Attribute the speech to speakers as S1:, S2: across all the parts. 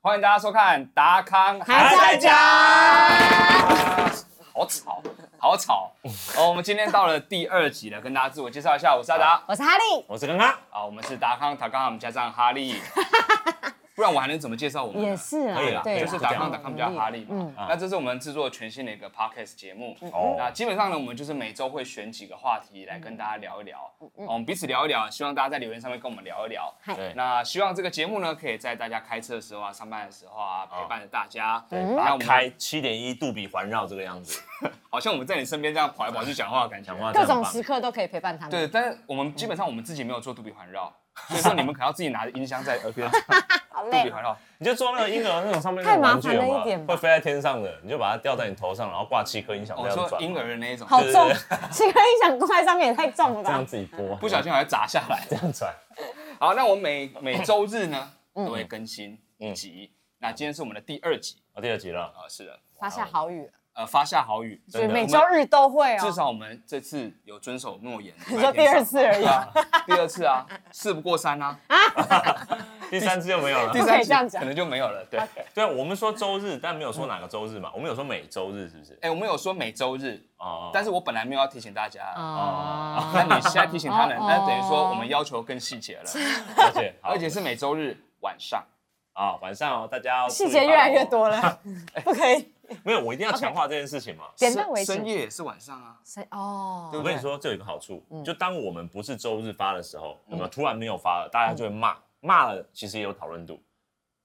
S1: 欢迎大家收看达康啊
S2: 还在讲
S1: 好吵，好吵。哦，我们今天到了第二集了，跟大家自我介绍一下，我是阿达。
S2: 我是哈利，
S3: 我是刚刚，
S1: 啊，我们是达康、达康，我们加上哈 利，不然我还能怎么介绍我们呢？
S2: 也是
S3: 可以啦
S2: 啊，对啦，
S1: 就是达康达康加哈利
S2: 嗯
S1: 嘛。那这是我们制作全新的一个 podcast 节目。
S3: 哦
S1: 那基本上呢，我们就是每周会选几个话题来跟大家聊一聊，哦我们彼此聊一聊，希望大家在留言上面跟我们聊一聊。
S2: 嗨
S3: 对
S1: 那希望这个节目呢，可以在大家开车的时候啊、上班的时候啊，陪伴着大家。对
S3: 哦把
S2: 嗯
S3: 它开七点一度比环绕这个样子，
S1: 好像我们在你身边这样跑来跑去讲话的感觉。
S3: 讲话
S2: 各
S3: 这样
S2: 种
S3: 吧
S2: 时刻都可以陪伴他们。
S1: 对，但是我们基本上我们自己没有做杜比环 绕，所以说你们可能要自己拿着音箱在耳边
S2: 好
S1: 杜
S2: 累
S1: 比，环绕。
S3: 你就做那个婴儿那种上面那
S2: 太
S3: 种
S2: 麻
S3: 玩
S2: 烦
S3: 具
S2: 了
S3: 有没
S2: 一点
S3: 有？
S2: 吧
S3: 会飞在天上的，你就把它吊在你头上，然后挂七颗音响这
S1: 我
S3: 样
S1: 哦说
S3: 转，
S1: 婴儿的那一种，
S2: 好
S3: 对
S2: 重
S3: 对，
S2: 这个音响挂在上面也太重了
S3: 这样
S2: 吧？
S3: 自己播，
S1: 不小心还砸下来。
S3: 这样转，
S1: 好，那我每每周日呢都会更新一集。
S3: 嗯
S1: 那今天是我们的第二集
S3: 哦，第二 集了，
S1: 啊、是的，
S2: 发下好雨，
S1: 呃，发下好雨，
S2: 所以
S3: 真的
S2: 每周日都会哦。
S1: 至少我们这次有遵守诺言。
S2: 你说第二次而已
S1: 对啊，第二次 啊，事不过三啊，
S3: 第三次就没有了
S1: 第。
S2: 不可
S1: 三
S2: 以
S1: 次
S2: 这样讲啊
S1: 可能就没有了。对，哎、
S3: 对，我们说周日，但没有说哪个周日嘛，我们有说每周日是不是？
S1: 哎我们有说每周日，
S3: 哦，
S1: 嗯但是我本来没有要提醒大家。
S2: 啊
S1: 哦那你现在提醒他们，
S2: 哦
S1: 那等于说我们要求更细节了，
S3: 而且
S1: 而且是每周日晚上。
S3: 啊，晚上哦，大家要
S2: 细
S3: 注
S2: 节
S3: 意
S2: 越来越
S3: 把握，
S2: 多了， 不可以
S3: 没有，我一定要强化这件事情嘛。
S2: 点到为止
S1: 深深夜也是晚上啊，
S2: 谁哦
S1: 对
S3: 我
S1: 不
S3: 跟
S1: 对
S3: 你？说，这有一个好处，就当我们不是周日发的时候，我们突然没有发了，大家就会骂，骂了其实也有讨论度。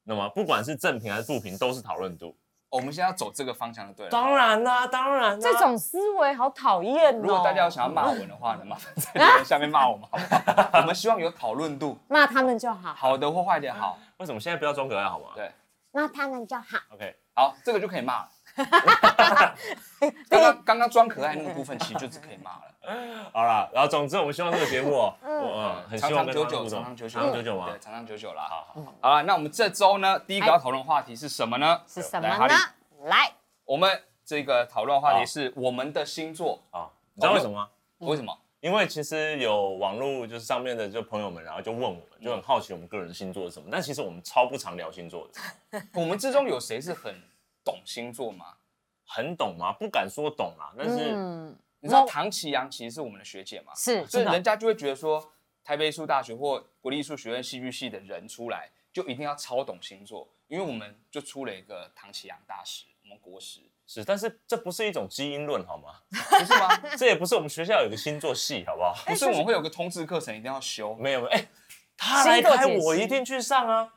S3: 那么不管是正评还是负评，都是讨论度。
S1: 哦我们现在要走这个方向就对了。
S3: 当然啦、当然啦、
S2: 这种思维好讨厌哦。
S1: 如果大家有想要骂我们的话呢，麻烦 在留言下面骂我们好不好？我们希望有讨论度，
S2: 骂他们就好，
S1: 好的或坏的也好。
S3: 为什么现在不要装可爱好吗？
S1: 对，
S2: 骂他们就好。
S3: ，OK，
S1: 好，这个就可以骂了。刚刚刚刚装可爱那个部分，其实就只可以骂了。
S3: 好啦，然后总之我们希望这个节目 哦，我嗯，很
S1: 长
S3: 希望
S1: 长
S3: 跟
S1: 久
S3: 大家
S1: 久，
S3: 互动
S1: 长长久久，
S3: 长长久久吗
S1: 对，？长长久久啦。
S3: 好好
S2: 嗯
S3: 好，
S1: 好了，那我们这周呢，第一个要讨论话题是什么呢？
S2: 是什
S1: 来
S2: 么
S1: 哈利
S2: 呢？来，
S1: 我们这个讨论话题
S3: 好
S1: 是我们的星座，
S3: 好，你知道为什么吗？
S1: 为什么？
S3: 因为其实有网络就是上面的就朋友们，然后就问我们，就很好奇我们个人星座是什么。但其实我们超不常聊星座的，
S1: 我们之中有谁是很懂星座吗？
S3: 很懂吗？不敢说懂啦，但是。
S2: 嗯，
S1: 你知道
S2: 我
S1: 唐奇阳其实是我们的学姐嘛，
S2: 是
S1: 所以
S3: 真的啊
S1: 人家就会觉得说，台北艺术大学或国立艺术学院戏剧系的人出来，就一定要超懂星座，因为我们就出了一个唐奇阳大师，我们国师，
S3: 是，但是这不是一种基因论好吗？
S1: 不是吗？
S3: 这也不是我们学校有个星座系好不好？
S1: 不是我们会有个通识课程一定要修，
S3: 没有没有，哎、他
S2: 星
S3: 来
S2: 座
S3: 开
S2: 解析
S3: 我一定去上啊。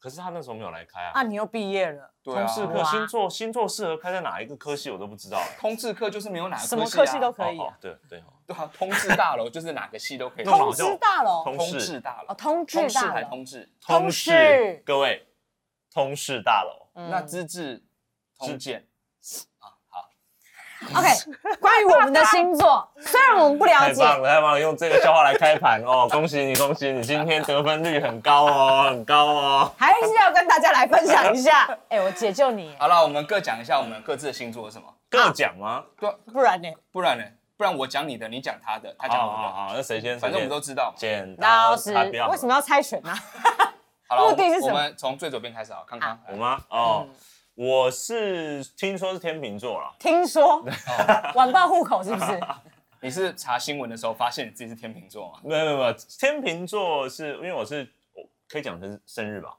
S3: 可是他那时候没有来开啊。
S2: 啊，你又毕业了，
S1: 对
S3: 通
S1: 啊，
S3: 识课
S2: 哇
S3: 星座星座适合开在哪一个科系我都不知道哎、
S1: 通识课就是没有哪个
S2: 什么
S1: 系
S2: 科
S1: 啊
S2: 系都可以
S3: 哦
S2: 啊
S3: 哦。对对哦，
S1: 对啊，通识大楼就是哪个系都可以，
S3: 那
S1: 通
S3: 么
S2: 通
S3: 好像
S2: 知大楼，
S3: 通
S1: 通
S3: 识
S1: 识大
S2: 哦，
S1: 楼，
S2: 通
S1: 通
S2: 知
S1: 识
S2: 大
S1: 还
S2: 楼，
S1: 通识，
S2: 通识
S3: 各位，通识大楼
S2: 嗯
S1: 那资治通鉴
S2: OK，关于我们的星座，虽然我们不了
S3: 太
S2: 解，
S3: 棒了太棒了，用这个笑话来开盘哦，恭喜你恭喜你，今天得分率很高哦，很高哦。
S2: 还是要跟大家来分享一下。 哎、我解救你耶，
S1: 好了，我们各讲一下我们各自的星座是什么，
S3: 各讲吗？
S2: 不然 呢？
S1: 不然呢？不然我讲你的，你讲他的，他讲
S3: 好
S1: 我的
S3: 好。哦好，那谁先？
S1: 反正我们
S3: 谁
S1: 都知道嘛。
S3: 先剪
S2: 老
S3: 刀
S2: 师
S3: 啊不要
S2: 为什么要猜拳呢、啊？
S1: 好了，
S2: 目的是什么
S1: 我们从最左边开始啊好，康康。
S3: 我吗？哦，我是听说是天秤座啦，
S2: 听说
S3: 哦
S2: 晚报户口是 不是？
S1: 你是查新闻的时候发现你自己是天秤座吗？
S3: 没有没有没有，天秤座是因为我是我可以讲成生日吧？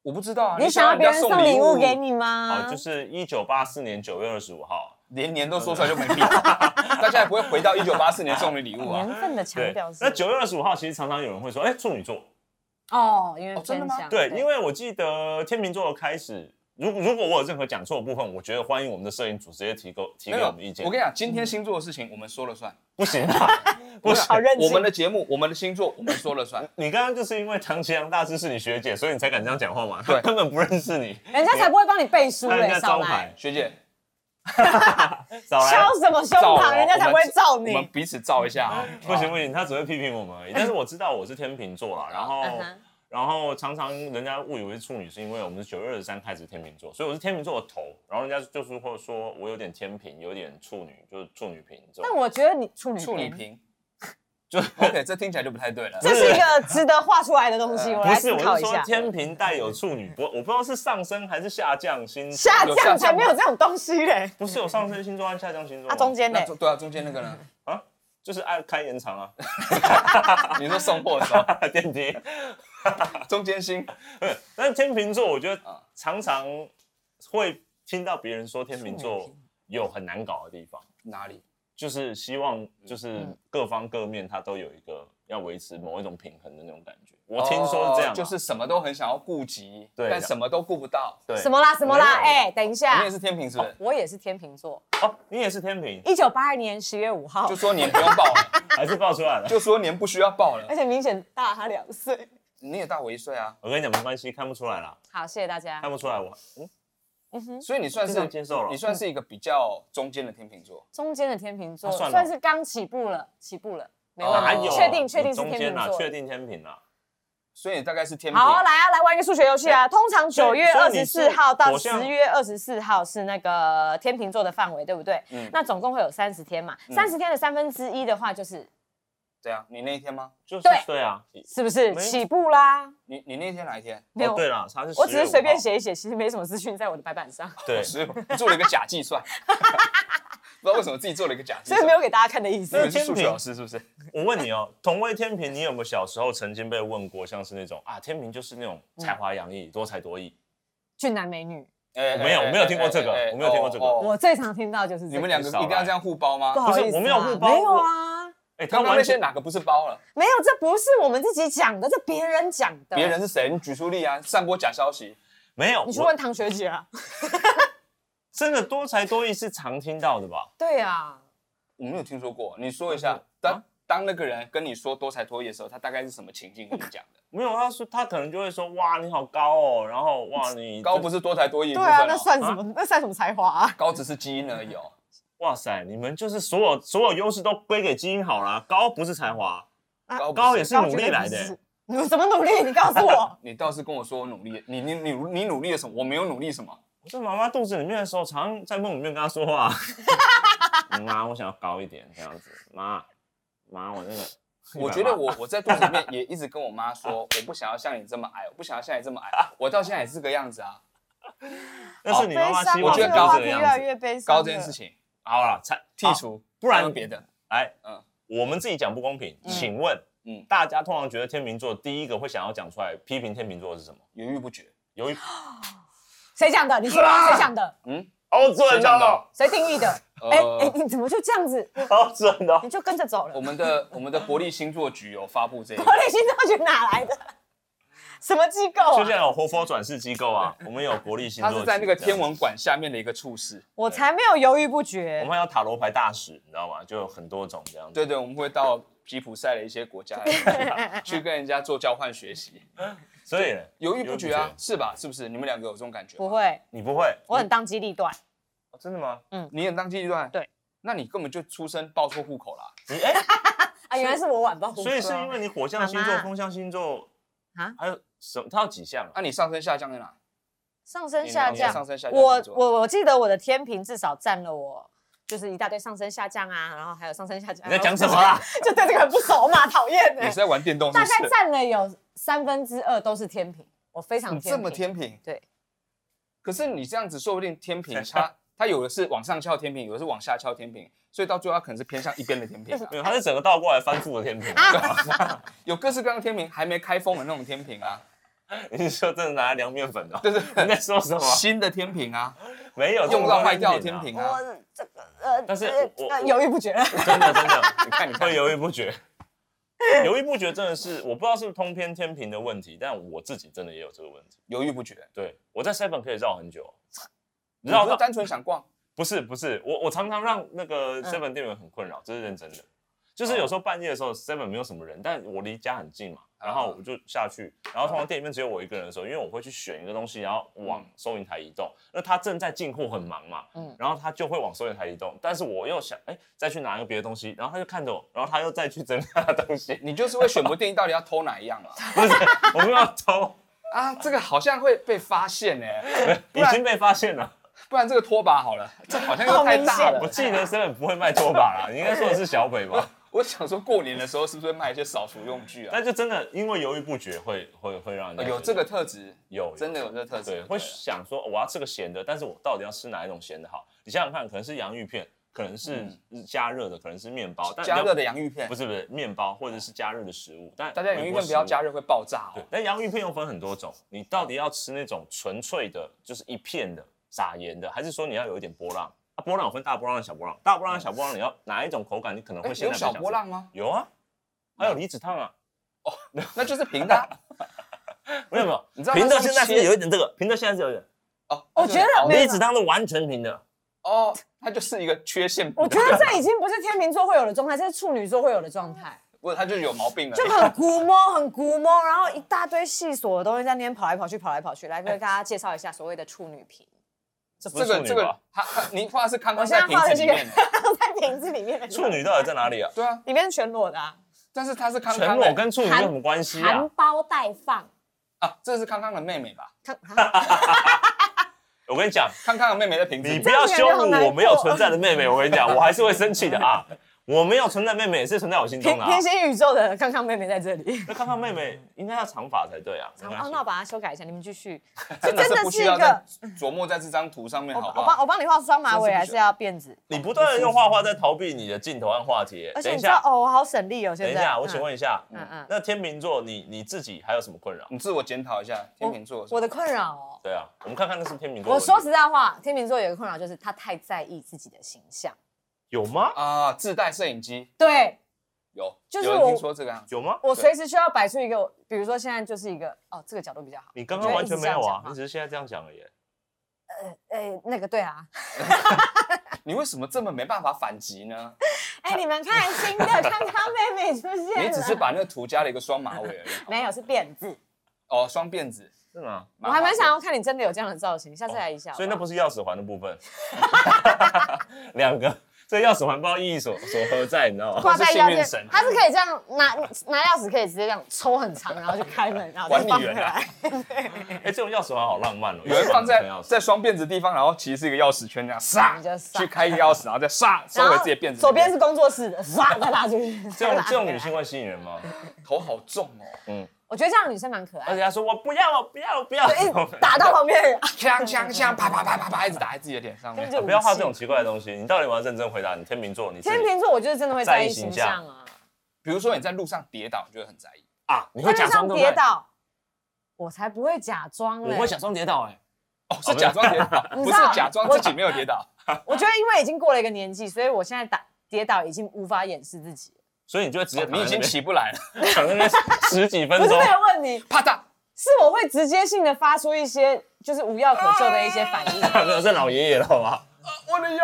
S1: 我不知道啊。
S2: 你想要别人送礼物给，你
S3: 哦、
S2: 吗？
S3: 就是一九八四年九月二十五号。
S1: 连年都说出来就没必要， 大家也不会回到一九八四年送你礼物啊。
S2: 年份的强
S3: 对
S2: 调，是
S3: 那九月二十五号其实常常有人会说，哎、处女座。
S2: 哦，因为
S1: 哦真的
S2: 偏
S1: 吗
S2: 向
S3: 对，因为我记得天秤座的开始，如如果我有任何讲错的部分，我觉得欢迎我们的摄影组直接提供提给我们意见
S1: 我。跟你讲，今天星座的事情我们说了算，
S3: 不行啊， 不行。
S2: 好认真
S1: 我们的节目，我们的星座，我们说了 算。
S3: 你刚刚就是因为唐奇阳大师是你学姐，所以你才敢这样讲话嘛？
S1: 对
S3: 他根本不认识你，
S2: 人家才不会帮你背书
S3: 看人
S2: 嘞，
S3: 家
S2: 少
S3: 招
S2: 来
S3: 牌，
S1: 学姐，
S3: 少来。啊
S2: 敲什么胸
S1: 照
S2: 膛，
S1: 哦
S2: 人家才不会照
S1: 我们
S2: 你。
S1: 彼此照一 下啊。
S3: 不行不行，他只会批评我们而已。但是我知道我是天秤座 啦，然后、
S2: 嗯哼
S3: 然后常常人家误以为是处女，是因为我们是九月二十三开始天秤座，所以我是天秤座的头，然后人家就是会说我有点天平，有点处女，就是处女瓶这
S2: 但
S3: 种。
S2: 我觉得你处女
S1: 处女，瓶，
S3: 就
S1: OK，这听起来就不太对了。
S2: 这是一个值得画出来的东西，我
S3: 呃不
S2: 来
S3: 是，
S2: 思
S3: 我
S2: 考
S3: 是
S2: 一
S3: 说
S2: 下。
S3: 天平带有处女，不，我不知道是上升还是下降星 座。
S2: 下
S1: 有下降
S2: 降才没有
S1: 吗
S2: 这种东西嘞，
S3: 不是有上升星座和下降星座吗？
S2: 啊，中间呢
S1: 那？中对啊，中间那个呢？
S3: 啊，就是按开延长啊，
S1: 你说送货的时 候，
S3: 电梯。
S1: 中间星
S3: 但是天秤座，我觉得
S1: 啊
S3: 常常会听到别人说天秤座有很难搞的地方，
S1: 哪里？
S3: 就是希望
S2: 嗯
S3: 就是各方各面它都有一个要维持某一种平衡的那种感觉。我听说是这样啊、
S1: 哦就是什么都很想要顾及，
S3: 对
S1: 但什么都顾不到。
S3: 对
S2: 什么啦什么啦？
S3: 没有
S2: 哎，等一
S1: 你
S2: 下
S1: 也，是天平是不是？
S2: 我也是天秤座，
S3: 哦，你也是天秤，
S2: 一九八二年十月五号
S1: 就，说年不用报 了，
S3: 还是爆出来了？
S1: 就说年不需要报了
S2: 而。且哎明显大他两岁。
S1: 你也大我一岁啊，
S3: 我跟你讲，没关系，看不出来啦，
S2: 好，谢谢大家
S3: 看。不出来我。嗯，
S1: 所以你算
S3: 非
S1: 是
S3: 常接受了
S1: 你算是一个比较中间的天秤座。
S2: 中间的天秤座
S3: 啊算了
S2: 算是刚起步了，起步了，没
S1: 哦
S2: 问
S3: 哪
S2: 题。
S3: 有？啊
S2: 确定确定
S3: 你
S2: 是
S3: 中间
S2: 天秤
S3: 啦，
S2: 座。
S3: 确定天啊平啦。
S1: 所以你大概是天平。
S2: 好，来啊，来玩一个数学游戏啊！通常
S3: 所
S2: 九
S3: 以
S2: 月
S3: 所
S2: 二
S3: 以你
S2: 十
S3: 是
S2: 四号到
S3: 我
S2: 十
S3: 像
S2: 月二十四号是那个天秤座的范围，对不对？
S1: 嗯
S2: 那总共会有三十天嘛，
S3: 嗯
S2: 三十天的三分之一的话，就是
S1: 对啊，你那一天吗？
S3: 就是
S2: 对
S3: 对啊，
S2: 是不是
S3: 没
S2: 起步啦？
S1: 你你那一天哪一天？
S2: 没有
S3: 哦、对啦，他是
S2: 我只是随便
S3: 15号，啊
S2: 写一写，其实没什么资讯在我的白板上，
S3: 对，
S1: 十五，你做了一个假计 算，不知道为什么自己做了一个假计
S2: 所
S1: 算。
S2: 以没有给大家看的意思
S1: 因。为
S3: 那
S1: 你是数学
S3: 天平
S1: 老师是不是？
S3: 我问你哦，同为天平，你有没有小时候曾经被问过，像是那种啊，天平就是那种
S2: 嗯
S3: 才华洋溢、多才多艺？
S2: 俊男美女，
S1: 哎
S3: 我没有
S1: 哎
S3: 我没有听过这个
S1: 哎哎哎
S3: 我没有听过这个
S1: 哦哦
S2: 我最常听到就是这
S1: 你们两个
S3: 你少来
S1: 一定要这样互包吗
S2: 不？好
S3: 不是
S2: 意思啊，
S3: 我没有互包
S2: 没有
S3: 我
S2: 啊，
S3: 哎、他
S1: 刚刚
S3: 完
S1: 那些
S3: 全
S1: 哪个不是包了？
S2: 没有，这不是我们自己讲的，这别人讲的。
S1: 别人是谁？你举出例啊！散播假消息，
S3: 没有，
S2: 你去
S3: 我
S2: 问唐学姐啊。
S3: 真的多才多艺是常听到的吧？
S2: 对啊，
S1: 我没有听说过。你说一
S2: 嗯
S1: 下，当当那个人跟你说多才多艺的时候，他大概是什么情境跟你讲的？
S3: 没有，他说他可能就会说哇，你好高哦，然后 哇你
S1: 高不是多才多艺的
S2: 对
S1: 部分哦
S2: 啊，那算什么？那算什么才华啊？
S1: 高只是基因而已哦。
S3: 哇塞，你们就是所有所有优势都归给基因好啦，高不是才华，
S2: 啊
S1: 高不。
S3: 高也是
S2: 高
S3: 努
S2: 绝
S3: 力
S2: 对
S3: 来
S2: 不
S3: 的、
S2: 是。你怎么努力？你告诉 我
S1: 你倒是跟我说我努力，你你你你努力了 什么？我没有努力什么。
S3: 我在妈妈肚子里面的时候，常常在梦里面跟她说话， 嗯妈，我想要高一点这样子，妈，妈，我那个，
S1: 我觉得我我在肚子里面也一直跟我妈说，我不想要像你这么矮，我不想要像你这么矮，我到现在也是这个样子啊。
S3: 那是你妈妈希
S1: 我
S3: 望
S1: 觉
S3: 你
S1: 得
S2: 哦这个
S1: 高
S2: 话
S3: 是
S2: 题
S3: 这
S2: 啊越来
S3: 个样子。
S2: 越悲伤
S1: 高
S2: 了。
S1: 这件事情
S3: 好了，才
S1: 剔除，
S3: 不然
S1: 没有别的，
S3: 哎，
S1: 嗯，
S3: 我们自己讲不公平，请问，
S1: 嗯
S3: 大家通常觉得天秤座第一个会想要讲出来批评天秤座的是什么？
S1: 犹豫不决。
S3: 由于
S2: 谁讲的？你说谁讲的？
S3: 好
S1: 谁
S3: 准
S1: 讲的
S3: 哦，
S1: 哦？
S2: 谁定义的？
S1: 呃
S2: 哎哎，你怎么就这样子？
S3: 好准哦
S2: 你，就跟着走了
S1: 我？们的我们的国立星座局有发布这 个
S2: 我，内心到底哪来的？什么机构
S3: 就
S2: 啊
S3: 像？有活佛转世机构 啊，我们有国立星
S1: 它
S3: 座局，
S1: 是在那个
S3: 这样
S1: 天文馆下面的一个处室。
S2: 我才没有犹豫不
S3: 我
S2: 决。
S3: 们还有塔罗牌大使，你知道吗？就有很多种这样子。
S1: 对对，我们会到吉普赛的一些国家 去去跟人家做交换学习，
S3: 所以
S1: 犹豫不决啊，是吧？是不是？你们两个有这种感觉吗？
S2: 不会，
S3: 你不会，
S2: 我很当机立断。
S3: 哦真的吗？
S1: 你很当机立断，
S2: 对，
S1: 那你根本就出生报错户口啦。
S3: 你哎，
S2: 啊，原来是我晚报。
S3: 所以是因为你火象星座
S2: 啊妈、妈
S3: 风象星座
S2: 啊
S3: 还有什么？它有几项啊？
S1: 那、你上升下降在哪？
S2: 上升下
S1: 你你的
S2: 降，
S1: 上升下降
S2: 我
S1: 星座
S2: 我我记得我的天平至少占了我，就是一大堆上升下降啊，然后还有上升下降。
S3: 你在讲什么啦？
S2: 就对这个很不熟嘛，讨厌呢
S1: 你。是在玩电动是
S2: 大
S1: 不
S2: 概
S1: 是？
S2: 占了有三分之二都是天平，我非常
S1: 你
S2: 天平
S1: 这么天平，
S2: 对。
S1: 可是你这样子，说不定天 平它它有的是往上翘天平，有的是往下翘天平，所以到最后它可能是偏向一边的天平、啊，
S3: 没有，它是整个倒过来翻覆的天平。
S2: 啊
S1: 有各式各样的天平，还没开封的那种天平啊，
S3: 你是说真的拿来量面粉的？
S1: 对对对
S3: 你在 说什么？
S1: 新的天平啊，
S3: 没有
S1: 用到坏掉的
S3: 这
S1: 天
S3: 么多
S1: 平
S2: 我
S1: 啊，
S2: 这个呃，
S3: 但是
S2: 呃
S3: 我
S2: 呃
S3: 我
S2: 犹豫不决。
S3: 啊，真的真的
S1: 你看你看
S3: 会，犹豫不决。 犹豫不决真的是，我不知道是不是通篇天平的问题，但我自己真的也有这个问题。
S1: 犹豫不决，
S3: 对，我在 seven 可以绕很久，
S1: 你不
S3: 绕
S1: 是
S3: 到
S1: 单纯想逛，
S3: 不是不是，我我常常让那个 Seven 店员很困扰，这是认真的。就是有时候半夜的时候，Seven 没有什么人，但我离家很近嘛，然后我就下去，然后通常店里面只有我一个人的时候，因为我会去选一个东西，然后往收银台移动。那他正在进货，很忙嘛，
S2: 嗯
S3: 然后他就会往收银台移动，但是我又想，哎，再去拿一个别的东西，然后他就看着我，然后他又再去整理他的东西，
S1: 你就是会选不定到底要偷哪一样了
S3: 不是，我们要偷，
S1: 啊，这个好像会被发现哎、
S3: 已经被发现了。
S1: 不然这个拖把好了，这好像又
S2: 好
S1: 太
S2: 明
S1: 大
S2: 显
S1: 了
S3: 我。记得 Seven 不会卖拖把啦，你应该说的是小北吧？
S1: 我我想说过年的时候是不是会卖一些扫除用具啊？
S3: 但就真的因为犹豫不决会，会会让人家
S1: 呃有
S3: 觉
S1: 这
S3: 得
S1: 个特质，
S3: 有
S1: 真的有这个特质，
S3: 对，
S1: 啊
S3: 会想说哦我要吃个咸的，但是我到底要吃哪一种咸的好？你想想看，可能是洋芋片，可能是加热的，可能是面包，
S1: 嗯
S3: 但
S1: 加热的洋芋片
S3: 不，是不是面包，或者是加热的食物。但
S1: 大家洋芋片不要加热会爆炸
S3: 对
S1: 哦，。
S3: 但洋芋片又分很多种，你到底要吃那种纯粹的，就是一片的撒盐的，还是说你要有一点波浪？啊，波浪有分大波浪、小波浪，大波浪、小波浪，你要哪一种口感？你可能
S1: 哎
S3: 会现在
S1: 有
S3: 比较
S1: 小
S3: 想
S1: 波
S3: 吃
S1: 浪吗？
S3: 有啊，还有离子烫啊，
S1: 那就是平的 啊
S3: 没有没有，
S1: 你知道它
S3: 平的
S1: 是
S3: 现在
S1: 切
S3: 是有一点这个，平的现在是有一点，
S1: 哦。
S2: 我觉得没有
S3: 离子烫是完全平的。
S1: 哦，它就是一个缺陷，
S2: 我觉得这已经不是天秤座会有的状态，这是处女座会有的状态，
S1: 不是它就是有毛病了。
S2: 就 很估摸，很估摸，然后一大堆细琐的东西在那边跑来跑去，跑来跑去。来跟大家介绍一下所谓的处女瓶，
S3: 这不
S1: 这
S3: 是处
S1: 个
S3: 女
S1: 这
S3: 吧
S1: 个，它它你画的是康
S2: 我
S1: 康
S2: 现
S1: 在
S2: 在
S1: 瓶
S2: 画
S1: 子
S2: 的
S1: 里
S2: 这个
S1: 面的，
S2: 在瓶子里面的
S3: 处女到底在哪里啊？
S1: 对啊，
S2: 里面是全裸的、啊，
S1: 但是它是康
S3: 全
S1: 康
S3: 裸
S1: 的
S3: 跟处女有什么关系啊
S2: 含？苞待放。
S1: 啊，这是康康的妹妹吧？
S2: 看，啊
S3: 我跟你讲，
S1: 康康的妹妹在瓶子
S3: 你
S1: 里
S3: 不，要羞
S2: 这样感觉好
S3: 辱
S2: 难过
S3: 我没有存在的 妹妹，我跟你讲，我还是会生气的啊！我没有存在妹妹也是存在我心中
S2: 平
S3: 的啊
S2: 平。行宇宙的康康妹妹在这里。
S3: 那康康妹妹应该要长发才对啊，没
S2: 长
S3: 关
S2: 哦，
S3: 系
S2: 那我把它修改一下，你们继续。
S1: 真的
S2: 真的
S1: 不
S2: 是
S1: 需
S2: 一
S1: 要
S2: 个
S1: 再琢磨在这张图上面，
S2: 我
S1: 好不
S2: 我帮
S1: 好？
S2: 我帮你画双马尾，
S1: 真是
S2: 还
S1: 不行
S2: 是要辫子？
S3: 你不断的用画画在逃避你的镜头和话题。
S2: 而且
S3: 等一
S2: 你知道
S3: 下，
S2: 哦，我好省力哦，现
S3: 等
S2: 在。
S3: 一下，我
S2: 嗯
S3: 请问一下，
S2: 嗯嗯
S3: 那天秤座你你自己还有什么困扰？
S1: 你自我检讨一下，天秤座是
S2: 我的困扰哦，
S3: 对啊，我们看看那是天秤座的
S2: 我
S3: 问题。
S2: 说实在话，天秤座有一个困扰就是他太在意自己的形象。
S3: 有吗？
S1: 啊，自带摄影机
S2: 对
S1: 有，
S2: 就是
S1: 有人
S2: 我
S1: 听说这个样子，
S3: 有吗？
S2: 我随时需要摆出一个，比如说现在就是一个哦，这个角度比较好。
S3: 你刚
S2: 我觉
S3: 刚
S2: 得
S3: 完
S2: 一直
S3: 全没有
S2: 这样
S3: 啊
S2: 讲，话
S3: 你只是现在这样讲而已。
S2: 呃，那个对啊。
S1: 你为什么这么没办法反击 呢？
S2: 哎，你们看新的康康妹妹出现
S1: 你
S2: 了，
S1: 只是把那个图加了一个双马尾而 已，
S2: 没有是辫子。
S1: 哦，双辫子，
S3: 是吗？
S2: 我还蛮想要看你真的有这样的造型，下次来一下好好。
S3: 所以那不是钥匙环的部分， 两个。这钥匙环不知道意义所所何在，你知道 吗？
S2: 挂在
S1: 是幸
S2: 腰
S1: 运
S2: 间
S1: 神，
S2: 它是可以这样拿拿钥匙，可以直接这样抽很长，然后就开门，然后再放
S1: 管
S2: 回
S1: 理员啊
S2: 来。
S3: 哎、这种钥匙环好浪漫哦，
S1: 有人放
S3: 一
S1: 在
S3: 串钥匙
S1: 在双辫子地方，然后其实是一个钥匙圈这样，
S2: 你
S1: 唰
S2: 就唰
S1: 去开一个钥匙，然后再唰收
S2: 然
S1: 回
S2: 后
S1: 自己的辫子。
S2: 左边是工作室的，唰再拉出去。
S3: 这种这
S2: 再拉回
S3: 种
S2: 来
S3: 女性，会吸引人吗？
S1: 头好重哦，
S2: 我觉得这样的女生蛮可爱
S3: 而
S2: 的，
S3: 且她说我不要，我不要，我不要，
S2: 一直哎打到旁边的人，
S1: 锵锵锵，啪啪啪啪啪，一直打在自己的脸上面
S2: 根。本就
S3: 不要画这
S2: 武
S3: 种
S2: 器。
S3: 奇怪的东西。你到底有没有认真回答？你天秤座，你自己
S2: 天秤座，我就是真的会在
S3: 在
S2: 意
S3: 意
S2: 形
S3: 形
S2: 象啊，
S1: 比如说你在路上跌倒，你就会很在意。
S3: 啊，你
S2: 在
S3: 会
S2: 路
S3: 假
S2: 上
S3: 装对
S2: 跌
S3: 不对？
S2: 倒，欸我才不会假装嘞。
S3: 我会假装跌倒、哎，
S1: 哦，是假装跌倒，
S2: 你
S1: 不
S2: 知
S1: 是
S2: 道
S1: 假装自己没有跌倒。
S2: 我觉得因为已经过了一个年纪，所以我现在打跌倒已经无法掩饰自己了。
S3: 所以你就会直接
S1: 哦
S3: 躺
S1: 你
S3: 在
S1: 已
S3: 那
S1: 经
S3: 边
S1: 起不来了，
S3: 躺在那边十几分
S2: 不是
S3: 钟
S2: 没，有问你，
S1: 啪嗒，
S2: 是我会直接性的发出一些就是无药可救的一些反应。
S3: 没有，这老爷爷了，好吧？
S1: 我的腰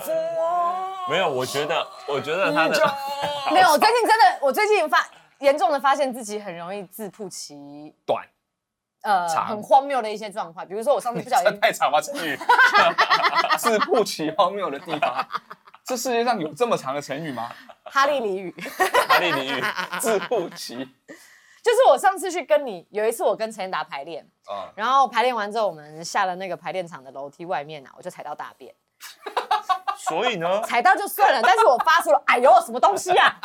S1: 腹
S3: 没有，我觉得，我觉得他
S1: 依
S3: 的
S1: 旧。
S2: 没有，我最近真的，我最近发严重的发现自己很容易自曝其
S1: 短，
S2: 呃
S1: 长
S2: 很荒谬的一些状况，比如说我上次不小
S1: 这
S2: 心，
S1: 太长了，成语是不起荒谬的地方。这世界上有这么长的成语吗？
S2: 哈利俚语，
S3: 哈利里语，
S1: 自不 其
S2: 就是我上次去跟你有一次我跟陈彦达排练，
S1: 啊，
S2: 然后排练完之后我们下了那个排练场的楼梯外面啊，我就踩到大便，
S3: 所以呢，
S2: 踩到就算了，但是我发出了哎呦什么东西啊，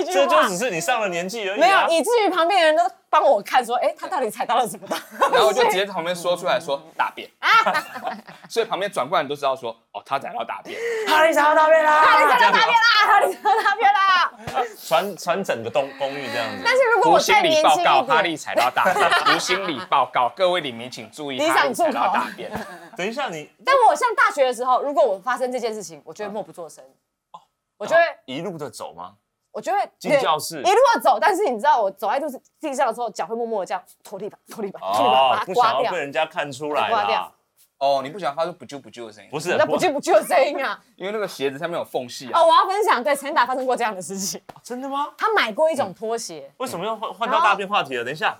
S2: 一句
S3: 这就
S2: 话
S3: 只是你上了年纪而已、
S2: 没有
S3: 啊。，
S2: 以至于旁边的人都帮我看说，哎，他到底踩到了什么东西？
S1: 然后我就直接在旁边说出来说大便，
S2: 啊
S1: 所以旁边转过来你都知道说哦，他在要大便，
S3: 哈利查到大便啦！
S2: 哈利踩到大
S3: 这
S2: 便
S3: 样子
S2: 啦，哈利踩到大便啦。
S3: 传传整个东公寓这样子。
S2: 但是如果
S1: 无
S2: 我
S1: 心
S2: 再
S1: 理
S2: 年
S1: 报
S2: 轻
S1: 告，
S2: 一
S1: 哈
S2: 点
S1: 利，踩到大便，无心理报告， 各位李明请注意，
S2: 你
S1: 哈利
S2: 想
S1: 踩
S2: 住
S1: 到
S2: 口
S1: 大便，
S3: 等一下你
S2: 但我上大学的时候，如果我发生这件事情，我就会默不作声，我就会，
S3: 一路的走吗？
S2: 我就会
S3: 进教室
S2: 一路地走。但是你知道，我走在路地上的时候，脚会默默的这样拖地板、拖地板、拖地板，把
S3: 哦，
S2: 它
S3: 不想
S2: 刮
S3: 要
S2: 掉
S3: 被。人家看出来
S2: 刮
S3: 啦
S2: 掉。
S1: 哦，你不喜欢发出不啾不啾的声音，
S3: 不是，
S2: 那不
S3: 我
S2: 就不就的声音啊！
S1: 哦因为那个鞋子上面有缝隙啊
S2: 哦，。我要分享，对陈达发生过这样的事情。
S3: 真的吗？
S2: 他买过一种拖鞋，
S3: 为什么又换换到大便话题了？等一下，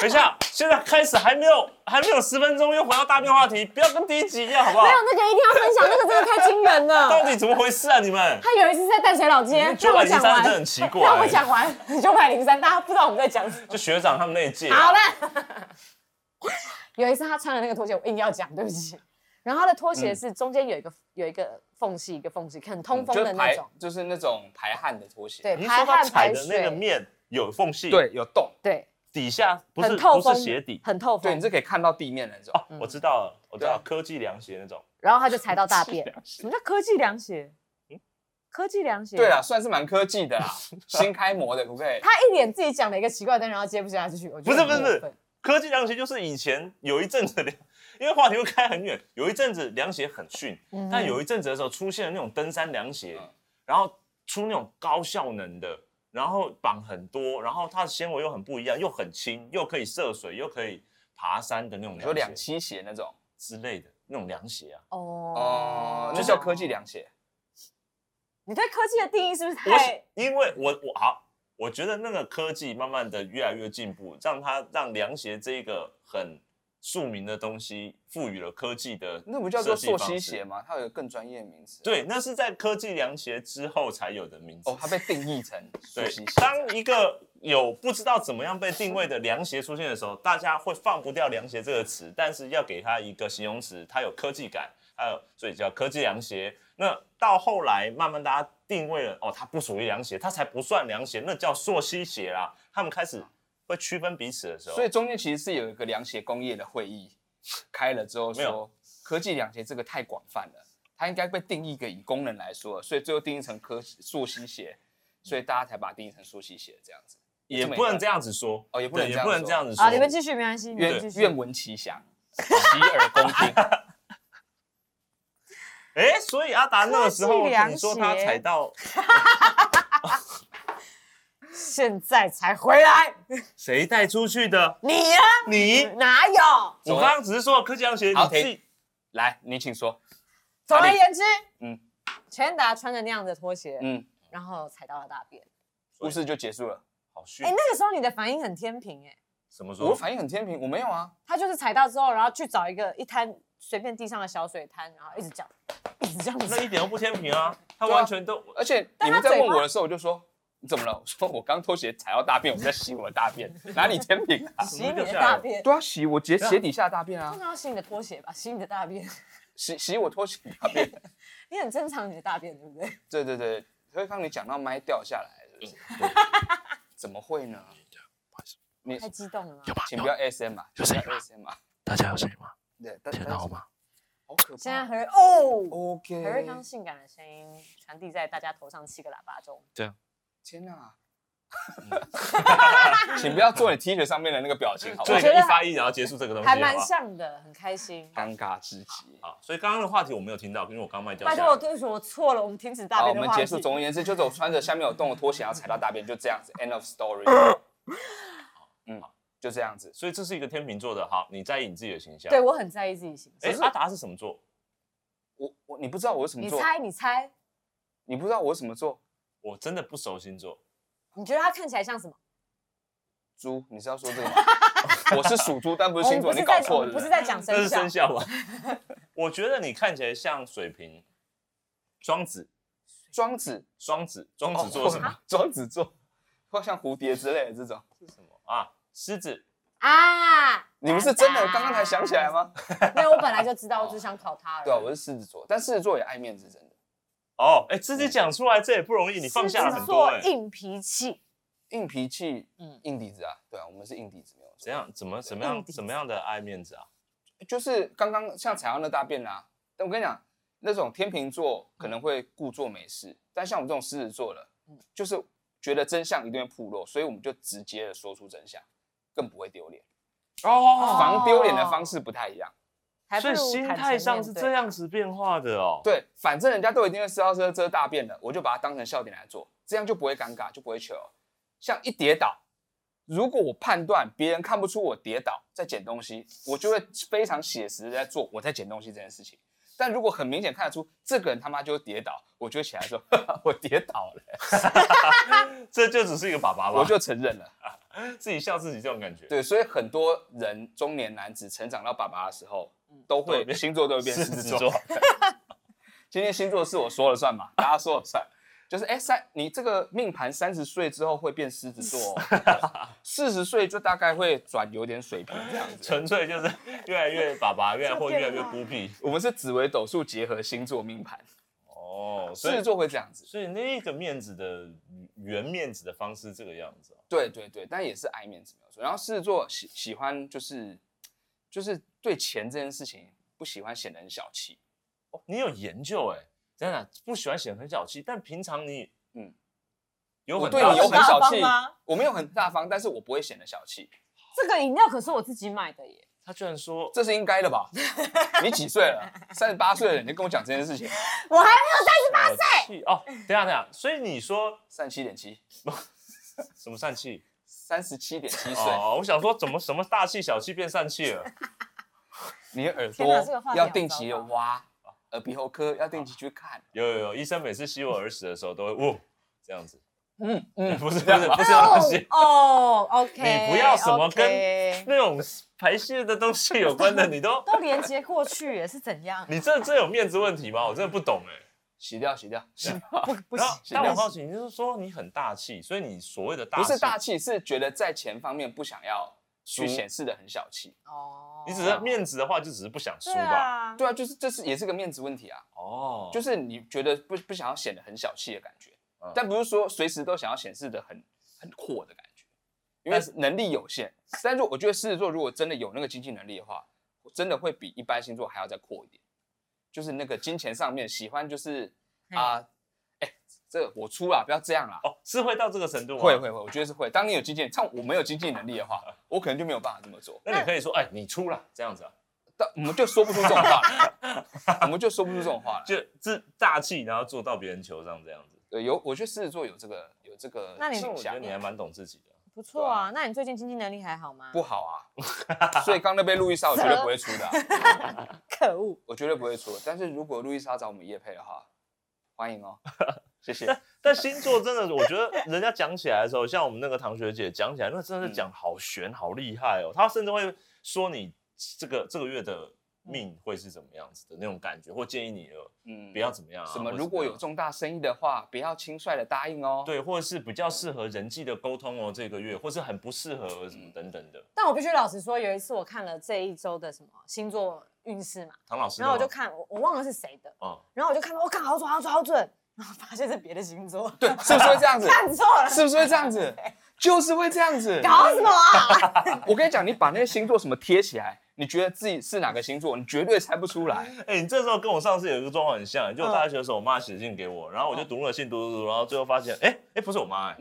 S3: 等一下，现在开始还没有还没有十分钟，又回到大便话题，不要跟第一集一样好不好
S2: 没？有那个一定要分享，那个真的太惊人
S3: 到
S2: 了。
S3: 底怎么回事啊？你们
S2: 他有一次在淡水老街，
S3: 九
S2: 让
S3: 百
S2: 我
S3: 零
S2: 讲
S3: 三真的
S2: 完
S3: 很，奇怪、
S2: 让我讲完 九百零三，大家不知道我们在讲什么。
S3: 就学长他 们那一届，
S2: 好了，有一次他穿了那个拖鞋，我硬要讲，对不起。然后它的拖鞋是中间有一个有一个缝隙，一个缝隙，很通风
S1: 就
S2: 的
S1: 是
S2: 那
S1: 排
S2: 种，
S1: 就是那种排汗的拖鞋，
S2: 对，
S3: 你是
S2: 排
S3: 说它
S2: 汗
S3: 踩
S2: 排
S3: 的那个
S2: 水，
S3: 面有缝隙，，
S1: 对，有洞，
S2: 对，
S3: 底下不是
S2: 很透
S3: 不
S2: 风，
S3: 是鞋底
S2: 很透
S1: 对，
S2: 风
S1: 你。是可以看到地面的那种。
S3: 哦，我知道了，我知
S1: 对
S3: 道
S1: 啊
S3: 科技凉鞋那种，
S2: 然后他就踩到大便。
S1: 鞋
S2: 什么叫科技凉鞋？
S3: 嗯
S2: 科技凉鞋。
S1: 对啦，，啊算是蛮科技的啦，啊新开模的，可不可以？
S2: 他一脸自己讲了一个奇怪的，然后接不下去。我觉得
S3: 不是
S2: 很
S3: 不是
S2: 过分
S3: 科技凉鞋就是以前有一阵子凉，因为话题会开很远，有一阵子凉鞋很逊，
S2: 嗯
S3: 但有一阵子的时候出现了那种登山凉鞋
S1: 嗯，
S3: 然后出那种高效能的，然后绑很多，然后它的纤维又很不一样，又很轻，又可以涉水，又可以爬山的那种
S1: 你说两
S3: 凉鞋
S1: 栖鞋那种，
S3: 之类的那种凉鞋啊。
S1: 哦
S2: 哦，，
S1: 那叫科技。凉鞋。
S2: 你对科技的定义是不是
S3: 我
S2: 太
S3: 是因为我我好，我觉得那个科技慢慢的越来越进步，让它让凉鞋这一个很庶民的东西赋予了科技的，
S1: 那不叫做溯溪鞋？吗？它有一个更专业的名词。
S3: 对，那是在科技凉鞋之后才有的名字。
S1: 哦，它被定义成溯
S3: 对
S1: 溪，鞋。
S3: 当一个有不知道怎么样被定位的凉鞋出现的时候，大家会放不掉“凉鞋”这个词，但是要给它一个形容词，它有科技感，还有所以叫科技凉鞋。那到后来慢慢大家定位了，哦，它不属于凉鞋，它才不算凉鞋，那叫溯溪鞋啦。他们开始会区分彼此的时候，
S1: 所以中间其实是有一个凉鞋工业的会议 开了之后
S3: 没有
S1: 说，科技凉鞋这个太广泛了，它应该被定义一个以功能来说，所以最后定义成科溯溪鞋，所以大家才把它定义成溯溪鞋这样子。
S3: 也不能这样子说，
S1: 哦也不能
S3: 对
S1: 这
S3: 也
S1: 样
S3: 不能
S1: 说
S3: 这样子说。
S2: 啊？你们继续没关系，你们
S1: 愿
S2: 继续。
S1: 愿闻其详，洗耳恭听。
S3: 哎、所以阿达那个时候
S2: 科技凉
S3: 你说他
S2: 鞋
S3: 踩到
S2: 现在才回来，
S3: 谁带出去的？
S2: 你呀、
S3: 你，
S2: 哪有？
S1: 走了
S3: 我刚刚只是说科技凉鞋，
S1: 好
S3: 你自
S1: 停
S3: 己
S1: 来，你请说。
S2: 总而言之，
S1: 嗯
S2: 嗯，钱达穿着那样的拖鞋，
S1: 嗯，
S2: 然后踩到了大便。
S1: 故事就结束了。
S3: 好虚
S2: 哎、。那个时候你的反应很天平、哎，
S3: 什么时
S1: 我
S3: 候？
S1: 反应很天平，我没有啊。
S2: 他就是踩到之后，然后去找一个一滩随便地上的小水滩，然后一直这样，一直这样
S3: 那
S2: 子。
S3: 一点都不天平啊！他
S1: 对啊
S3: 完全都，
S1: 而且
S2: 但
S1: 你们
S2: 他
S1: 在
S2: 嘴
S1: 问
S2: 巴
S1: 我的时候，我就说你怎么了？我 说我刚拖鞋踩到大便，我在洗我的大便，哪里天平啊？
S2: 洗你的大便，
S1: 对啊，洗我鞋
S3: 啊
S1: 鞋底下的大便啊
S2: 通，常要洗你的拖鞋吧，洗你的大便。
S1: 洗洗我拖鞋大便。
S2: 你很正常，你的大便对不对？
S1: 对对对，所以刚你讲到麦掉下来，
S4: 嗯
S1: 是不是？ 怎么会呢？你
S2: 太激动了吗？
S4: 有吧？
S1: 请不要 SM 啊，
S4: 有声音
S1: 不要
S4: 吗
S1: SM 啊。
S4: 大家有声音吗？
S1: 对，但
S4: 听得到？吗？
S1: 好可
S2: 现在
S1: 怕。
S2: 何瑞哦，
S1: OK
S2: 何瑞康性感的声音传递在大家头上七个喇叭中。
S1: 天哪！
S4: 嗯
S1: 请不要做你 T 恤上面的那个表情，好不
S3: 做
S1: 好
S3: 一
S2: 我？
S3: 个
S2: 觉
S3: 一
S2: 得
S3: 发一，然后结束这个东西，
S2: 还蛮
S3: 好不
S2: 像的，很开心。
S1: 尴尬至极。
S3: 好好，所以刚刚的话题我没有听到，因为我刚卖掉下
S2: 拜
S3: 来。
S2: 托我，对不起，我错了，我们停止大
S1: 好，我
S2: 便的
S1: 们
S2: 话
S1: 结
S2: 题。
S1: 束。总而言之，就是我穿着下面有洞的拖鞋，然后踩到大便，就这样子，end of story。嗯，就这样子。
S3: 所以这是一个天秤座的，好，你在意你自己的形象。
S2: 对，我很在意自己形象。
S3: 哎，阿达是什么座？
S1: 我我你不知道我是什么
S2: 你
S1: 座，
S2: 猜，你猜，
S1: 你不知道我是什么座，
S3: 我真的不熟星座，
S2: 你觉得他看起来像什么？
S1: 猪，你是要说这个吗？ 我是属猪，但不是
S2: 哦我
S1: 星
S2: 们
S1: 座，
S2: 不
S1: 你
S2: 是
S1: 搞
S2: 在，
S1: 错
S2: 我
S1: 了。
S2: 们不是在讲
S3: 这
S2: 生
S3: 是
S2: 肖
S3: 生。 肖吧？我觉得你看起来像水瓶、双子、
S1: 庄子，
S3: 双子、双子座是什么？？
S1: 庄子座，或像蝴蝶之类的这种。
S3: 什
S2: 哦
S3: 么啊？狮子，
S2: 啊！
S1: 你们是真的刚刚才想起来吗？
S2: 没有，我本来就知道，我只想考他而已。
S1: 对啊，我是狮子座，但狮子座也爱面子，真的
S3: 哦，哎，自
S2: 嗯
S3: 己讲出来这也不容易，你放下了很多
S2: 做
S3: 哎。
S2: 硬脾气，
S1: 硬脾气，
S2: 嗯
S1: 硬底子啊。对啊，我们是硬底子，没有错
S3: 怎样？怎么怎么样？怎么样的爱面子啊？
S1: 就是刚刚像采样那大便啦、啊但我跟你讲，那种天秤座可能会故作没事，但像我们这种狮子座了，
S2: 嗯
S1: 就是觉得真相一定会暴露，所以我们就直接的说出真相，更不会丢脸。
S3: 哦
S1: 防丢脸的方式不太一样。
S2: 还不
S3: 所以
S2: 如
S3: 心
S2: 坦诚
S3: 态上是
S2: 面对
S3: 这。样子变化的哦。
S1: 对，反正人家都已经会私到遮遮大便了，我就把它当成笑点来做，这样就不会尴尬，就不会糗。像一跌倒，如果我判断别人看不出我跌倒在捡东西，我就会非常写实的在做我在捡东西这件事情。但如果很明显看得出这个人他妈就是跌倒，我就会起来说 我跌倒了，
S3: 这就只是一个爸爸吧，
S1: 我就承认了。
S3: 自己笑自己这种感觉。
S1: 对，所以很多人中年男子成长到爸爸的时候，都会星座都会变
S3: 狮
S1: 狮
S3: 子
S1: 子
S3: 座
S1: 座。，今天星座是我说了算嘛，大家说了算。就是哎三，你这个命盘三十岁之后会变狮子座、 哦，四十岁就大概会转有点水平这样子。
S3: 纯粹就是越来越爸爸，越来或越来越
S2: 变化
S3: 孤僻。
S1: 我们是紫微斗数结合星座命盘，
S3: 哦，
S1: 狮
S3: 所以
S1: 子座会这样子。
S3: 所以那个面子的圆面子的方式这个样子啊、
S1: 对对对，但也是爱面子没有错。然后狮子座喜喜欢就是就是对钱这件事情不喜欢显得很小气，
S3: 哦，你有研究哎、真的不喜欢显很小气，但平常你嗯
S1: 嗯
S3: 有
S1: 我
S3: 很
S1: 对
S3: 大
S1: 你有
S3: 的
S1: 很小
S2: 大
S1: 气
S2: 方吗，
S1: 我没有很大方，但是我不会显得小气，
S2: 这个饮料可是我自己买的耶，
S3: 他居然说
S1: 这是应该的 吧？你几岁了？三十八岁了，你就跟我讲这件事情，
S2: 我还没有
S3: 小气哦，等一下等一下，所以你说
S1: 三十七点七，
S3: 什么疝气？
S1: 三十七点七岁，
S3: 哦，我想说怎么什么大气小气变疝气了？
S1: 你的耳
S2: 天哪这个话
S1: 朵
S2: 题
S1: 要
S2: 好
S1: 定
S2: 糟
S1: 期的
S2: 糕
S1: 挖，耳鼻喉科要定期去看。
S3: 有有有，医生每次吸我耳屎的时候都会哦这样子，
S1: 嗯嗯，
S3: 不是不
S1: 这样
S3: 是
S1: 吗
S3: 不 是那些
S2: 哦，OK，
S3: 你不要什么跟
S2: OK
S3: 那种排泄的东西有关的，你都
S2: 都连接过去耶，是怎 样？
S3: 你这这有面子问题吗？我真的不懂哎、
S1: 洗掉 洗掉，
S2: 不不
S3: 然后，
S2: 行，
S3: 但我好奇，你就是说你很大气，所以你所谓的大
S1: 不
S3: 气
S1: 是大，气，嗯是觉得在钱方面不想要去
S3: 输
S1: 显示的很小气。
S2: 哦
S3: 你只是面子的话，就只是不想输
S2: 对
S3: 吧？
S2: 啊，
S1: 对啊，就是这是也是个面子问题啊，
S3: 哦，
S1: 就是是你觉得不不想要显得很小气的感觉
S3: 嗯，
S1: 但不是说随时都想要显示的很很阔的感觉，因为
S3: 但是
S1: 能力有限。但是我觉得狮子座如果真的有那个经济能力的话，真的会比一般星座还要再阔一点，就是那个金钱上面喜欢就是啊，哎、这我出啊啦，不要这样啦。
S3: 哦，是会到这个程度吗？
S1: 会。会会，我觉得是会。当你有经济，像我没有经济能力的话，我可能就没有办法这么做。
S3: 那你可以说，哎，你出了这样子啊，
S1: 但我们就说不出这种话来， 我们就说不出这种话来。
S3: 就自大气，然后坐到别人球上这样子。
S1: 对，有我觉得狮子座有这个有这个
S2: 那你
S3: 那
S1: 倾
S3: 我觉得
S1: 向
S3: 你，还蛮懂自己的。
S2: 不错啊。那你最近经济能力还好吗？
S1: 不，好啊。 所以刚那杯路易莎我绝对不会出的啊、
S2: 可恶，
S1: 我绝对不会出的。但是如果路易莎找我们叶配的话，欢迎 哦，谢谢。
S3: 但星座真的，我觉得人家讲起来的时候，像我们那个堂学姐讲起来，那真的
S1: 嗯
S3: 是讲好悬，好厉害哦。她甚至会说你这个这个月
S1: 嗯
S3: 的命会是怎么样子的那种感觉，或建议你了
S1: 嗯，
S3: 不要怎么样啊。
S1: 什
S3: 或
S1: 么，
S3: 者
S1: 如果
S3: 怎么样
S1: 有重大生意的话，不要轻率的答应哦。，
S3: 对，或者是比较适合人际的沟通哦，这个月，或是很不适合什
S1: 嗯
S3: 么等等的。
S2: 但我必须老实说，有一次我看了这一周的什么星座运势嘛，
S3: 唐老师呢，
S2: 然后我就看我我忘了是谁的，
S3: 嗯，
S2: 然后我就看到我看好准好准好准，然后发现是别的星 座，
S1: 对， 是不是会这 样子？
S2: 看错了，
S1: 是不是会这样子？就是会这样子。
S2: 搞什么啊？
S1: 我跟你讲，你把那些星座什么贴起来，你觉得自己是哪个星座，你绝对猜不出 来。
S3: 哎、你这时候跟我上次有一个状况很像，
S2: 嗯
S3: 就我大学的时候，我妈写信给我，然后我就读了信，读读读，然后最后发现，哎、哎、不是我妈、哎，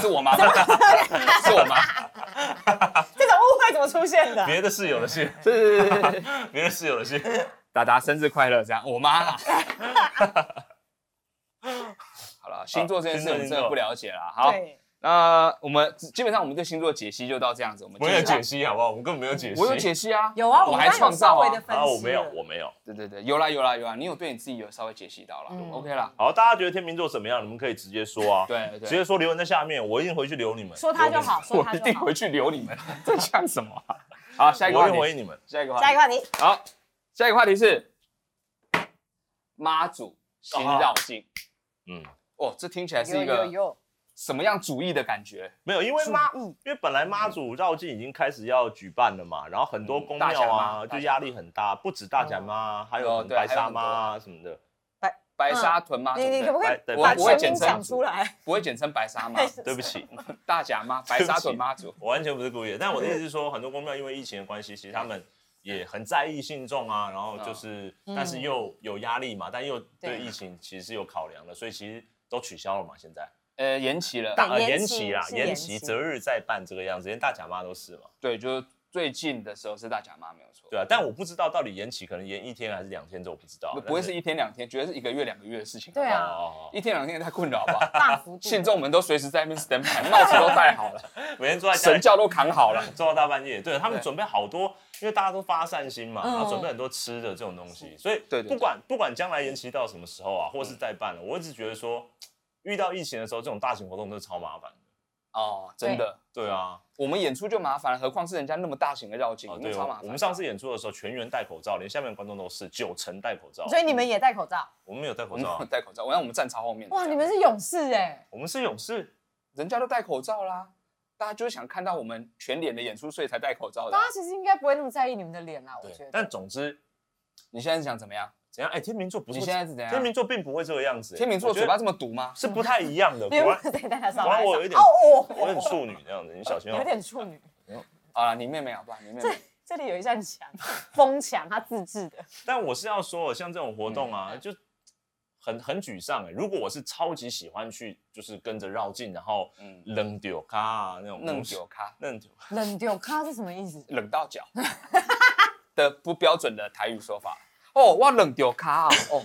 S1: 是我妈吗？是我 妈。
S2: 这种误会怎么出现的？
S3: 别的室友的信，
S1: 是是是是是。
S3: 别的室友的信，
S1: 达达生日快乐，这样我妈、啊。 好了，星座这件事我们真的不了解了。好，
S2: 对，
S1: 那我们基本上我们对星座解析就到这样子。我们
S3: 我有
S1: 今天
S3: 解析好不好？我们根本没有解析，
S1: 我有解析啊，
S2: 有啊，
S1: 我
S2: 们
S1: 还
S2: 刚刚有
S1: 创造
S2: 稍微
S1: 啊
S2: 的。分析
S3: 啊，我没有，
S2: 了
S3: 我没有。
S1: 对对对，有啦有啦有啦，你有对你自己有稍微解析到了、
S2: 嗯
S1: o k 啦。
S3: 好，大家觉得天秤座怎么样？你们可以直接说啊，
S1: 对
S3: 直
S1: 对，
S3: 接说留言在下面，我一定回去留你们。
S2: 说他就好，说
S1: 我
S2: 他
S1: 一
S2: 就
S1: 定
S2: 好
S1: 回。去留你们， 在讲什么、啊？好，下一
S3: 留
S1: 个
S3: 言，我
S1: 话
S3: 一定回
S1: 题，
S3: 你们。
S1: 下一个话题，
S2: 下一个话题，
S1: 好，下一个话题是妈祖新绕境。
S3: 嗯，
S1: 哦，这听起来是
S2: 有
S1: 一
S2: 有
S1: 个
S2: 有，
S1: 什么样主义的感觉？
S3: 没有，因为妈
S2: 注意，
S3: 因为本来妈祖绕境已经开始要举办了嘛，然后很多
S1: 嗯
S3: 宫
S1: 大甲
S3: 庙啊，
S1: 妈
S3: 就压力很大，不止大甲妈，还有
S1: 哦
S3: 什么
S1: 对
S3: 白
S1: 还有
S3: 沙
S1: 很多
S3: 妈啊什么的。
S1: 白沙屯妈祖，
S2: 嗯你你可不可以
S3: 对
S2: 把
S1: 我不会
S2: 全
S1: 简
S2: 名
S1: 称
S2: 讲出来？
S1: 不会简称白 沙妈，
S3: 对不起，
S1: 大甲妈，白沙屯妈祖。
S3: 我完全不是故意的。但我
S2: 嗯
S3: 的意思是说，很多公庙因为疫情的关系，其实他们也很在意信众啊，然后就是，
S2: 嗯
S3: 但是又有压力嘛，但又
S2: 对
S3: 对疫情其实是有考量的，所以其实都取消了嘛。现在
S1: 呃，延期了，
S2: 对
S3: 呃
S2: 延
S3: 延
S2: 期
S3: 期啦，
S2: 是
S3: 延
S2: 延
S3: 期
S2: 期
S3: 择日再办这个样子，连大甲妈都是嘛，
S1: 对，就是最近的时候是大甲妈，没有错。
S3: 对啊。但我不知道到底延期可能延一天还是两天，这我不知道
S1: 不。不会
S3: 但
S1: 是一天两天，绝对是一个月两个月的事情。
S2: 对
S3: 哦
S2: 啊
S3: 哦，哦
S1: 一天两天也太困扰了
S3: 啊
S1: 吧？
S2: 大幅度，
S1: 信众们都随时在那边 stand by，帽子都戴 好了，
S3: 每天坐在家里
S1: 神教都扛好了。
S3: 做到大半夜，对他们
S1: 对
S3: 准备好多，因为大家都发善心嘛，
S2: 嗯
S3: 然后准备很多吃的这种东西，所以
S1: 嗯对对
S3: 不管不管将来延期到什么时候啊，或是再办了，我一直觉得说，遇到疫情的时候，这种大型活动都是超麻烦的。
S1: 哦，真的，
S3: 对啊，
S1: 我们演出就麻烦了，何况是人家那么大型的绕境，
S3: 哦
S1: 我们
S3: 对，
S1: 超麻
S3: 我
S1: 烦。
S3: 我们上次演出的时候，全员戴口罩，连下面的观众都是九成戴口罩。
S2: 所以你们也戴口罩？
S3: 我们没有戴口
S1: 我
S3: 罩
S1: 们
S3: 啊、
S1: 戴口罩，我让我们站超后面的。
S2: 哇，你们是勇士哎！
S3: 我们是勇士。
S1: 人家都戴口罩啦，大家就是想看到我们全脸的演出，所以才戴口罩的啊
S2: 大。家其实应该不会那么在意你们的脸啦，我觉
S3: 对
S2: 得。，
S3: 但总之
S1: 你现在是想怎么样？
S3: 怎样？哎、天秤座不
S1: 你
S3: 是
S1: 现在是怎样？
S3: 天秤座并不会这个样子、
S1: 天秤座
S3: 我觉得
S1: 嘴巴这么毒吗？
S3: 是不太一 样的。
S2: 你
S3: 果
S2: 们
S3: 然
S2: 不，是在他上
S3: 果
S2: 来
S3: 然
S2: 上？
S3: 我有一点
S2: 哦哦，
S3: 我很处女那样子，你小心哦、
S2: 有点处女。
S1: 好了，你妹妹好不好？你妹妹，
S2: 这里有一扇墙，风墙，他自制的。
S3: 但我是要说，像这种活动
S2: 嗯
S3: 啊，就很很沮丧哎、如果我是超级喜欢去，就是跟着绕境，然后
S1: 嗯
S3: 扔丢咖啊那种
S1: 弄
S3: 东西
S1: 酒咖，
S3: 扔丢，
S2: 冷丢咖是什么意思？
S1: 冷到脚的不标准的台语说法。哦，哇，冷丢咖啊！哦，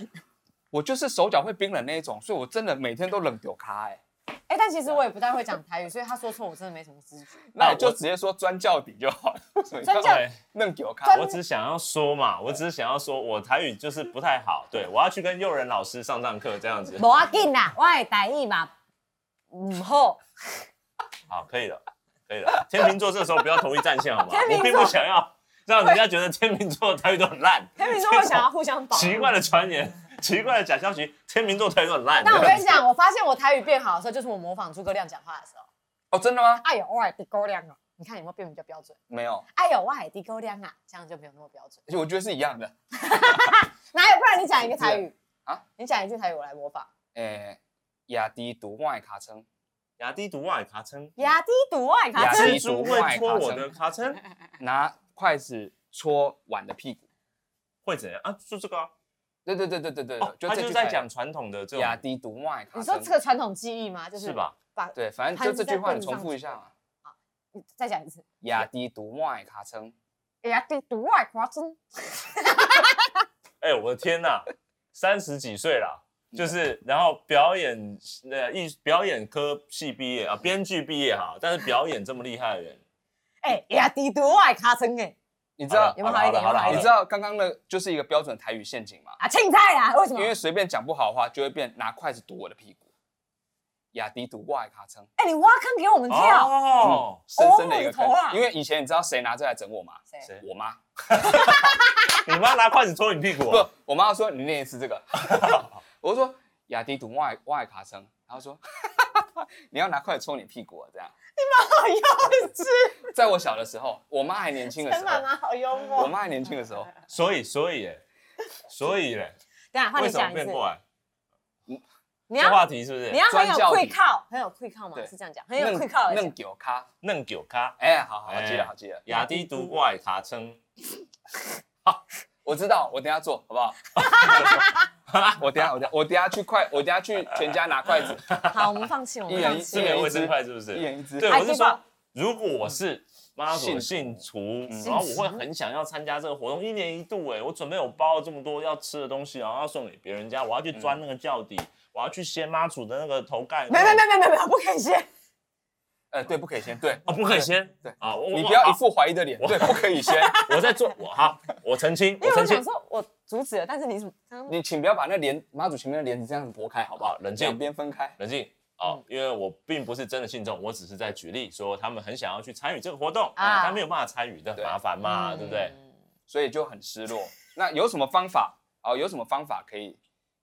S1: 我就是手脚会冰冷那一种，所以我真的每天都冷丢咖哎、
S2: 哎，但其实我也不太会讲台语，所以他说错我真的没什么知觉。
S1: 那我哎就直接说钻教底就好了。
S2: 钻教
S3: 对。
S1: 冷丢咖，
S2: 钻
S3: 我只想要说嘛，我只是想要说，我台语就是不太好，对我要去跟幼人老师上上课这样子。
S2: 无要紧啦，我的台语嘛唔好。
S3: 好，可以了，可以了。天秤座这时候不要同一战线好吗？
S2: 天秤座
S3: 我并不想要让人家觉得天秤座的台语都很烂，
S2: 天秤座会想要互相保护。
S3: 奇怪的传言、奇怪的假消息，天秤座台语都很烂。
S2: 但我
S3: 这
S2: 跟
S3: 样
S2: 你
S3: 子
S2: 讲，我发现我台语变好的时候，就是我模仿诸葛亮讲话的时候。
S1: 哦，真的吗？
S2: 哎呦，我海地沟亮哦，你看有没有变比较标准？
S1: 没有，
S2: 哎呦，我海地沟亮啊，这样就没有那么标准。
S1: 而且我觉得是一样的。
S2: 哪有？不然你讲一个台语
S1: 啊
S2: 啊？你讲一句台语，我来模仿。
S1: 诶，哎亚低毒外卡称，
S3: 雅迪毒外卡称，
S2: 雅迪赌外卡
S1: 雅
S2: 真
S1: 迪
S3: 蜘蛛会戳我的卡 称，
S1: 拿筷子戳碗的屁股。
S3: 会怎样啊？就这个 啊，
S1: 对对对对对对，
S3: 哦
S1: 就
S3: 他
S1: 这
S3: 就是
S1: 句
S3: 在
S1: 台语
S3: 讲传统的这种，
S1: 亚低毒外卡
S2: 你说
S1: 称
S2: 这。个传统技艺吗？就是
S3: 是？吧？
S2: 把
S1: 对，反正就这句话你重复一下嘛。
S2: 你再讲一次。
S1: 亚低毒外卡称，
S2: 雅迪赌外卡真，
S3: 哎，我的天呐，三十几岁 啦，
S2: 嗯
S3: 就是然后表演呃艺表演科系毕业啊，编剧毕业哈，但是表演这么厉害的 人，
S2: 哎，雅迪赌外卡真哎，
S1: 你知道
S2: 有没有好一点
S3: 好了好
S2: 有
S1: 你
S2: 没有好一点
S1: 知道刚刚那就是一个标准台语陷阱嘛？
S2: 啊，青菜啦，为什
S1: 因
S2: 么？
S1: 为随便讲不好的话，就会变拿筷子堵我的屁股。亚低毒外卡称，
S2: 哎，你挖坑给我们跳。
S3: 哦，
S1: 深深的一个坑
S2: 哦你头啊。
S1: 因为以前你知道谁拿这来整我吗？
S2: 谁
S3: 谁
S1: 我妈。
S2: 嗯
S3: 你妈拿筷子戳你屁股
S1: 不
S3: 哦，，
S1: 我妈说你念一次这个， 我说亚低毒外外卡称，然后说 你要拿筷子戳你屁股啊，这样。
S2: 好幼稚，
S1: 在我小的时候，我妈还年轻的时
S2: 陈妈
S1: 候，
S2: 妈好幽
S1: 我
S2: 默。
S1: 妈还年轻的时候，
S3: 所以所以哎，所以嘞，
S2: 等一下换
S3: 为
S2: 你
S3: 什么
S2: 讲一
S3: 变
S2: 次，
S3: 过来？
S2: 你
S3: 这
S2: 要
S3: 话题是不是
S2: 你？要很有
S1: 专教
S2: 愧
S1: 你
S2: 靠，很有愧靠嘛，
S1: 对
S2: 是这样讲，很有愧
S1: 弄
S2: 靠的
S1: 弄
S2: 讲。
S1: 丢咖。
S3: 嫩九咖，
S1: 哎，好好
S3: 哎
S1: 记得好记得，
S3: 雅迪毒外卡称，
S1: 我知道，我等一下做好 不好？我等一下我等一下我等一下去快，我等一下去全家拿筷子，
S2: 好，我们放弃，我们
S1: 一人
S2: 放
S1: 一
S3: 是
S1: 一
S2: 弃。
S1: 人
S3: 没卫生筷是不是？
S1: 一人一只。
S3: 对，
S2: 哎
S3: 我是
S2: 对
S3: 说
S2: 吧，
S3: 如果我是妈祖
S1: 信
S3: 信徒，
S1: 嗯
S3: 然后我会很想要参加这个活动，一年一度哎，我准备我包了这么多要吃的东西，然后要送给别人家，我要去钻那个窖底，我要去掀妈祖的那个头盖，
S2: 没没没没没没，不可以先。
S1: 呃，对，不可以先，对，
S3: 啊，不可以掀，
S1: 对
S3: 啊，我
S1: 你不要一，
S3: 我
S1: 副怀疑的脸，
S3: 我
S1: 对，不可以先，
S3: 好我在做，我好，我澄清，
S2: 因
S3: 我
S2: 为我
S3: 澄清
S2: 想，说，我阻止了，但是你怎么？刚
S1: 你请不要把那帘妈祖前面的帘子这样子拨开，好不好？
S3: 好冷静
S1: 两边分开。
S3: 冷静。哦，因为我并不是真的信众，我只是在举例说他们很想要去参与这个活动，
S2: 啊
S3: 但没有办法参与，这很
S1: 对
S3: 麻烦嘛，对不对？？
S1: 所以就很失落。那有什么方法啊、有什么方法可以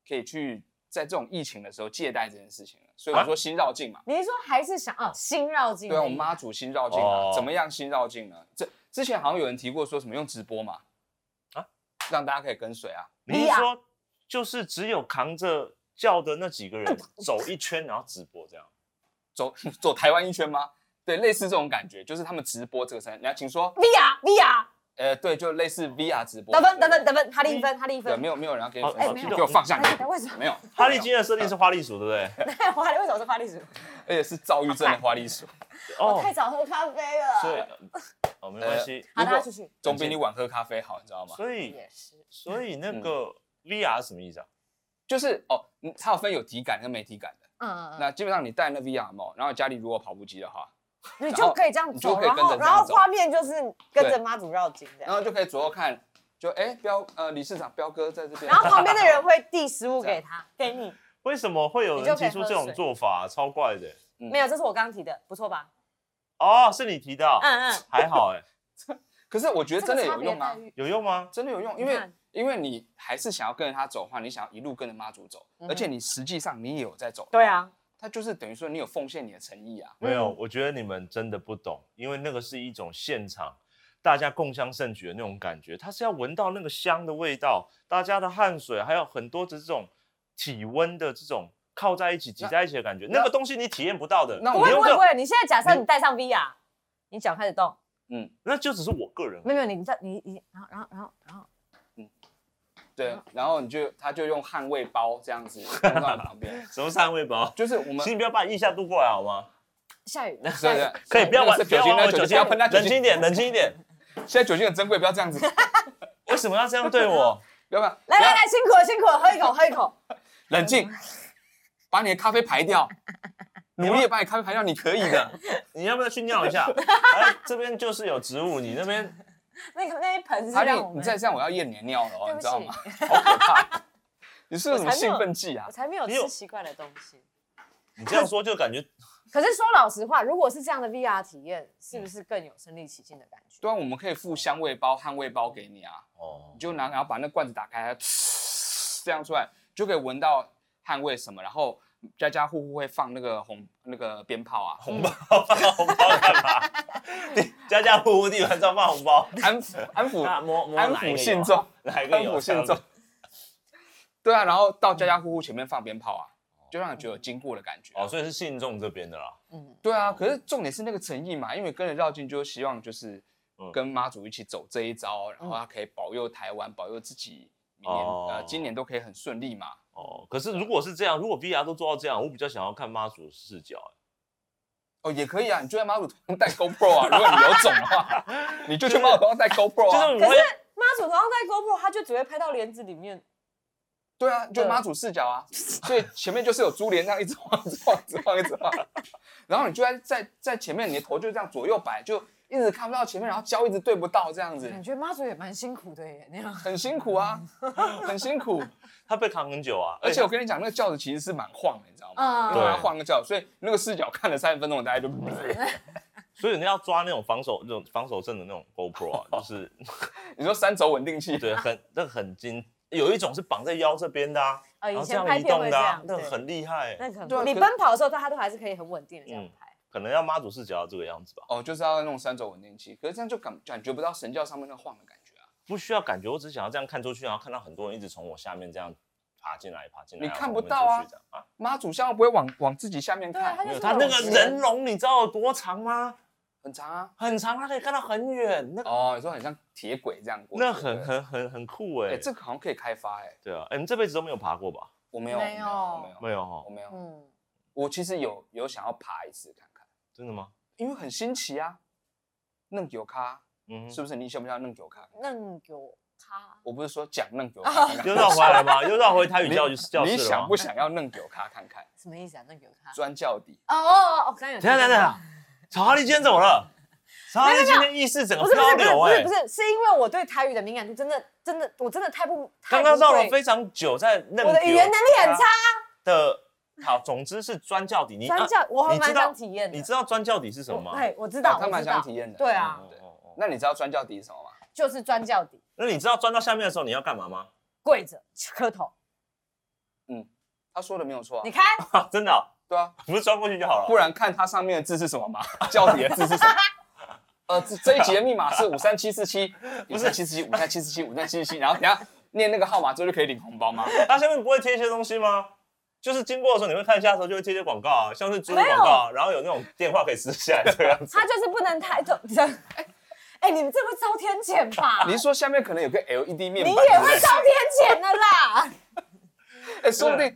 S1: 可以去在这种疫情的时候借贷这件事情呢？所以我说新绕境嘛，
S2: 你是说还是想啊，心绕境？
S1: 对啊，我们妈祖新绕境啊，
S3: 哦
S1: 怎么样新绕境呢？这之前好像有人提过说什么用直播嘛，啊
S3: 啊，
S1: 让大家可以跟随啊，
S3: 你是
S2: 呀
S3: 说就是只有扛着叫的那几个人走一圈，然后直播这样？
S1: 走 走台湾一圈吗？对，类似这种感觉，就是他们直播这个声音，你要请说，
S2: VR VR
S1: 呃，对，就类似 VR 直播。
S2: 得分得分得分，他另一分他另一
S1: 对，
S2: 分
S1: 没。有没有人要给你
S3: 好
S1: 分
S2: 哎
S1: 手
S2: 没
S1: 机，
S2: 有
S1: 给我放下
S2: 哎
S1: 你，
S2: 为什么？
S1: 没有。
S3: 哈利基
S2: 啊
S3: 的设定是花栗鼠，对不对？
S2: 那花为什么是花栗鼠？
S1: 而且是躁郁症的花栗鼠， 哦
S2: 我太早喝咖啡了。
S3: 哦所以哦，没关系。
S2: 好，
S1: 如果
S2: 大家继续。
S1: 总比你晚喝咖啡好，你知
S2: 呃
S1: 道吗？
S3: 所以
S2: 也是，
S3: 所以
S2: 嗯
S3: 那个 VR 什么意思啊？
S1: 就是哦，嗯它有分有体感跟没体感的。
S2: 嗯，
S1: 那基本上你戴那 VR 帽，然后家里如果有跑步机的话，
S2: 你就可以这样
S1: 你就
S2: 走，
S1: 可以
S2: 然
S1: 跟着
S2: 后
S1: 这
S2: 然
S1: 样
S2: 后
S1: 走
S2: 画面就是跟着妈祖绕境这
S1: 然
S2: 样，
S1: 后就可以左右看，就哎彪呃理事长彪哥在这边，
S2: 然后旁边 的人会递食物给他，给你。
S3: 为什么会有
S2: 你就
S3: 人
S2: 可以
S3: 提出这种做法？超怪的。
S1: 嗯
S2: 没有，这是我刚刚提的，不错吧？
S3: 哦，是你提到，
S2: 嗯嗯，
S3: 还好哎，
S1: 可是我觉得真的有用啊
S2: 这个差别，待遇
S3: 有用吗？
S1: 真的有用，
S2: 你
S1: 因为
S2: 看
S1: 因为你还是想要跟着他走的话，你想要一路跟着妈祖走，
S2: 嗯哼
S1: 而且你实际上你也有在走，
S2: 对啊，
S1: 他就是等于说你有奉献你的诚意啊，
S3: 没有，我觉得你们真的不懂，因为那个是一种现场大家共襄盛举的那种感觉，它是要闻到那个香的味道，大家的汗水，还有很多的这种体温的这种靠在一起、挤在一起的感觉，那个东西你体验不到的。
S1: 那
S2: 不
S1: 我
S3: 你
S2: 会
S3: 用
S2: 不会
S3: 个
S2: 不会，你现在假设你戴上 VR，你脚开始动，
S3: 那就只是我个人
S2: 没有没有，你在你你，然后然后然后然后，嗯
S1: 对，然后你就他就用捍卫包这样子放到你旁边，
S3: 什么三味包，
S1: 就是我们
S3: 请你不要把腋下渡过来好吗？
S2: 下雨，
S1: 对
S2: 下雨
S1: 对，
S3: 可以不要
S1: 那
S3: 玩，
S1: 个是
S3: 不
S1: 酒
S3: 要
S1: 精，
S3: 玩
S1: 那
S3: 我
S1: 个酒
S3: 酒
S1: 精
S3: 精
S1: 要喷他，酒
S3: 冷
S1: 精
S3: 静一点，冷静一点。
S1: 现在酒精很珍贵，不要这 样子，
S3: 为什么要这样对我？
S1: 不要不要，
S2: 来来来，辛苦了辛苦了，喝一口喝一口，
S1: 冷静，把你的咖啡排 掉，努力地把你咖啡排掉，你可以的。
S3: 你要不要去尿 一下？哎，这边就是有植物，你那边
S2: 那个那一盆是
S1: 他
S2: 让我
S1: 你
S2: 们
S1: 你，再这样，我要验你的尿了哦，
S2: 对
S1: 你
S2: 不
S1: 知道
S2: 起
S1: 吗？， 好可怕！你是不是有什么
S2: 我才没有
S1: 兴奋剂啊
S2: 我？才没有
S3: 你有
S2: 吃奇怪的东西。
S3: 你这样说就感觉
S2: 可是说老实话，如果是这样的 VR 体验，是不是更有身临其境的感觉？
S1: 对啊，我们可以附香味包、汗味包给你啊，
S3: 哦
S1: 你，就拿，然后把那罐子打开，这样出来就可以闻到汗味什么，然后家家户户会放那个红那个鞭炮啊，
S3: 红包红包干嘛？你家家户户地板上放红包，
S1: 安抚安
S3: 那
S1: 抚
S3: 摸摸
S1: 安
S3: 哪
S1: 抚
S3: 一个有啊
S1: 信众，
S3: 哪一个
S1: 安
S3: 有
S1: 抚
S3: 这
S1: 信
S3: 样子
S1: 众。 对啊，然后到家家户
S3: 嗯
S1: 户前面放鞭炮啊，就让你觉得有经过的感觉啊。
S3: 哦，所以是信众这边的啦。
S2: 嗯，
S1: 对啊，可是重点是那个诚意嘛，因为跟着绕境就希望就是
S3: 嗯
S1: 跟妈祖一起走这一招，然后他可以保佑台湾，保佑自己明年、
S3: 哦
S1: 呃今年都可以很顺利嘛。
S3: 哦，可是如果是这样，如果 VR 都做到这样，我比较想要看妈祖的视角。欸
S1: 哦，也可以啊，你就在妈祖头上戴 GoPro 啊，如果你有种的话，你就去妈祖头上戴 GoPro
S3: 就
S1: 啊。
S3: 是
S2: 可
S3: 我
S2: 是
S3: 会，
S2: 妈祖头上戴 GoPro，他就只会拍到帘子里面。
S1: 对啊，
S3: 嗯
S1: 就妈祖视角啊，所以前面就是有珠帘这样一直晃、一直晃、一直晃、一直晃，然后你就在在在前面，你的头就这样左右摆，就一直看不到前面，然后焦一直对不到这样子，
S2: 感觉妈祖也蛮辛苦的耶，那样。
S1: 很辛苦 啊，很辛苦。
S3: 他被扛很久啊，
S1: 而且我跟你讲，那个轿子其实是蛮晃的，你知道吗？
S2: 啊
S1: 嗯因为它
S3: 对
S1: 晃那个轿子，所以那个视角看了三十分钟，我大概就
S2: 嗯
S3: 所以人家要抓那种防守、那种防守阵的那种 GoPro 啊，就是
S1: 你说三轴稳定器，
S3: 对，很那个很精。有一种是绑在腰这边的啊，
S2: 呃，
S3: 然
S2: 以
S3: 后这
S2: 前
S3: 样
S2: 拍
S3: 移
S2: 片
S3: 动
S2: 会
S3: 的
S2: 这
S3: 啊
S2: 样，，
S3: 那个
S2: 对
S3: 很厉害欸。
S2: 那个很
S1: 对啊
S2: 酷。你
S1: 可
S2: 奔跑的时候，他他都还是可以很稳定的这样
S3: 嗯
S2: 拍。
S3: 可能要妈祖视角要这个样子吧，
S1: 哦，就是要用三轴稳定器，可是这样就感感觉不到神教上面那个晃的感觉啊，
S3: 不需要感觉，我只想要这样看出去，然后看到很多人一直从我下面这样爬进来、爬进来，
S1: 你
S3: 然后
S1: 看
S3: 从
S1: 不
S3: 后面
S1: 到啊
S3: 出去这样啊。
S1: 妈祖像不会往往自己下面
S2: 对啊，他
S1: 看，
S2: 就
S3: 没
S2: 是
S3: 有，他那个
S2: 种
S3: 人龙你知道有多长吗？
S1: 很长啊。
S3: 很长，他可以看到很远，那个、
S1: 哦，你说很像铁轨这样过去，
S3: 那
S1: 对
S3: 很
S1: 不对
S3: 很很很酷哎、
S1: 哎，这个好像可以开发哎，
S3: 对啊，哎、你这辈子都没有爬过吧？
S1: 我没有，我
S2: 没有
S1: 我没有，
S3: 没有
S1: 我
S3: 哈，
S1: 没有，
S2: 嗯，
S1: 我其实有有想要爬一次看看，
S3: 真的吗？
S1: 因为很新奇啊，弄有咖
S3: 嗯，
S1: 是不是？你想不想弄有咖？
S2: 那有他
S1: 我不是说讲弄有咖，
S2: 哦
S1: 看看
S3: 又绕回来吗？又绕回 台语教
S1: 你
S3: 教
S1: 你
S3: 室了
S1: 想
S3: 吗
S1: 不？想要弄给我咖看 看？
S2: 什么意思啊？那有他。
S1: 钻教底，
S2: 哦哦哦哦，刚有。
S3: 等一下等一下，，曹哈利今天怎么了？曹哈利今天意识整个
S2: 不是不是
S3: 漂
S2: 不是
S3: 流
S2: 不
S3: 哎、
S2: 是不是，是因为我对台语的敏感度真的真的，我真的太不太
S3: 刚
S2: 不
S3: 刚绕了
S2: 会
S3: 非常久，在那
S2: 我的语言能力很差
S3: 的。好，总之是专教底，你
S2: 专教
S3: 啊
S2: 我还
S3: 你知
S2: 蛮
S3: 道
S2: 想体验的
S3: 你知道专教底是什么吗？哎
S2: 对，我知道，
S1: 哦他
S2: 我
S1: 蛮
S2: 知
S1: 想
S2: 道
S1: 体。验的。嗯
S2: 对啊
S3: 哦，哦哦
S1: 那你知道钻教底是什么吗？
S2: 就是钻教底，
S3: 那你知道钻到下面的时候你要干嘛吗？
S2: 跪着磕头。
S1: 他说的没有错啊
S2: 你。看，
S3: 真的哦、
S1: 对啊，
S3: 不是钻过去就好了
S1: 不。然看它上面的字是什么嘛？ 教底的字是什么？呃，这这一集的密码是五三七四 七，五三七四七，五三七四七，五三七四七，然后等一下念那个号码之后就可以领红包 吗？
S3: 它下面不会贴一些东西吗？就是经过的时候，你会看一下的时候，就会贴一些广告啊，像是租屋广告啊，然后有那种电话可以撕下来这个样子。
S2: 他就是不能抬 头。哎、哎，你们这会遭天谴吧？
S1: 你是说下面可能有个 LED 面板，
S2: 你
S1: 对
S2: 也
S1: 不对
S2: 会遭天谴的啦，
S1: 哎，说不定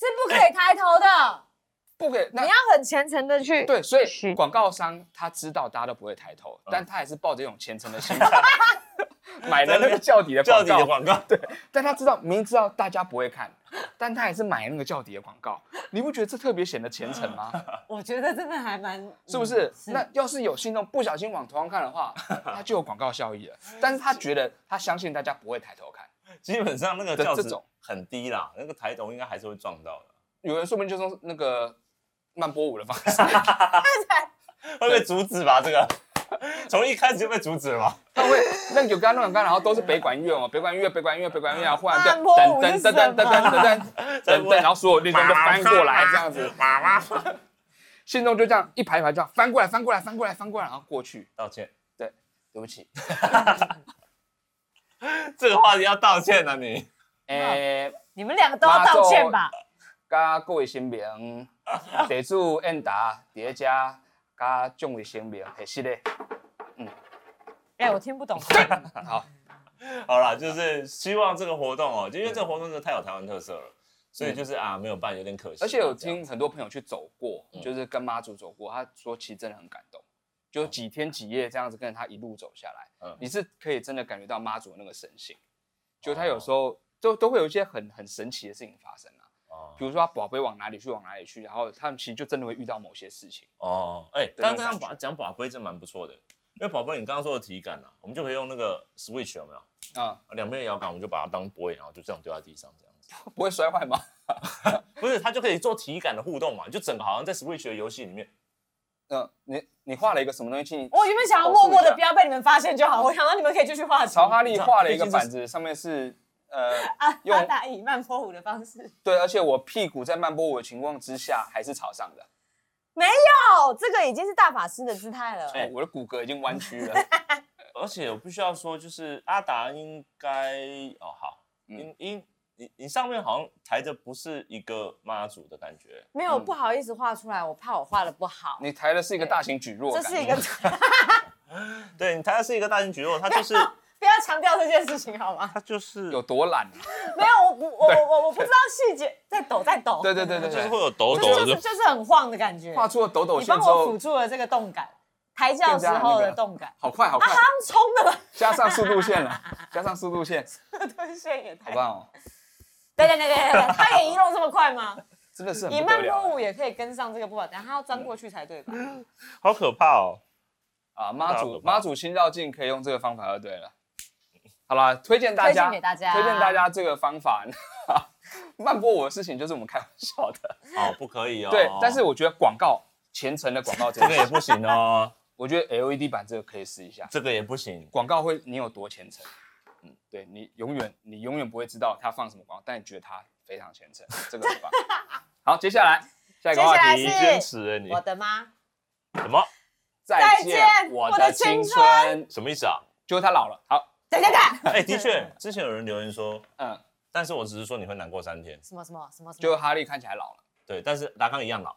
S2: 是不可以抬头的。
S1: 不给
S3: 啊
S1: 那
S2: 你要很虔诚的去。
S1: 对，所以
S2: 是
S1: 广告商他知道大家都不会抬头，
S3: 嗯
S1: 但他还是抱着一种虔诚的心 态买了那个教底的
S3: 叫
S1: 广
S3: 你的
S1: 告，
S3: 广告，对，
S1: 但他知道明知道大家不会看，但他还是买了那个教底的广告，你不觉得这特别显得虔诚吗？
S2: 我觉得真的还蛮，
S1: 是不
S2: 嗯
S1: 是？那要是有信众不小心往头上看的 话，他就有广告效益了。但是他觉得他相信大家不会抬头看，
S3: 基本上那个轿
S1: 这
S3: 子
S1: 种
S3: 很低啦，那个抬头应该还是会撞到的。
S1: 有人说不定就从那个慢波舞的方 式。
S2: 嗯
S3: 会被阻止吧？这个从一开始就被阻止了嘛？
S1: 他会那个有刚那种刚，然后都是北管乐嘛，北管乐、北管乐、北管乐，然后忽然
S2: 嗯慢波舞
S1: 噔噔
S2: 是
S1: 噔噔噔噔噔噔噔噔，然后所有练生都翻过来这样 子，
S3: 妈妈
S1: 信众就这样一排一排这样翻过来、翻过来、翻过来、翻过来，然后过去。
S3: 道歉，
S1: 对不起，
S3: 这个话题要道歉啊你。
S1: 诶，
S2: 你们两个都要道歉吧？
S1: 甲各位新 明，地主恩达伫咧遮，甲众位新明，系是咧，
S2: 哎，我听 不懂。
S3: 嗯
S1: 好，
S3: 好啦，就是希望这个活动哦，就因为这个活动真的太有台湾特色了，所以就是啊没有办有点可
S1: 嗯
S3: 惜。
S1: 而且有
S3: 这样
S1: 听很多朋友去走过，
S3: 嗯
S1: 就是跟妈祖走过，他说其实真的很感动，就几天几夜这样子跟着他一路走下来，
S3: 嗯哦
S1: 你是可以真的感觉到妈祖的那个神性，就他有时候都都会有一些很很神奇的事情发生啊，
S3: 哦
S1: 比如说他宝贝往哪里去往哪里去，然后他们其实就真的会遇到某些事情，
S3: 哦，哎，
S1: 那
S3: 刚
S1: 种
S3: 刚
S1: 感觉
S3: 把讲宝贝真蛮不错的，因为宝贝你刚刚说的体感啊，我们就可以用那个 Switch 有没有？
S1: 啊、
S3: 两边的摇杆，我们就把它当 boy，然后就这样丢在地上这样子。
S1: 不会摔坏吗？
S3: 不是，它就可以做体感的互动嘛，就整个好像在 Switch 的游戏里面。
S1: 嗯、你你画了一个什么东西进？
S2: 我原本想要默默的不要被你们发现就好，我想到你们可以继续画图。
S1: 曹哈利画了一个板子，上面是呃，
S2: 阿
S1: 用
S2: 阿达啊以慢坡舞的方式，
S1: 对，而且我屁股在慢波舞的情况之下还是朝上的，
S2: 没有，哦这个已经是大法师的姿态了。
S1: 哦我的骨骼已经弯曲了。
S3: 而且我必须要说，就是阿达应该哦好，
S1: 嗯
S3: 应应你你上面好像抬着不是一个妈祖的感觉，
S1: 嗯
S2: 没有，不好意思画出来，我怕我画的不好。
S1: 你抬的是一个大型举弱，
S2: 哎这是一个，
S3: 对你抬的是一个大型举落，它就是
S2: 不要强调这件事情 好吗？
S3: 它就是
S1: 有多懒啊？
S2: 没有，我不，我我我我不知道细节，在抖在抖。
S1: 对对对对
S3: 就
S1: 对
S3: 是会，有抖
S2: 就
S3: 抖
S2: 是，就
S3: 的
S2: 是就是很晃的感觉。
S1: 画出了抖抖
S2: 你
S1: 线
S2: 帮
S1: 之
S2: 我辅
S1: 后，
S2: 助了这个动感，抬轿时候的动感。
S1: 好快好
S2: 啊，
S1: 快
S2: 他，们冲的吧？
S1: 加上速度线了，加上速度线，
S2: 对线也太
S1: 好……棒哦，
S2: 对对对 对对，他也移动这么快吗？
S1: 真的是很嗯
S2: 以
S1: 不
S2: 慢
S1: 得
S2: 波舞
S1: 了
S2: 也可以跟上这个步伐，等下他要钻过去才对吧？
S3: 好可怕哦。
S1: 啊！妈
S3: 好可
S1: 祖
S3: 怕
S1: 妈祖新绕境可以用这个方法就对了。好啦，推荐大
S2: 推
S1: 家，
S2: 荐给大家
S1: 推荐大家这个方法。 慢波舞的事情就是我们开玩笑的，
S3: 哦，不可以哦。
S1: 对。但是我觉得广告虔诚的广告真的
S3: 这个也不行哦，
S1: 我觉得 LED 版这个可以试一下。
S3: 这个也 不行。
S1: 广告会你有多虔诚？嗯，对你永远你永远不会知道他放什么广告，但你觉得他非常 虔诚，这个很棒。好，接下来下一个话
S2: 接下来
S1: 题，
S3: 你
S2: 啊是
S3: 坚持哎，你
S2: 我的妈，
S3: 什么
S1: 再
S2: 再见
S1: 我
S2: 我的
S1: 青
S2: 青
S1: 春，
S3: 什么意思啊？
S1: 就是他老了。好，
S2: 等等等，
S3: 哎，的确，之前有人留言说，
S1: 嗯，
S3: 但是我只是说你会难过三天。
S2: 什么什么什么什
S1: 就
S2: 么，
S1: 哈利看起来老了，
S3: 对，但是达康 一样老。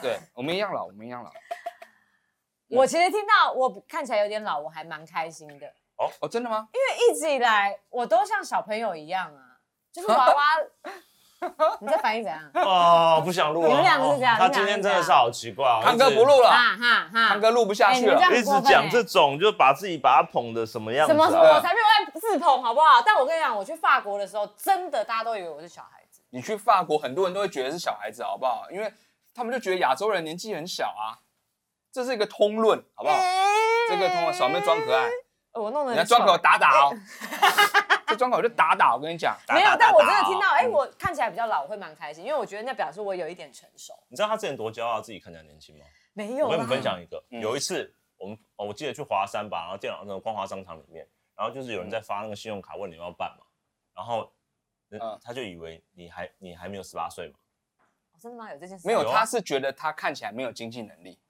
S1: 对我们一样老，我们一样老。
S2: 我其实听到我看起来有点老，我还蛮开心的，因
S1: 哦，真的吗？
S2: 为一直以来我都像小朋友一样啊，就是娃娃。 你这反应怎样？
S3: 哦，不想录了。
S2: 你们两个是这样
S3: 哦他今天真的是好奇怪哦，
S1: 康哥不录了，
S2: 哈哈哈！
S1: 康哥录不下去
S2: 啊哎你们这
S1: 了
S2: 样。
S3: 一直一直讲这种，就把自己把他捧的什么样子、
S2: 什
S3: 啊？
S2: 么什么，我才没有在自捧，好不好？但我跟你讲，我去法国的时候，真的大家都以为我是小孩子。
S1: 你去法国，很多人都会觉得是小孩子，好不好？因为他们就觉得亚洲人年纪很小啊，这是一个通论，好不好？这个通论，少妹装可爱。
S2: 呃我弄的
S1: 你要装口打打哦， 这装口就打打，我跟你讲，打打
S2: 没有，但
S1: 打
S2: 我
S1: 打
S2: 真的听
S1: 哦
S2: 到，
S3: 嗯
S2: 哎，我看起来比较老，我会蛮开心，因为我觉得那表示我有一点成熟。
S3: 你知道他之前多骄傲自己看起来年轻吗？
S2: 没
S3: 我
S2: 有
S3: 跟你
S2: 啦
S3: 们分，享一个，
S1: 嗯
S3: 有一次我们哦，我记得去华山吧，然后电脑那个光华商场里面，然
S1: 嗯
S3: 后就是有人在发那个信用卡问你要不要办嘛，然后、呃
S1: 嗯
S3: 他就以为你还你还没有十八岁嘛，
S2: 哦真的吗？有这件事？
S1: 没有，
S3: 有啊
S1: 他是觉得他看起来没有经济能力，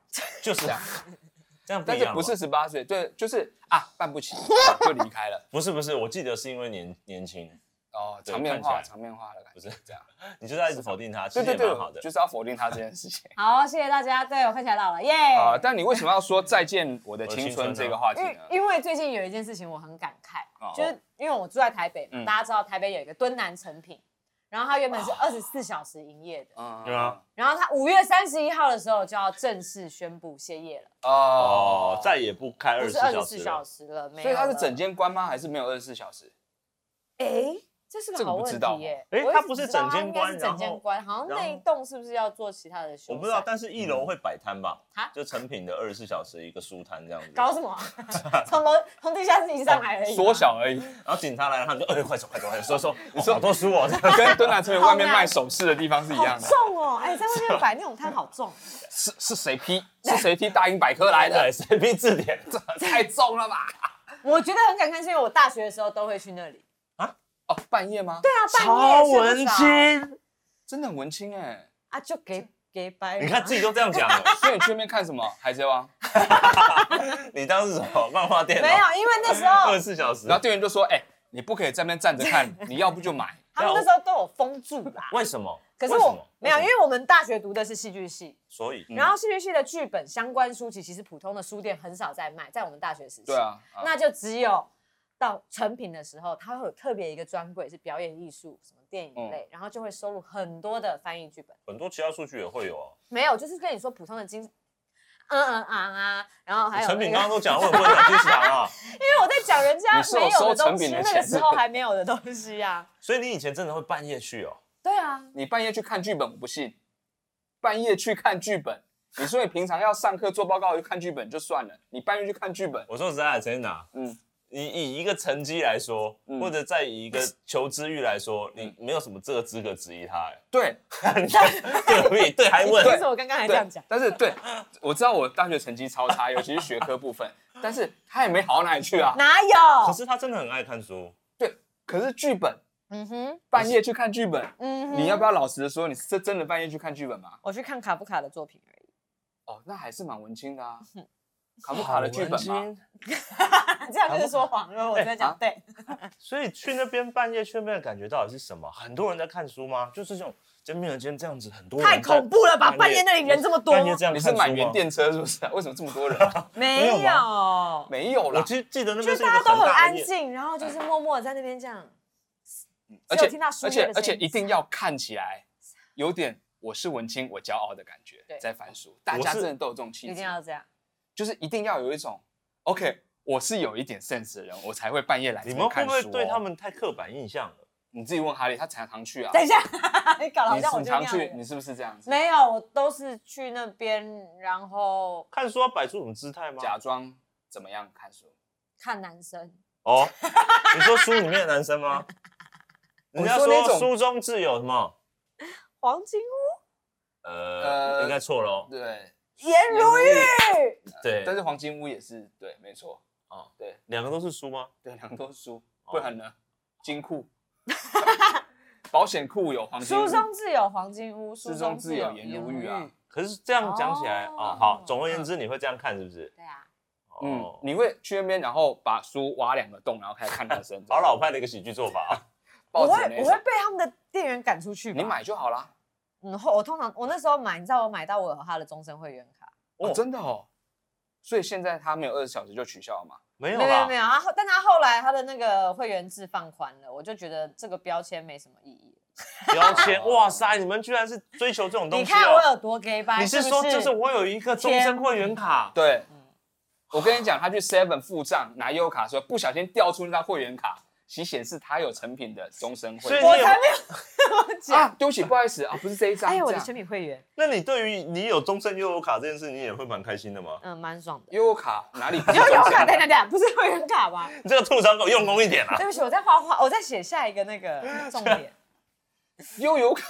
S3: 就是啊这样不
S1: 但
S3: 一
S1: 是
S3: 样嘛。哦
S1: 不是十八岁，对，就是啊，办不 起就离开了。
S3: 不是不是，我记得是因为年年轻，
S1: 哦，
S3: 对
S1: 场面
S3: 看起
S1: 化，
S3: 来
S1: 长面化的感觉，
S3: 不是
S1: 这样。
S3: 你就在一直否定他，其
S1: 对
S3: 实
S1: 对
S3: 也蛮好的
S1: 对，就。是要否定他这件事 情
S2: 好，谢谢大家，对我看起来老了，耶！
S1: 啊。但你为什么要说再见我的
S3: 我的
S1: 青
S3: 青
S1: 春
S3: 春呢
S1: 这个话题
S2: 因
S1: 呢
S2: 为？
S3: 啊
S2: 因为最近有一件事情我很感慨，
S1: 哦
S2: 就是因为我住在台北嘛，
S1: 嗯
S2: 大家知道台北有一个敦南成品，然后它原本
S3: 哦
S2: 是二十四小时营业的，
S1: 嗯
S3: 对啊。
S2: 然后它五月三十一号的时候就要正式宣布歇业了，
S1: 哦
S3: 哦，，再也不开
S2: 不
S3: 二十
S2: 是
S3: 四
S2: 二十
S3: 小
S2: 四
S3: 时
S2: 小
S3: 了。
S2: 时了，没有
S1: 所以他是
S2: 了
S1: 整间关吗？还是没有二十四小时？
S2: 哎，
S4: 这是
S1: 这
S4: 个
S1: 个
S4: 好
S1: 不
S4: 问
S1: 知道
S4: 题耶。
S3: 哦诶
S4: 我一
S3: 它
S4: 直
S3: 不是
S4: 知道
S3: 整
S4: 它
S3: 间
S4: 应该
S3: 关
S4: 是
S3: 然
S4: 整间
S3: 后
S4: 关，好像
S3: 然
S4: 那一
S3: 后
S4: 栋是不是要做其他的修缮？
S3: 我不知道，但是一
S1: 嗯
S3: 楼会摆摊吧
S4: 啊，
S3: 就成品的二十四小时一个书摊这样子。
S4: 搞什 么啊？从楼从地下室一上来
S2: 哎
S4: 而已吗。
S1: 哦缩小 而已，
S3: 然后警察来了，他们就哎，快走快走快走，说说，你说好多书哦，这样
S1: 跟敦南成品外面卖首饰的地方是一
S2: 好
S1: 样的。
S2: 重哦，哎，在外面摆那种摊好重，
S1: 是是谁批？是谁批大英百科来的？
S3: 谁批字典？
S1: 这太重了吧？
S2: 我觉得很感看，是因为我大学的时候都会去那里。
S1: 哦，半夜吗？
S2: 对啊，半夜睡不着，
S1: 真的很文青哎。
S2: 啊，就给给白。啊
S3: 你看自己都这样讲 了，
S1: 所以你去那边看什么？海贼王。
S3: 你当是什么漫画店？
S2: 没有，因为那时候
S3: 二十四小时
S1: 然。后店员就说：“哎、你不可以在那边站着 看，你要不就买。
S2: 他们那时候都有封住啦。
S3: 为什么？
S2: 可是
S3: 为什
S2: 我
S3: 么
S2: 没有，因
S3: 什么嗯
S2: 为我们大学读的是戏剧系，
S3: 所以，
S2: 然
S3: 后
S2: 后戏剧系的剧本相关书籍，其实普通的书店很少在卖，在我们大学时期。”
S1: 对，啊，啊
S2: 那就只有到成品的时候，它会有特别一个专柜是表演艺术、什么电影类，然后就会收录很多的翻译剧本。
S3: 很多其他数据也会有哦。
S2: 没有，就是跟你说普通的经，嗯嗯啊啊，然后还有
S3: 成品
S2: 那个
S3: 刚刚都讲了，我问了金 石堂啊，
S2: 因为我在讲人家
S1: 你是有
S2: 没有
S1: 收
S2: 的
S1: 成
S2: 东
S1: 品
S2: 西，
S1: 的
S2: 那个
S1: 钱
S2: 时候还没有的东西啊。
S3: 所以你以前真的会半夜去哦？
S2: 对啊，
S1: 你半夜去看剧本，我不信。半夜去看剧本，你说你平常要上课做报告就看剧本就算了，你半夜去看剧本，
S3: 我说实在的，陈娜，
S1: 嗯
S3: 嗯，你以一个成绩来说，
S1: 嗯
S3: 或者再以一个求知欲来说，你没有什么这个资格质疑 他。
S1: 对
S3: 哎，你看对不对？对，还哎问
S2: 其实我刚刚还哎这
S1: 对
S2: 样讲，，
S1: 但是对， 我知道我大学成绩超差，尤其是学科部分，但是他也没好到哪里去啊。
S2: 哪
S3: 可
S2: 有？
S3: 是他真的很爱看书，
S1: 对，可是剧本
S2: 嗯哼，
S1: 半夜去看剧本，
S2: 嗯哼，
S1: 你要不要老实的说，你是真的半夜去看剧本吗？
S2: 我去看卡夫卡的作品而已。
S1: 哦，那还是蛮文青的 啊。卡不卡的剧本吗？
S2: 这样就是说谎，因为我在
S1: 啊
S2: 讲对。
S3: 所以去那边半夜去那边的感觉到底是什么？很多人在看书吗？就是这种肩并着肩这样子，很多人
S2: 太
S3: 在
S2: 恐怖了吧！半
S3: 半
S2: 夜
S3: 夜
S2: 那里人这么多，
S3: 半夜这样
S1: 你
S3: 看
S1: 是
S3: 书吗
S1: 买原电车是不是啊？为什么这么多人啊？
S2: 没
S3: 没有
S2: 有，
S1: 没有
S3: 我
S1: 啦，
S3: 记记得那
S2: 就
S3: 边是一
S2: 大
S3: 个
S2: 家都很
S3: 大
S2: 安
S3: 的夜，
S2: 静，然后就是默默地在那边这样。
S1: 哎嗯而
S2: 只
S1: 且
S2: 有听到树
S1: 而
S2: 叶
S1: 且
S2: 的
S1: 而且
S2: 声音
S1: 一定要看起来有点我是文青，我骄傲的感觉
S2: 对，
S1: 在翻书，大家
S3: 我是
S1: 真的都有这种气质，
S2: 一定要这样。
S1: 就是一定要有一种 OK，我是有一点 sense 的人，我才会半夜来这
S3: 你
S1: 边
S3: 们会
S1: 看
S3: 不
S1: 书哦。
S3: 会对他们太刻板印象了？
S1: 你自己问哈利，他常常去啊，
S2: 等一下，你搞得好
S1: 你
S2: 像我
S1: 你
S2: 就那
S1: 常
S2: 样的
S1: 去，
S2: 人
S1: 你。是不是这样子？
S2: 没有，我都是去那边，然后
S3: 看书要摆出什么姿态吗？
S1: 假装怎么样看书？
S2: 看男生。
S3: 哦，你说书里面的男 生吗？人家
S1: 我说那
S3: 说
S1: 种
S3: 书中自有什么？
S2: 黄金屋、
S3: 呃，
S1: 呃
S3: 应该错了哦。
S1: 对，
S2: 颜如玉，
S3: 对，
S1: 但是黄金屋也是对，没错，
S3: 两个都是书吗？
S1: 对，两都是书，
S3: 哦
S1: 不然呢？金库、 保险库有黄金屋，
S2: 书中自有黄金屋，书
S1: 书中自有颜
S2: 颜
S1: 如玉啊。
S3: 可是这样讲起来
S2: 哦
S3: 啊，好，总而言之，你会这样看是不是？
S2: 对啊，
S1: 嗯
S3: 哦，，
S1: 你会去那边，然后把书挖两个洞，然后开始看 男生。
S3: 好老派的一个喜剧做法啊。
S2: 我
S1: 报
S2: 会
S1: 纸那
S2: 我会
S1: 种，
S2: 被他们的店员赶出去吧。
S1: 你买就好啦。
S2: 嗯，后我通常我那时候买，你知道我买到我有他的终身会员卡，
S1: 哦，
S3: 哦
S1: 真的哦。所以现在他没有二十小时就取消了嘛？
S3: 没有
S2: 没有
S3: 啦
S2: 没，有，他后但他后来他的那个会员制放宽了，我就觉得这个标签没什么意义。
S3: 标签，哇塞，你们居然是追求这种
S2: 你
S3: 东西
S2: 看我
S3: 哦！
S2: 有多 gay 吧？
S3: 你是
S2: 不
S3: 说，就是我有一个终身会员卡，
S1: 对。我跟你讲，他去 Seven 付账拿优卡的时候，不小心调出那张会员卡，其显示他有成品的终身会
S3: 所以
S1: 员
S3: 你
S2: 我
S3: 有
S2: 才没有这么
S1: 啊
S2: 讲。！
S1: 对不起，不好意思啊，不是这一张。
S2: 哎呀，我
S1: 这
S2: 的
S1: 样
S2: 全品会员，
S3: 那你对于你有终身悠游卡这件事，你也会蛮开心的吗？
S2: 嗯，蛮爽 的。
S1: 优卡哪里不是
S2: 有
S1: 终身？
S2: 有卡，等等等，不是会员卡 吧？
S3: 你这个吐槽给我用功一点啊！
S2: 对不起，我在画画，我在写下一个那 个重点。
S1: 悠游卡，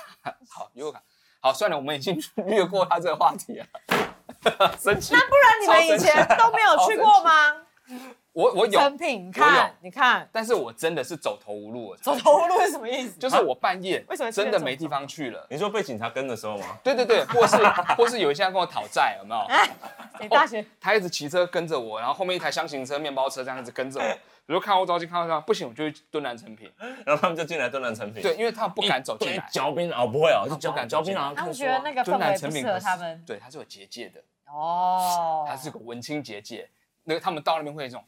S1: 好，悠游卡，好，算了，我们已经 略过他这个话题了。 生气。
S2: 那不然你们以前都没有去过吗？
S1: 我我有，
S2: 成品，你
S1: 我有
S2: 看，你看，
S1: 但是我真的是走投无路了，
S2: 走投无路是什么意思？
S1: 就是我半夜
S2: 为什么是
S1: 真
S2: 这
S1: 的
S2: 种
S1: 没地方去了？
S3: 你说被警察跟的时候吗？
S1: 对对对，或 是或是有一些人跟我讨债，有没有？
S2: 哎你大学
S1: 他一直骑车跟着我，然后后面一台箱型车、面包车这样一直跟着我，我就看后照镜，看后照镜，不行，我就去蹲南成品。
S3: 然后他们就进来蹲南成品，
S1: 对，，因为他们不敢走进来，啊
S3: 嚼槟榔哦，不会哦，就嚼
S1: 不敢
S3: 嚼
S1: 走进
S3: 槟
S1: 来
S3: 榔
S2: 他
S3: 看
S2: 们
S3: 书
S2: 觉得
S3: 啊。
S2: 那个氛
S1: 蹲南
S2: 围
S1: 成
S2: 不
S1: 品
S2: 适合
S1: 很
S2: 他们。
S1: 对，他是有结界的，
S2: 哦，
S1: 他是个文青结界。那个他们到那边会有一种，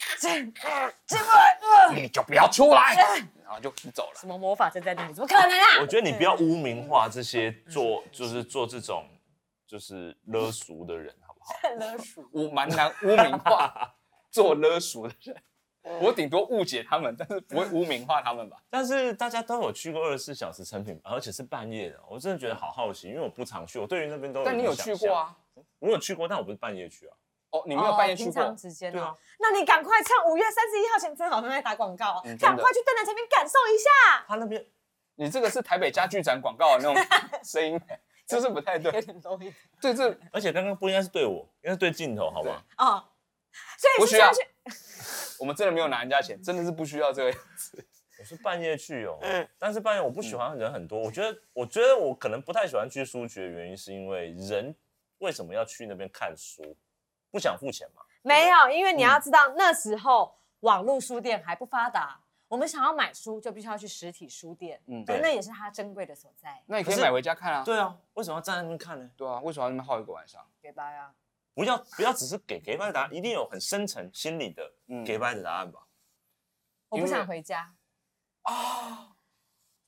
S2: 这个
S1: 你就不要出来，然后就走了。
S2: 什么魔法正在那里？怎么可能啊？
S3: 我觉得你不要污名化这些做，就是做这种就是勒俗的人，好不好？
S2: 看了鼠。
S1: 我蛮难污名化做勒俗的人，我顶多误解他们，但是不会污名化他们吧？
S3: 但是大家都有去过二十四小时成品吧，而且是半夜的，我真的觉得好好奇，因为我不常去，我对于那边都有。
S1: 但你有去过？啊？
S3: 我有去过，但我不是半夜去啊。
S1: 哦，你没有半夜去
S2: 平
S1: 过？
S2: 常时间
S3: 对啊
S2: 哦。，
S4: 那你赶快趁五月三十一号前，真的好像在打广告哦
S1: 嗯真，的
S4: 赶快去灯台前面感受一下，
S3: 他那边
S1: 你这个是台北家具展广告的那种声音，就是不太对
S2: 有。点 low 一 点。
S1: 对，这
S3: 而且刚刚不应该是对我，应该是对镜头，好吗？
S4: 哦。所
S1: 不
S4: 以
S1: 需
S4: 是
S1: 要嗯
S4: 下去，
S1: 我们真的没有拿人家钱，真的是不需要这个。
S3: 我是半夜去哦，但是半夜我不喜欢人很多。我觉得，我觉得我可能不太喜欢去书局的原因，是因为人为什么要去那边看书？不想付钱嘛？
S2: 没有，因为你要知道那时候网络书店还不发达，我们想要买书就必须要去实体书店，
S1: 嗯，
S3: 对
S2: 那也是它珍贵的所在，
S1: 那你可以
S3: 可是
S1: 买回家看啊。
S3: 对啊，为什么要站在那边看呢？
S1: 对啊，为什么要那么耗一个晚上？
S2: 对吧呀？
S3: 不要不要只是给给拜的答案，一定有很深层心理的
S1: 嗯
S3: 给拜的答案吧？
S2: 我不
S1: 因为
S2: 想回家，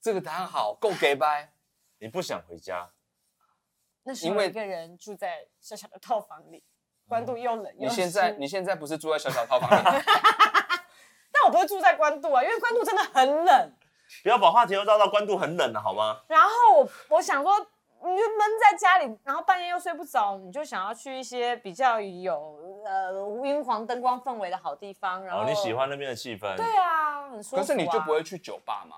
S1: 这个答案好，够给掰。
S3: 你不想回家，
S2: 那时
S1: 因
S2: 候
S1: 为嗯
S2: 一个人住在小小的套房里，关渡又冷又
S1: 你现在
S2: 湿
S1: 你现在不是住在小小套房里？
S2: 但我不会住在关渡啊，因为关渡真的很冷。
S3: 不要把话题又绕到关渡很冷了，好吗？
S2: 然后我我想说，你就闷在家里，然后半夜又睡不着，你就想要去一些比较有呃晕黄灯光氛围的好地方。然后、
S3: 哦，你喜？欢那边的气氛，
S2: 对啊，很舒服、啊。
S1: 可是你就不会去酒吧吗？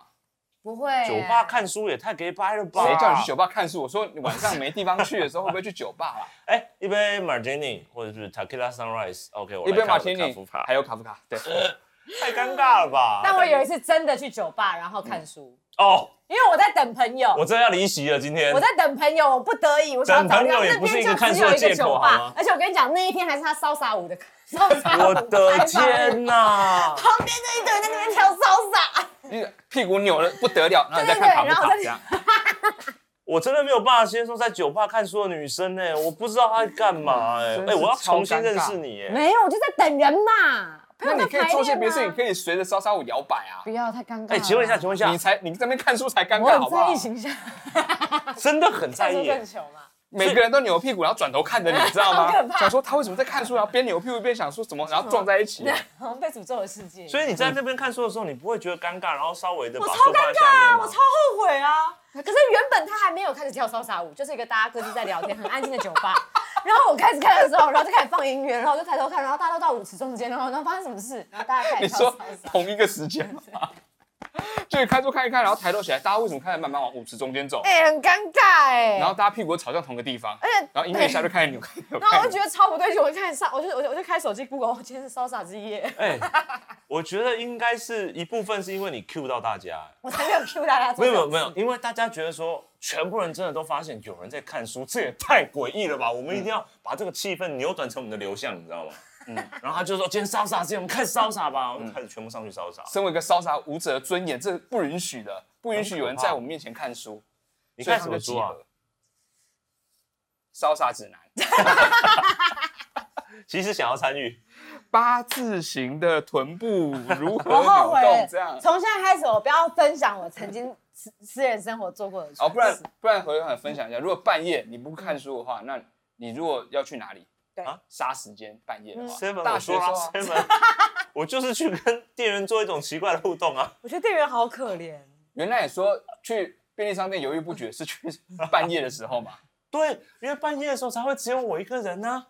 S2: 不会欸
S3: 酒吧看书也太给拜了吧？
S1: 谁叫你去酒吧看书？我说你晚上没地方去的时候，会不会去酒吧啦？
S3: 哎，一杯 Martini 或者是 Tequila Sunrise，OK，、我
S1: 一杯
S3: 来看
S1: 马
S3: 我的
S1: 提
S3: 卡
S1: 尼
S3: 夫卡
S1: 还有卡夫卡，对，
S3: 太尴尬了吧？
S2: 但我有一次真的去酒吧，然后看书，
S3: 哦，
S2: 因为我在等朋友。
S3: 我真的要离席了，今天
S2: 我在等朋友，我不得已，我想要找地方
S3: 等朋友也
S2: 那
S3: 不是
S2: 边
S3: 一个
S2: 就
S3: 看
S2: 只
S3: 书的
S2: 有一个
S3: 借口
S2: 酒
S3: 好吗
S2: 吧，而且我跟你讲，那一天还是他骚洒舞的，骚洒舞
S3: 我的
S2: 开放
S3: 天哎呐！
S2: 旁边就一堆人在那边跳骚洒，
S1: 你屁股扭的不得了，然后你再看卡
S2: 对对对然
S1: 夫
S2: 后
S1: 卡
S2: 再
S1: 这样。
S3: 我真的没有办法接受在酒吧看书的女生呢、欸我不知道她在干嘛哎、
S1: 真
S3: 哎、
S1: 的是
S3: 我要
S1: 超
S3: 重
S1: 尴
S3: 新
S1: 尬
S3: 认识你哎、
S2: 没有，我就在等人嘛。
S1: 那你可以做些别的事情，
S2: 情，
S1: 可以随着莎莎舞摇摆啊
S2: 啊不。要太尴尬。
S3: 哎、请问一下，，请问一
S1: 你
S3: 下，
S1: 才你这边看书才尴
S2: 我
S1: 尬，好
S2: 很
S1: 不好
S2: 在意？形象，
S3: 真的很在
S2: 看出
S3: 意、
S2: 更啊糗 嘛。
S1: 每个人都扭屁股，然后转头看着你，知道吗
S2: 好可？怕
S1: 想说他为什么在看书，然后边扭屁股边想说什么，然后撞在一起。
S2: 好像被诅咒的世界。
S3: 所以你在那边看书的时候，你不会觉得尴尬，然后稍微的把
S2: 我超
S3: 书放在下面吗？
S2: 我超后悔啊！可是原本他还没有开始跳骚洒舞，就是一个大家各自在聊天、很安静的酒吧。 然后我开始看的时候，然后就开始放音乐，然后我就抬头看，然后大家都到舞池中间，然后然后发生什么事，然后大家开
S1: 你
S2: 始跳
S1: 说
S2: 骚 洒。
S1: 同一个时间吗？就是看书看一看，然后抬头起来，大家为什么开始慢慢往舞池中间走？
S2: 哎、很尴尬哎、
S1: 然后大家屁股朝向同个地方，
S2: 而且
S1: 然后音乐一下就开始扭，开始扭。
S2: 然后我就
S1: 开始扭
S2: 觉得超不对劲，我就开始上，我就我就我就开手机 Google，哦今天是骚洒之夜，
S3: 哎、我觉得应该是一部分是因为你 Q 到大家、哎
S2: 我才没有 Q 大家做
S3: 没
S2: 这
S3: 有
S2: 种事。
S3: 没有没有，因为大家觉得说，全部人真的都发现有人在看书，这也太诡异了吧！我们一定要把这个气氛扭转成我们的流向，你知道吗？嗯，然后他就说今天烧傻之前我们开始烧傻吧，我们开始全部上去烧傻。
S1: 身为一个潇洒舞者的尊严，这是不允许的，不允许有人在我们面前看书。
S3: 你
S1: 所以
S3: 看
S1: 他
S3: 什
S1: 们
S3: 么
S1: 就
S3: 书啊
S1: 集？合？潇洒 指南，
S3: 其实想要参与，
S1: 八字形的臀部如何
S2: 我后
S1: 扭
S2: 悔
S1: 动
S2: 了，
S1: 这样。
S2: 从现在开始，我不要分享我曾经私私人生活做过的蠢事。
S1: 哦，不然不然，何友很分享一
S3: 嗯
S1: 下，如果半夜你不看书的话，那你如果要去哪里？
S2: 对
S1: 啊，杀时间半夜的话
S3: seven
S1: 大
S3: 我
S1: 学
S3: 说
S1: 的时候
S3: 啦
S1: 啊，
S3: seven，我就是去跟店员做一种奇怪的互动啊。
S2: 我觉得店员好可怜。
S1: 原来也说去便利商店犹豫不决是去半夜的时候嘛？
S3: 对，因为半夜的时候才会只有我一个人呢、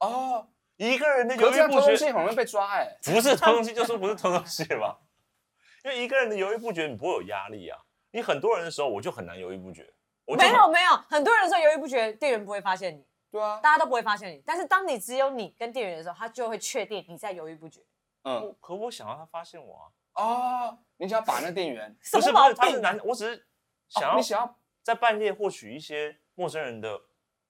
S1: 哦，
S3: 一个人的
S1: 可
S3: 犹
S1: 是这
S3: 豫
S1: 样
S3: 不
S1: 偷东西
S3: 决，
S1: 很容易被抓哎。
S3: 不是偷东西就是不是偷东西吧？ 因为一个人的犹豫不决，你不会有压力啊。你很多人的时候，我就很难犹豫不决。我就
S2: 没
S3: 很
S2: 有没有，很多人说犹豫不决，店员不会发现你，
S1: 对啊，
S2: 大家都不会发现你。但是当你只有你跟店员的时候，他就会确定你在犹豫不决。
S1: 嗯，
S3: 我可我想要他发现我啊，
S1: 哦，你想要把那店员，
S2: 什
S3: 不是
S2: 么
S3: 不
S2: 毛
S3: 是，他
S2: 病
S3: 是
S2: 啊？
S3: 男，我只是
S1: 哦
S3: 想要
S1: 你想要
S3: 在半夜获取一些陌生人的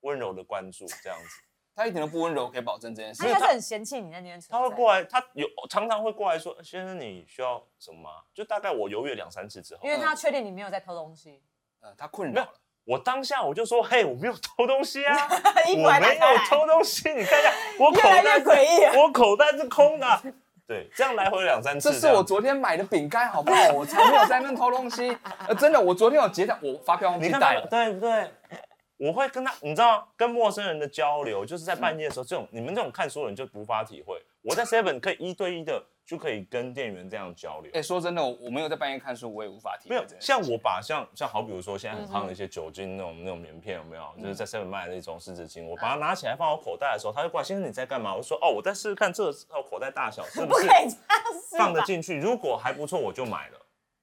S3: 温柔的 关注，这样子。
S1: 他一点都不温柔，可以保证这件事
S2: 他应。该是很嫌弃你在那边存在。
S3: 他会过来，他有常常会过来说：“先生，你需要什么吗？”就大概我犹豫了两三次之后
S2: 因，为他要确定你没有在偷东 西。
S1: 呃，他困扰
S3: 没
S1: 了。
S3: 我当下我就说：“嘿，我没有偷东西啊，我
S2: 衣服还拿
S3: 没
S2: 开
S3: 有
S2: 来
S3: 偷东西，你看一下，我口
S2: 越来
S3: 袋
S2: 越诡异
S3: 我口袋是空的。”对，这样来回两三
S1: 这
S3: 次样子，
S1: 是我昨天买的饼干，好不 好？我才没有在那边偷东西。呃，真的，我昨天有结账，我发票忘
S3: 你
S1: 记
S3: 看
S1: 带
S3: 他
S1: 了。
S3: 对不对？我会跟他，你知道，跟陌生人的交流，就是在半夜的时候，这种你们这种看书的人就无法体会。我在 Seven 可以一对一的就可以跟店员这样交 流
S1: 哎、。说真的，我我没有在半夜看书，我也无法体
S3: 没
S1: 会
S3: 有
S1: 这件事。
S3: 像我把像像好比如说现在很夯的一些酒精那种那种棉片有没有？就是在 Seven 卖的那种湿纸巾，我把它拿起来放我口袋的时候，他就过来先生你在干嘛？我说哦我在试试看这个哦口袋大小是不
S4: 不可
S3: 是
S4: 以这样子
S3: 放得
S4: 吧？
S3: 进去，如果还不错我就买了，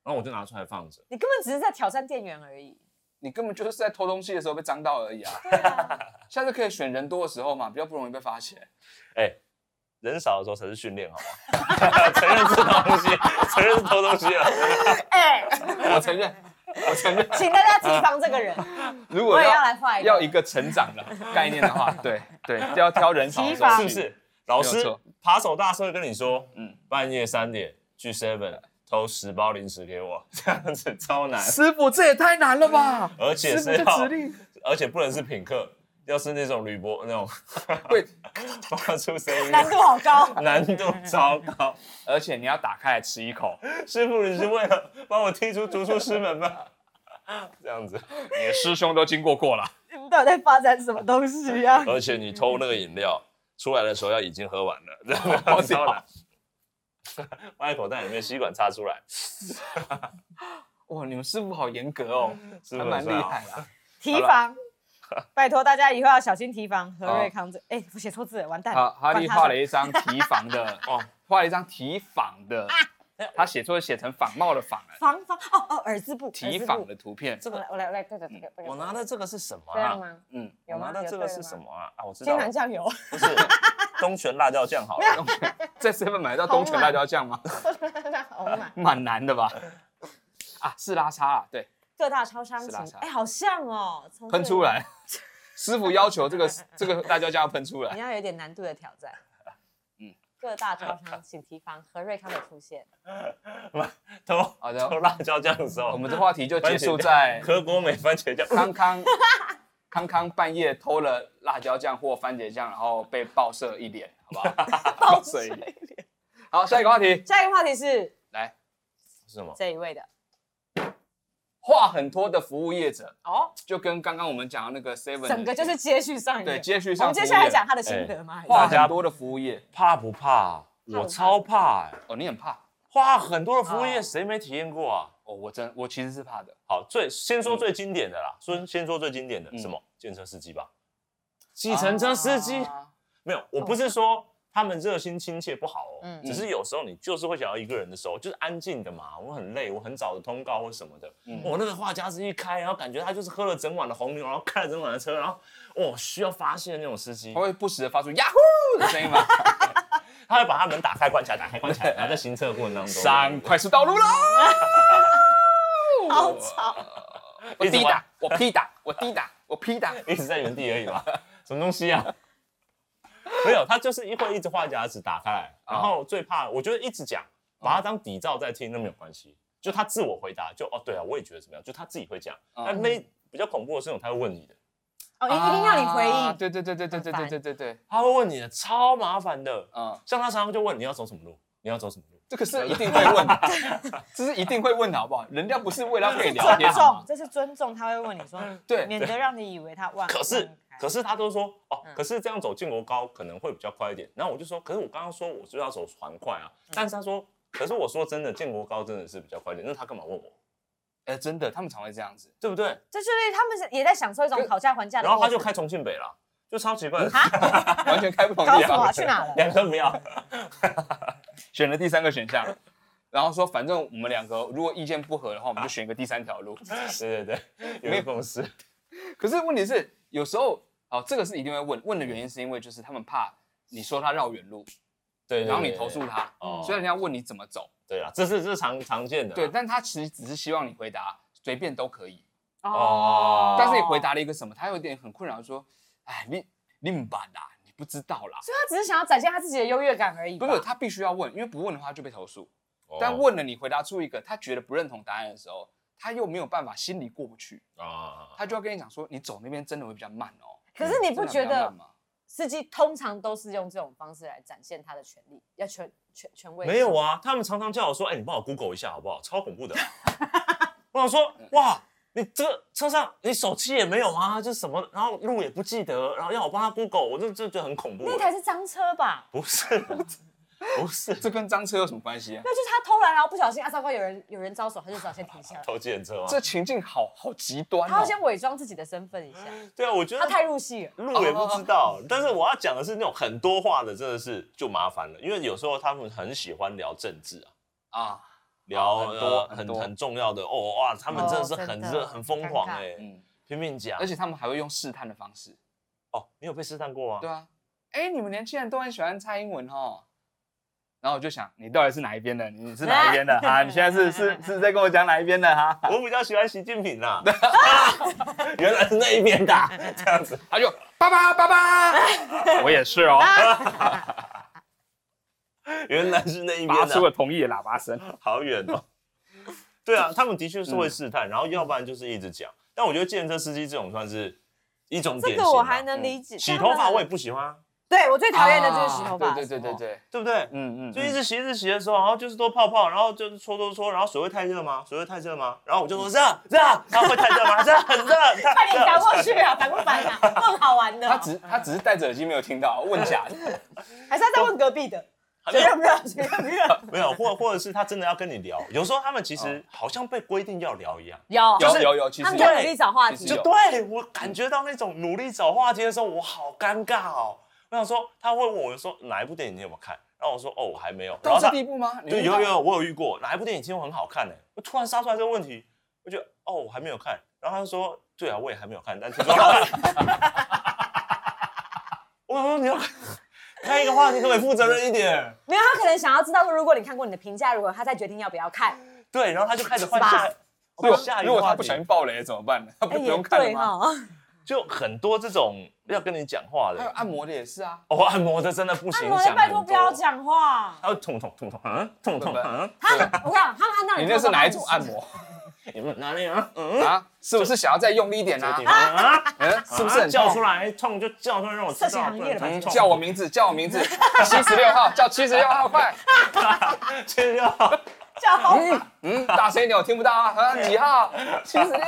S3: 然后我就拿出来放着。
S4: 你根本只是在挑战店员而已。
S1: 你根本就是在偷东西的时候被脏到而已啊！下次可以选人多的时候嘛，比较不容易被发现。
S3: 哎，人少的时候才是训练好吗？ 承认是东西，承认是偷 东西啊了。
S4: 哎、
S1: 我承认，我承认，
S4: 请大家提防这个 人，
S1: 如
S4: 我
S1: 果
S4: 也要
S1: 要
S4: 来画一个。
S1: 要一个成长的概念的话，对对，要挑人少的时候
S3: 是不
S1: 去
S3: 是？老师
S1: 没有错
S3: 扒手大师会跟你说，
S1: 嗯
S3: 嗯，半夜三点去 Seven 偷十包零食给我，这样子超难，
S1: 师傅，这也太难了吧！
S3: 而且
S1: 师傅
S3: 是
S1: 这
S3: 要
S1: 指，令，
S3: 而且不能是品客，要是那种铝箔那 种
S1: 对，
S3: 发出声音，
S4: 难度好高，
S3: 难度超高。
S1: 而且你要打开来吃一口，
S3: 师傅，你是为了把我踢出逐出师门吗？ 这样子，
S1: 你的师兄都经过过了。
S4: 你们到底在发展什么东西
S2: 啊
S4: 呀、
S3: 而且你偷那个饮料出来的时候要已经喝完了， 这
S1: 哦好
S3: 样子
S1: 屌
S3: 超难。放在口袋里面，吸管插出来，
S1: 哇，你们师傅好严格哦，
S3: 师
S1: 还
S3: 傅
S1: 蛮
S3: 很
S1: 厉
S3: 帅哦
S1: 害。 的。
S4: 提防，拜托大家以后要小心提防何
S1: 好
S4: 瑞康这。哎、我写错字了，完蛋了。
S1: 好，哈利
S4: 管他
S1: 画
S4: 什
S1: 了
S4: 么
S1: 一张提防的，哦，画了一张提防 的，他写错写成仿冒的仿了，
S4: 防防哦哦，耳字部
S1: 提防
S4: 防。
S1: 的图片。
S3: 这
S4: 我来我来我来，对对对
S3: 嗯
S4: 对，
S3: 我拿的这个是什么
S4: 这样
S3: 啊？
S4: 吗？
S1: 嗯，
S3: 我
S4: 有吗
S3: 拿的
S4: 有
S3: 这个
S4: 对
S3: 是
S4: 吗
S3: 什么啊？啊，我知道
S4: 天
S3: 了
S4: 然，酱油，
S3: 不是东泉辣椒酱好了。
S1: 在 seven 买得到东泉辣椒 酱吗？
S4: 哦妈，
S1: 蛮难的吧？啊，是拉差啊，对，
S4: 各大超商
S1: 是
S4: 请
S1: 啦是啦
S4: 哎，好像哦，从
S1: 喷
S4: 这
S1: 出
S4: 里，
S1: 来。师傅要求这个这个辣椒酱要喷出
S4: 你
S1: 来。
S4: 要有点难度的挑战。
S1: 嗯
S4: 各大超商请提防何瑞康的出现。
S3: 偷
S1: 好的
S3: 偷辣椒酱的时候，
S1: 我们的话题就
S3: 番
S1: 结
S3: 茄
S1: 束
S3: 酱
S1: 在
S3: 可国美番茄酱。
S1: 康康康康半夜偷了辣椒酱或番茄酱，然后被爆射一脸，好不好？ 爆射一脸。好，下一个话题，
S4: 下一个话题是
S1: 来，
S3: 是什么？
S4: 这一位的
S1: 话很多的服务业者，
S4: 哦，
S1: 就跟刚刚我们讲的那个 Seven，
S4: 整个就是接续上一个。
S1: 对，接续
S4: 我
S1: 上哎
S4: 们
S1: 服务业。
S4: 接下来讲他的心得吗？
S1: 话
S3: 大家
S1: 很多的服务业，
S3: 怕不怕？
S4: 怕
S3: 我超怕哎！
S1: 哦，你很怕
S3: 花很多的服务
S4: 哦
S3: 业，谁没体验过啊？
S1: 哦，我真我其实是怕的，
S3: 好，最先说最经典的啦，说先说最经典的
S1: 嗯
S3: 什么？建车司机吧，计程车司机。
S4: 哦
S1: 啊
S3: 没有，我不是说他们热心亲切不好哦，
S4: 嗯
S3: 只是有时候你就是会想要一个人的时候，就是安静的嘛，我很累，我很早的通告或什么的，
S1: 嗯
S3: 我、那个话匣子一开，然后感觉他就是喝了整晚的红牛，然后开了整晚的车，然后哦需要发泄的那种司机
S1: 他，会不时的发出呀呼的声音吗？
S3: 他会把他门打开关起来，打开关起来，然后在行车的过程当中，
S1: 上快速道路喽！
S4: 好吵，
S1: 我滴打，我劈打，我滴打，我劈打。
S4: 哦
S3: 一直在原地而已嘛，什么东西啊？ 没有，他就是一会一直话匣子打开来，然后最怕我觉得一直讲，把它当底噪在听，那没有关系，就他自我回答，就哦对啊，我也觉得怎么样，就他自己会讲。
S1: 嗯
S3: 那那比较恐怖的是那种，他会问你的，
S4: 哦，一一定要你回
S1: 啊
S4: 应。
S1: 对对对对对对对对对对，
S3: 他会问你的，超麻烦的。
S1: 嗯，
S3: 啊像他常常就问你要走什么路，你要走什么路，
S1: 这个是一定会问的，这是一定会问的好不好？人家不是为了跟你聊天好
S4: 尊重
S1: 吗，？
S4: 这是尊重，他会问你说，免
S1: 嗯对，
S4: 得让你以为他忘。
S3: 可是
S4: 忘开
S3: 可是他都说哦
S4: 嗯，
S3: 可是这样走建国高可能会比较快一点。然后我就说，可是我刚刚说我就要走环快啊，但是他说，可是我说真的，建国高真的是比较快一点，那他干嘛问我？
S1: 哎，真的，他们常会这样子。
S3: 对不对？
S4: 这就是他们是也在享受一种讨价还价的
S3: 然后
S4: 过
S3: 他
S4: 程。
S3: 就开重庆北了，就超奇怪的，
S1: 完全开不同
S4: 搞
S1: 地
S4: 什么？啊
S1: 方，
S4: 去哪了？
S3: 两个不要。
S1: 选了第三个选项，然后说反正我们两个如果意见不合的话，我们就选一个第三条路。
S3: 对对对，有一个公司。
S1: 可是问题是，有时候哦，这个是一定会问，问的原因是因为就是他们怕你说他绕远路，
S3: 对，对
S1: 然后你投诉。他，
S3: 哦
S1: 所以人家问你怎么走，
S3: 对啊，这是这是常常见的啊。
S1: 对，但他其实只是希望你回答随便都可以，
S3: 哦
S1: 但是你回，答了一个什么，他有点很困扰，说，哎，你你们吧啦，你不知道啦。
S4: 所以他只是啊想要展现他自己的优越感而已吧。
S1: 不是，他必须要问，因为不问的话就被投诉。
S3: 哦
S1: 但问了你回答出一个他觉得不认同答案的时候，他又没有办法，心里过不去，
S3: 啊，
S1: 他就要跟你讲说，你走那边真的会比较慢哦。
S4: 可是你不觉
S1: 真的比较
S4: 得
S1: 慢吗？
S4: 司机通常都是用这种方式来展现他的权利，要权权权威？
S3: 没有，啊，他们常常叫我说，哎，你帮我 Google 一下好不好？超恐 怖的。我想说，哇，你这个车上你手机也没有啊，这是什么？然后啊路也不记得，然后要我帮他 Google，我这这就很恐怖了。
S4: 那台是赃车吧？
S3: 不是，不是
S1: 这跟赃车有什么关系啊？
S2: 那就是他偷来，然后不小心啊，糟糕，有人有人招手，他就只好先停下来，
S3: 偷计程车吗？
S1: 这情境好好极端
S4: 他
S1: 哦嗯
S4: 要。先伪装自己的身份一下，
S3: 对啊，我觉
S2: 他
S3: 得
S2: 太入戏了。
S3: 路也不知
S4: 哦
S3: 道。但是我要讲的是那种很多话的，真的是就麻烦了，因为有时候他们很喜欢聊政治
S4: 哦
S3: 啊，
S1: 啊，
S3: 聊
S1: 很多
S3: 呃
S1: 很
S3: 很
S1: 多
S3: 很重要的哦哇，他们真的是
S4: 哦真
S3: 很
S4: 的
S3: 热很疯狂
S4: 尴尬
S3: 哎，
S1: 嗯，
S3: 拼命讲
S1: 而。且他们还会用试探的方式。
S3: 哦，你有被试探过吗？
S1: 对啊，哎，你们年轻人都很喜欢蔡英文哦。然后我就想，你到底是哪一边的？你是哪一边的？哈，你现在是是是在跟我讲哪一边的？哈，
S4: 啊
S3: 我比较喜欢习近平 啦，原来是那一边的啊，这样子。
S1: 他就爸爸爸爸，我也是哦，
S3: 原来是那一
S1: 发
S3: 边
S1: 出了
S3: 的，啊
S1: 同意的喇叭声。
S3: 好远哦。对啊，他们的确是会试
S4: 嗯
S3: 探，然后要不然就是一直讲。但我觉得健身司机这种算是一种典型
S4: 这
S3: 啊。
S4: 个我还
S1: 嗯
S4: 能理解。
S3: 洗头发我也不喜欢啊，
S2: 对我最讨厌的就是洗头发、
S1: 啊对对对对，对，
S3: 对不对？
S1: 嗯嗯，
S3: 就一直洗一直洗的时候，然后就是都泡泡，然后就是搓搓搓，然后水会太热吗？水会太热吗？然后我
S1: 嗯
S3: 就说热热，然后会太热吗？热很热，
S2: 快点
S3: 太
S2: 赶
S3: 热。
S2: 过去啊， 烦不烦啊？问好玩的，
S1: 他只他只是戴着耳机没有听到，问假的。
S2: 还是要再问隔壁 的，
S3: 没
S2: 谁
S3: 有
S2: 热不热？谁热不热？
S3: 没有，或或者是他真的要跟你聊，有时候他们其
S1: 哦
S3: 实好像被规定要聊一样。
S4: 有
S1: 有有有，其
S4: 他
S1: 实
S4: 们
S1: 有
S4: 在努力找话
S1: 其
S4: 题
S1: 实
S3: 就
S1: 有，
S3: 对我感觉到那种努力找话题的时候，我好尴尬哦。我想说，他会问我说哪一部电影你有没有看？然后我说哦，我还没有。然
S1: 到
S3: 后
S1: 这
S3: 他
S1: 地步吗？你
S3: 对
S1: 遇
S3: 有
S1: 到
S3: 有我有遇过哪一部电影听说很好看呢、我突然杀出来这个问题，我觉得哦我还没有看。然后他就说对啊，我也还没有看，但听说好看。 我想说你要开一个话题，可不可以负责任一点？
S2: 没有，他可能想要知道说，如果你看过你的评价如何，他再决定要不要看。
S3: 对，然后他就开始换
S2: 是吧
S3: 下
S1: 如
S3: 换
S1: 果
S3: 下一
S1: 如
S3: 个
S1: 果
S3: 话
S1: 他不小
S3: 题
S1: 心，爆雷怎么办呢？他不
S2: 哎
S1: 不
S2: 也
S1: 用看了
S2: 对
S1: 吗？
S2: 哈，
S3: 就很多这种要跟你讲话
S1: 还有
S3: 的。
S1: 按摩的也是啊，
S3: 哦，按摩的真的不行，
S2: 嗯按摩的
S3: 想
S2: 拜
S3: 很
S2: 托不
S3: 多
S2: 要讲话。
S3: 他会痛痛痛痛，嗯，痛痛
S1: 对不
S3: 嗯，
S2: 他，我看他们按到
S1: 你
S2: 你
S1: 那
S2: 头
S1: 是
S2: 上
S1: 哪一种 按？摩
S3: 你们哪里啊？嗯，
S1: 啊？是不是想要再用力一点
S3: 这个
S1: 啊
S3: 地？方啊，
S1: 嗯，是不是很
S3: 叫
S1: 痛
S3: 出？来痛就叫出来让我知
S2: 色情
S3: 道，
S2: 行
S3: 不
S2: 业
S3: 能
S2: 的
S3: 太
S1: 嗯
S3: 痛。
S1: 叫我名字，叫我名字，七十六号，叫七十六号，快！
S3: 吃药，
S2: 叫好
S1: 嗯 嗯，大声一点，我听不到啊。啊，几号？七十六。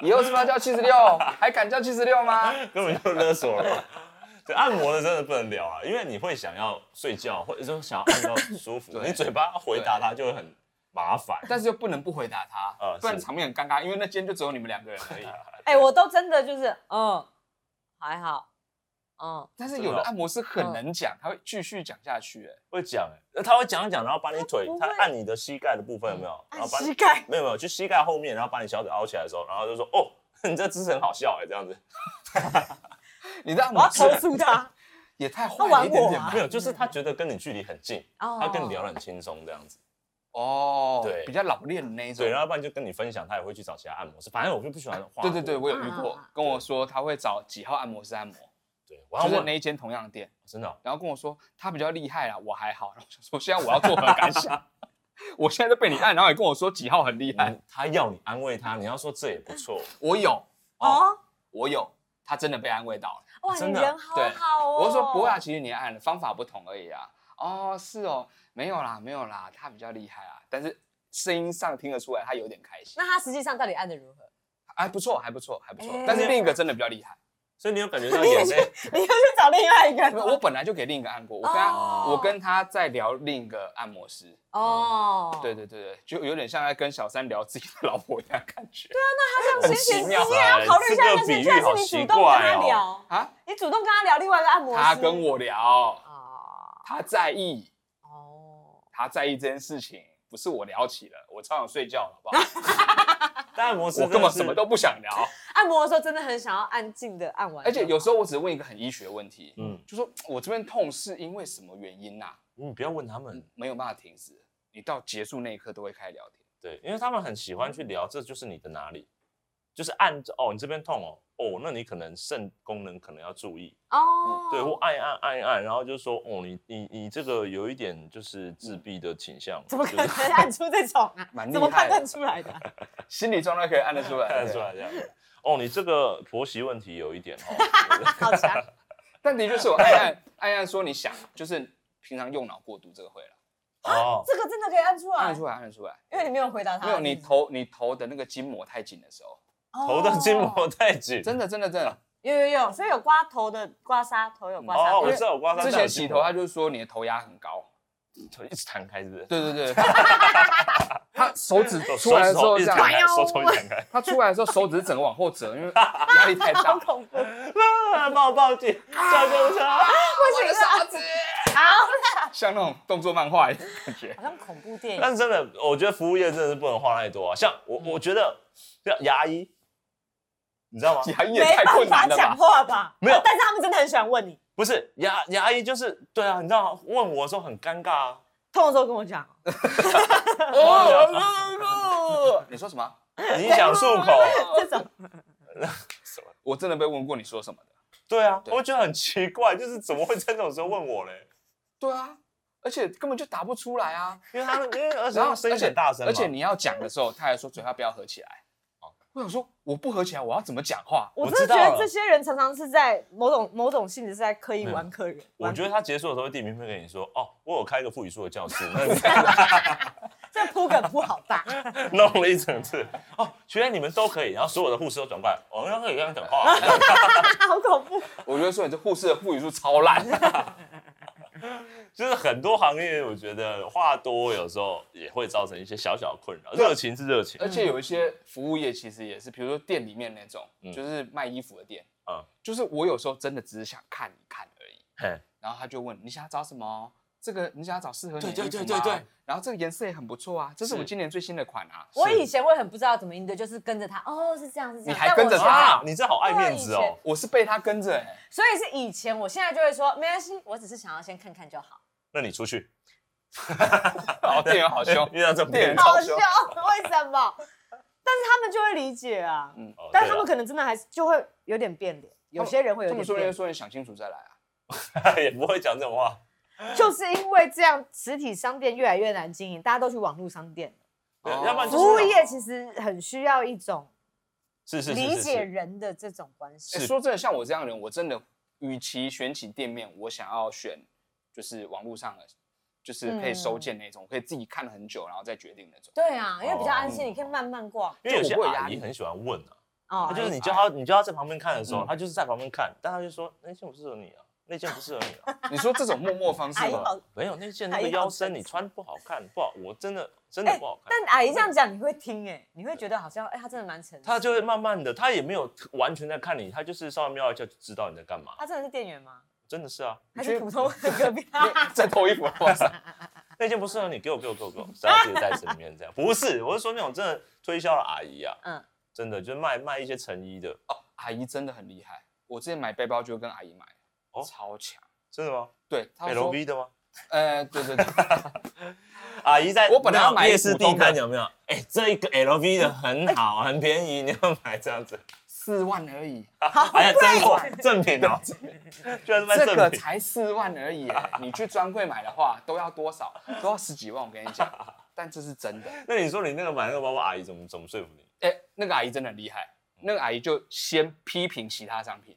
S1: 以后是不是要叫七十六？还敢叫七十六吗？
S3: 根本就勒索了。 对，按摩的真的不能聊啊，因为你会想要睡觉，或者说想要按到舒服，
S1: 对
S3: 你嘴巴回答他就会很麻烦。
S1: 但是又不能不回答他
S3: 呃，
S1: 不然
S3: 是
S1: 场面很尴尬，因为那今天就只有你们两个人而已。
S4: 哎，我都真的就是嗯，还好，嗯，
S1: 但是有哦的按摩师
S2: 嗯
S1: 很能讲，他会继续讲下去。哎
S3: 会讲，欸他会讲一讲，然后把你腿
S4: 他不，
S3: 他
S4: 会嗯
S3: 按你的膝盖的部分有没有？然后把你
S2: 膝盖，
S3: 没有没有，就膝盖后面，然后把你小腿凹起来的时候，然后就说哦， 你这姿势很好笑哎，这样子。
S1: 你的按
S2: 我要
S1: 摩师
S2: 投 诉他。
S1: 也太坏
S2: 他玩
S1: 了
S2: 我
S1: 一点点
S2: 啊
S1: 吧
S3: 没？有，就是他觉得跟你距离很近，
S4: 哦
S3: 他跟你聊得很轻松这样子。
S1: 哦，
S3: 对
S1: 比较老练的那一种
S3: 对，。然后要不然就跟你分享，他也会去找其他按摩师。反正我就不喜欢花。
S1: 对对对，我有遇过
S4: 嗯嗯，
S1: 跟我说他会找几号按摩师按摩，
S3: 对，我要
S1: 就是
S3: 问，
S1: 那一间同样的店，
S3: 真的哦
S1: 然后跟我说他比较厉害啦，我还好。 然后我想说，现在我要作何感想？ 我现在都被你按，然后也跟我说几号很厉害
S3: 嗯，他要你安慰他，你要说这也不错。
S1: 我有，
S2: 哦，
S1: 我有，他真的被安慰到了。
S4: 哇，
S3: 真
S4: 你
S3: 的
S4: 人好
S1: 对
S4: 好哦。
S1: 我是说不会啊，其实你按了方法不同而已啊。哦，是哦，没有啦，没有啦，他比较厉害啊，但是声音上听得出来他有点开心，
S4: 那他实际上到底按的如何？
S1: 还不错，还不错，还不错
S2: 哎。
S1: 但是另一个真的比较厉害，
S3: 所以你有感觉 到眼泪，
S2: 你又去找另外
S1: 因
S2: 一
S1: 为
S2: 个。
S1: 我本来就给另一个按过，我跟他，
S4: 哦
S1: 我跟他在聊另一个按摩师。
S4: 哦，
S1: 对对对对，就有点像在跟小三聊自己的老婆一样的感觉
S4: 这种先
S1: 很奇
S4: 前
S1: 妙哎
S4: 你也要考虑一下，
S3: 啊这
S4: 就
S3: 个
S4: 是
S3: 比喻
S4: 但是
S3: 好
S4: 你
S3: 奇
S4: 主动跟
S3: 怪
S4: 他
S3: 哦
S4: 聊，
S1: 啊。
S4: 你主动跟他聊另外一个按摩师，
S1: 他跟我聊，
S4: 啊，
S1: 他在意，
S4: 哦，
S1: 他在意这件事情，不是我聊起了，我超想睡觉了，好不好？
S3: 但按摩师
S1: 我根
S3: 真的
S1: 本
S3: 是
S1: 什么都不想聊。
S4: 按摩的时候真的很想要安静的按完，
S1: 而且有时候我只问一个很医学问题，
S3: 嗯
S1: 嗯，就说我这边痛是因为什么原因呐、嗯
S3: 你嗯不要问他们，
S1: 没有办法停止，你到结束那一刻都会开始聊天。
S3: 对，因为他们很喜欢去聊，这就是你的哪里，就是按着哦，你这边痛哦，哦，那你可能肾功能可能要注意，
S1: 嗯
S4: 哦，
S3: 对，或按一按按一按，然后就说哦，你你你这个有一点就是自闭的倾向，
S2: 怎么可
S3: 就是
S2: 能按出这种啊
S1: 蛮？厉害的
S2: 怎么判断出来的啊？
S1: 心理状态可以按得 出来，
S3: 看得出
S1: 对。
S3: 来这样。哦，你这个婆媳问题有一点哦，
S4: 好强，
S1: 但的确是我暗暗暗暗说你想，就是平常用脑过度这个会了，
S3: 哦，
S2: 这个真的可以按出
S1: 按
S2: 来
S1: 得，出来，按得出来。
S2: 因为你没有回
S3: 啊
S2: 答他。
S1: 没有你头你头的那个筋膜太紧的时候，
S4: 哦
S3: 头的筋膜太紧，
S1: 真的真的真的，
S4: 有有有，所以有刮头的刮痧，头有刮痧，
S3: 哦，
S4: 因
S3: 我
S4: 为
S3: 知道我刮痧
S1: 之
S3: 带有
S1: 前
S3: 筋
S1: 洗
S3: 膜
S1: 头他就说你的头压很高，
S3: 就一直弹开，是不是？
S1: 对对 对，他手指
S3: 手，
S1: 出来的时候
S3: 手一
S1: 这
S3: 直弹
S1: 样，
S3: 开， 手抽一直弹开，
S1: 他出来的时候手指是整个往后折，因为压力太 大。
S2: 恐怖，
S3: 啊帮我报警，叫救护车。
S1: 我的傻子，像那种动作漫画一样感觉。
S2: 好像恐怖电
S3: 但
S2: 影。
S3: 是真的，我觉得服务业真的是不能花太多啊。像我，
S1: 嗯
S3: 我觉得像牙医，你知道吗？
S1: 牙医也
S2: 没
S1: 太困
S2: 办法
S1: 难了
S2: 讲
S1: 吧？
S2: 话吧？
S3: 没有
S2: 但是他们真的很喜欢问你，
S3: 不是牙牙医，就是对啊，你知道吗问我的时候很尴尬 啊。
S2: 通的时候跟我讲，
S1: 哦，你说什么？
S3: 你想漱口，
S1: 啊
S2: 这种
S1: 我真的被问过你说什么的。
S3: 对啊，
S1: 对
S3: 我觉得很奇怪，就是怎么会在这种时候问我嘞？
S1: 对啊，而且根本就答不出来啊。
S3: 因为他们，因为而且
S1: 然
S3: 他
S1: 后
S3: 们声
S1: 而
S3: 音
S1: 且
S3: 很大声嘛，
S1: 而且你要讲的时候，他还说嘴巴不要合起来。我想说，我不合起来，我要怎么讲话？
S2: 我
S3: 我
S2: 真
S3: 知
S2: 的
S3: 道
S2: 觉得
S3: 了
S2: 这些人常常是在某种某种性质是在刻意玩客人。
S3: 我觉
S2: 得
S3: 得他结束的时候，地名会跟你说：“哦，我有开一个副语数的教室，那
S2: 这铺梗铺好大，
S3: 你 弄了一整次。哦，原来你们都可以。”然后所有的护士都转过来，我们可以跟他 讲话。
S2: 好恐怖。
S1: 我就会说你这护士的护语术超烂。
S3: 就是很多行业，我觉得话多有时候也会造成一些小小的困扰。热情是热 情，
S2: 呃
S1: 而且有一些服务业其实也是，比如说店里面那种，
S3: 嗯
S1: 就是卖衣服的店，
S3: 嗯
S1: 就是我有时候真的只是想看一看而已。
S3: 嘿
S1: 然后他就问你想要找什么？这个你想要找适合你的衣服
S3: 对
S1: 吗？
S3: 对对对对
S1: 然后这个颜色也很不错啊，这是我
S3: 是
S1: 今年最新的款啊。
S2: 我以前会很不知道怎么应对，就是跟着他，哦，是这样，是这样。
S1: 你还跟着
S2: 但我
S1: 他
S3: 啊，你这好爱面子
S2: 啊
S3: 哦。
S1: 我是被他跟着、欸，
S2: 所以是以前，我现在就会说没关系，我只是想要先看看就好。
S3: 那你出去，，
S1: 哦， 店员好凶
S3: 遇到这种
S1: 店员
S2: 好
S1: 超
S2: 笑，
S1: 凶。
S2: 为什么？但是他们就会理解啊，
S3: 哦
S2: 但
S3: 对
S2: 他们
S3: 了
S2: 可能真的还是就会有点变脸，有些人会有
S1: 这么
S2: 点
S1: 说，人
S2: 变
S1: 家说你想清楚再来啊。
S3: 也不会讲这种话。
S2: 脸，就是因为这样，实体商店越来越难经营，大家都去网络商店了。
S3: 对
S1: 哦
S3: 要不然就是
S2: 服务业其实很需要一种
S3: 是是是
S2: 理
S3: 是
S2: 解
S3: 是，
S2: 人的这种关系
S1: 欸。说真的，像我这样的人，我真的，与其选起店面，我想要选就是网络上的，就是可以收件那种，可以自己看很久，然后再决定那种。
S2: 对啊，因为比较安
S3: 哦
S2: 心，你可以慢慢逛。
S3: 因为有些
S1: 就我会有
S3: 阿
S1: 压
S3: 姨
S1: 力
S3: 很喜欢问啊。
S2: 哦
S3: 他就是你
S1: 哎
S3: 叫他，你叫他在旁边看的时候，
S1: 嗯
S3: 他就是在旁边看，但他就说那件不适合你啊，那件不适合你啊，
S1: 你说这种默默方式
S2: 哎呦
S1: 吗？
S2: 好
S3: 没有那件
S2: 哎
S3: 那
S2: 呦
S3: 个
S2: 好
S3: 腰
S2: 神
S3: 身你
S2: 奇
S3: 穿不好看，不好，我真的真的不好看。
S2: 哎但阿姨这样讲，你会听哎，你会觉得好像哎，她真的蛮诚实。
S3: 他就会慢慢的，他也没有完全在看你，他就是稍微瞄一下就知道你在干嘛，
S2: 她真的是店员吗？
S3: 真的是啊，
S2: 还是普通的隔壁？啊
S1: 在偷衣服的话，
S3: 那件不适合你，给我给我给我给我，然后就在袋子里面这样。 不是，我是说那种真的推销的阿姨啊，
S2: 嗯，
S3: 真的就是卖卖一些成衣的，
S1: 哦，阿姨真的很厉害。我之前买背包就跟阿姨买，
S3: 哦
S1: 超强。
S3: 真的吗
S1: 对，她说，
S3: ？LV 的吗？
S1: 呃，对对对，
S3: 阿姨在
S1: 我本来要买
S3: 夜市
S1: 普
S3: 地
S1: 通的
S3: 摊有没有？哎、这一个 LV 的很好，很便宜，你要买这样子。
S1: 四万而已，
S3: 哎呀，真货正品哦，居然是卖
S1: 这个
S3: 正品。
S1: 才四万而已耶，你去专柜买的话，都要多少？都要十几万，我跟你讲。但这是真的，
S3: 那你说你那个买那个包包，阿姨怎么怎么说服你？
S1: 哎、那个阿姨真的很厉害，那个阿姨就先批评其他商品，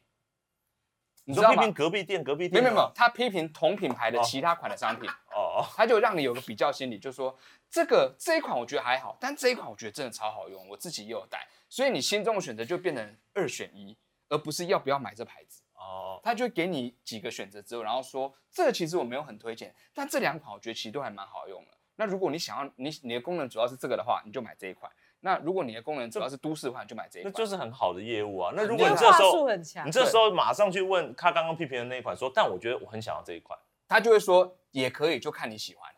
S1: 你
S3: 你
S1: 知
S3: 说
S1: 道
S3: 批
S1: 吗
S3: 评？隔壁店，隔壁
S1: 没
S3: 店
S1: 有没
S3: 吗
S1: 有没有，她批评哦同品牌的其他款的商品，
S3: 哦哦，
S1: 她就让你有个比较心理，就说这个这一款我觉得还好，但这一款我觉得真的超好用，我自己也有带，所以你心中的选择就变成二选一，而不是要不要买这牌子。
S3: 哦，
S1: 他就会给你几个选择之后，然后说这个其实我没有很推荐，但这两款我觉得其实都还蛮好用的。那如果你想要你你的功能主要是这个的话，你就买这一款。那如果你的功能主要是都市化，你就买这一
S3: 那
S1: 款。
S3: 就是很好的业务啊。那如
S2: 因
S3: 果
S2: 为
S3: 你这
S2: 话
S3: 时
S2: 术
S3: 候，
S2: 很强
S3: 你。这时候马上去问他刚刚批评的那一款，说，但我觉得我很想要这一款，
S1: 他就会说也可以，就看你喜欢。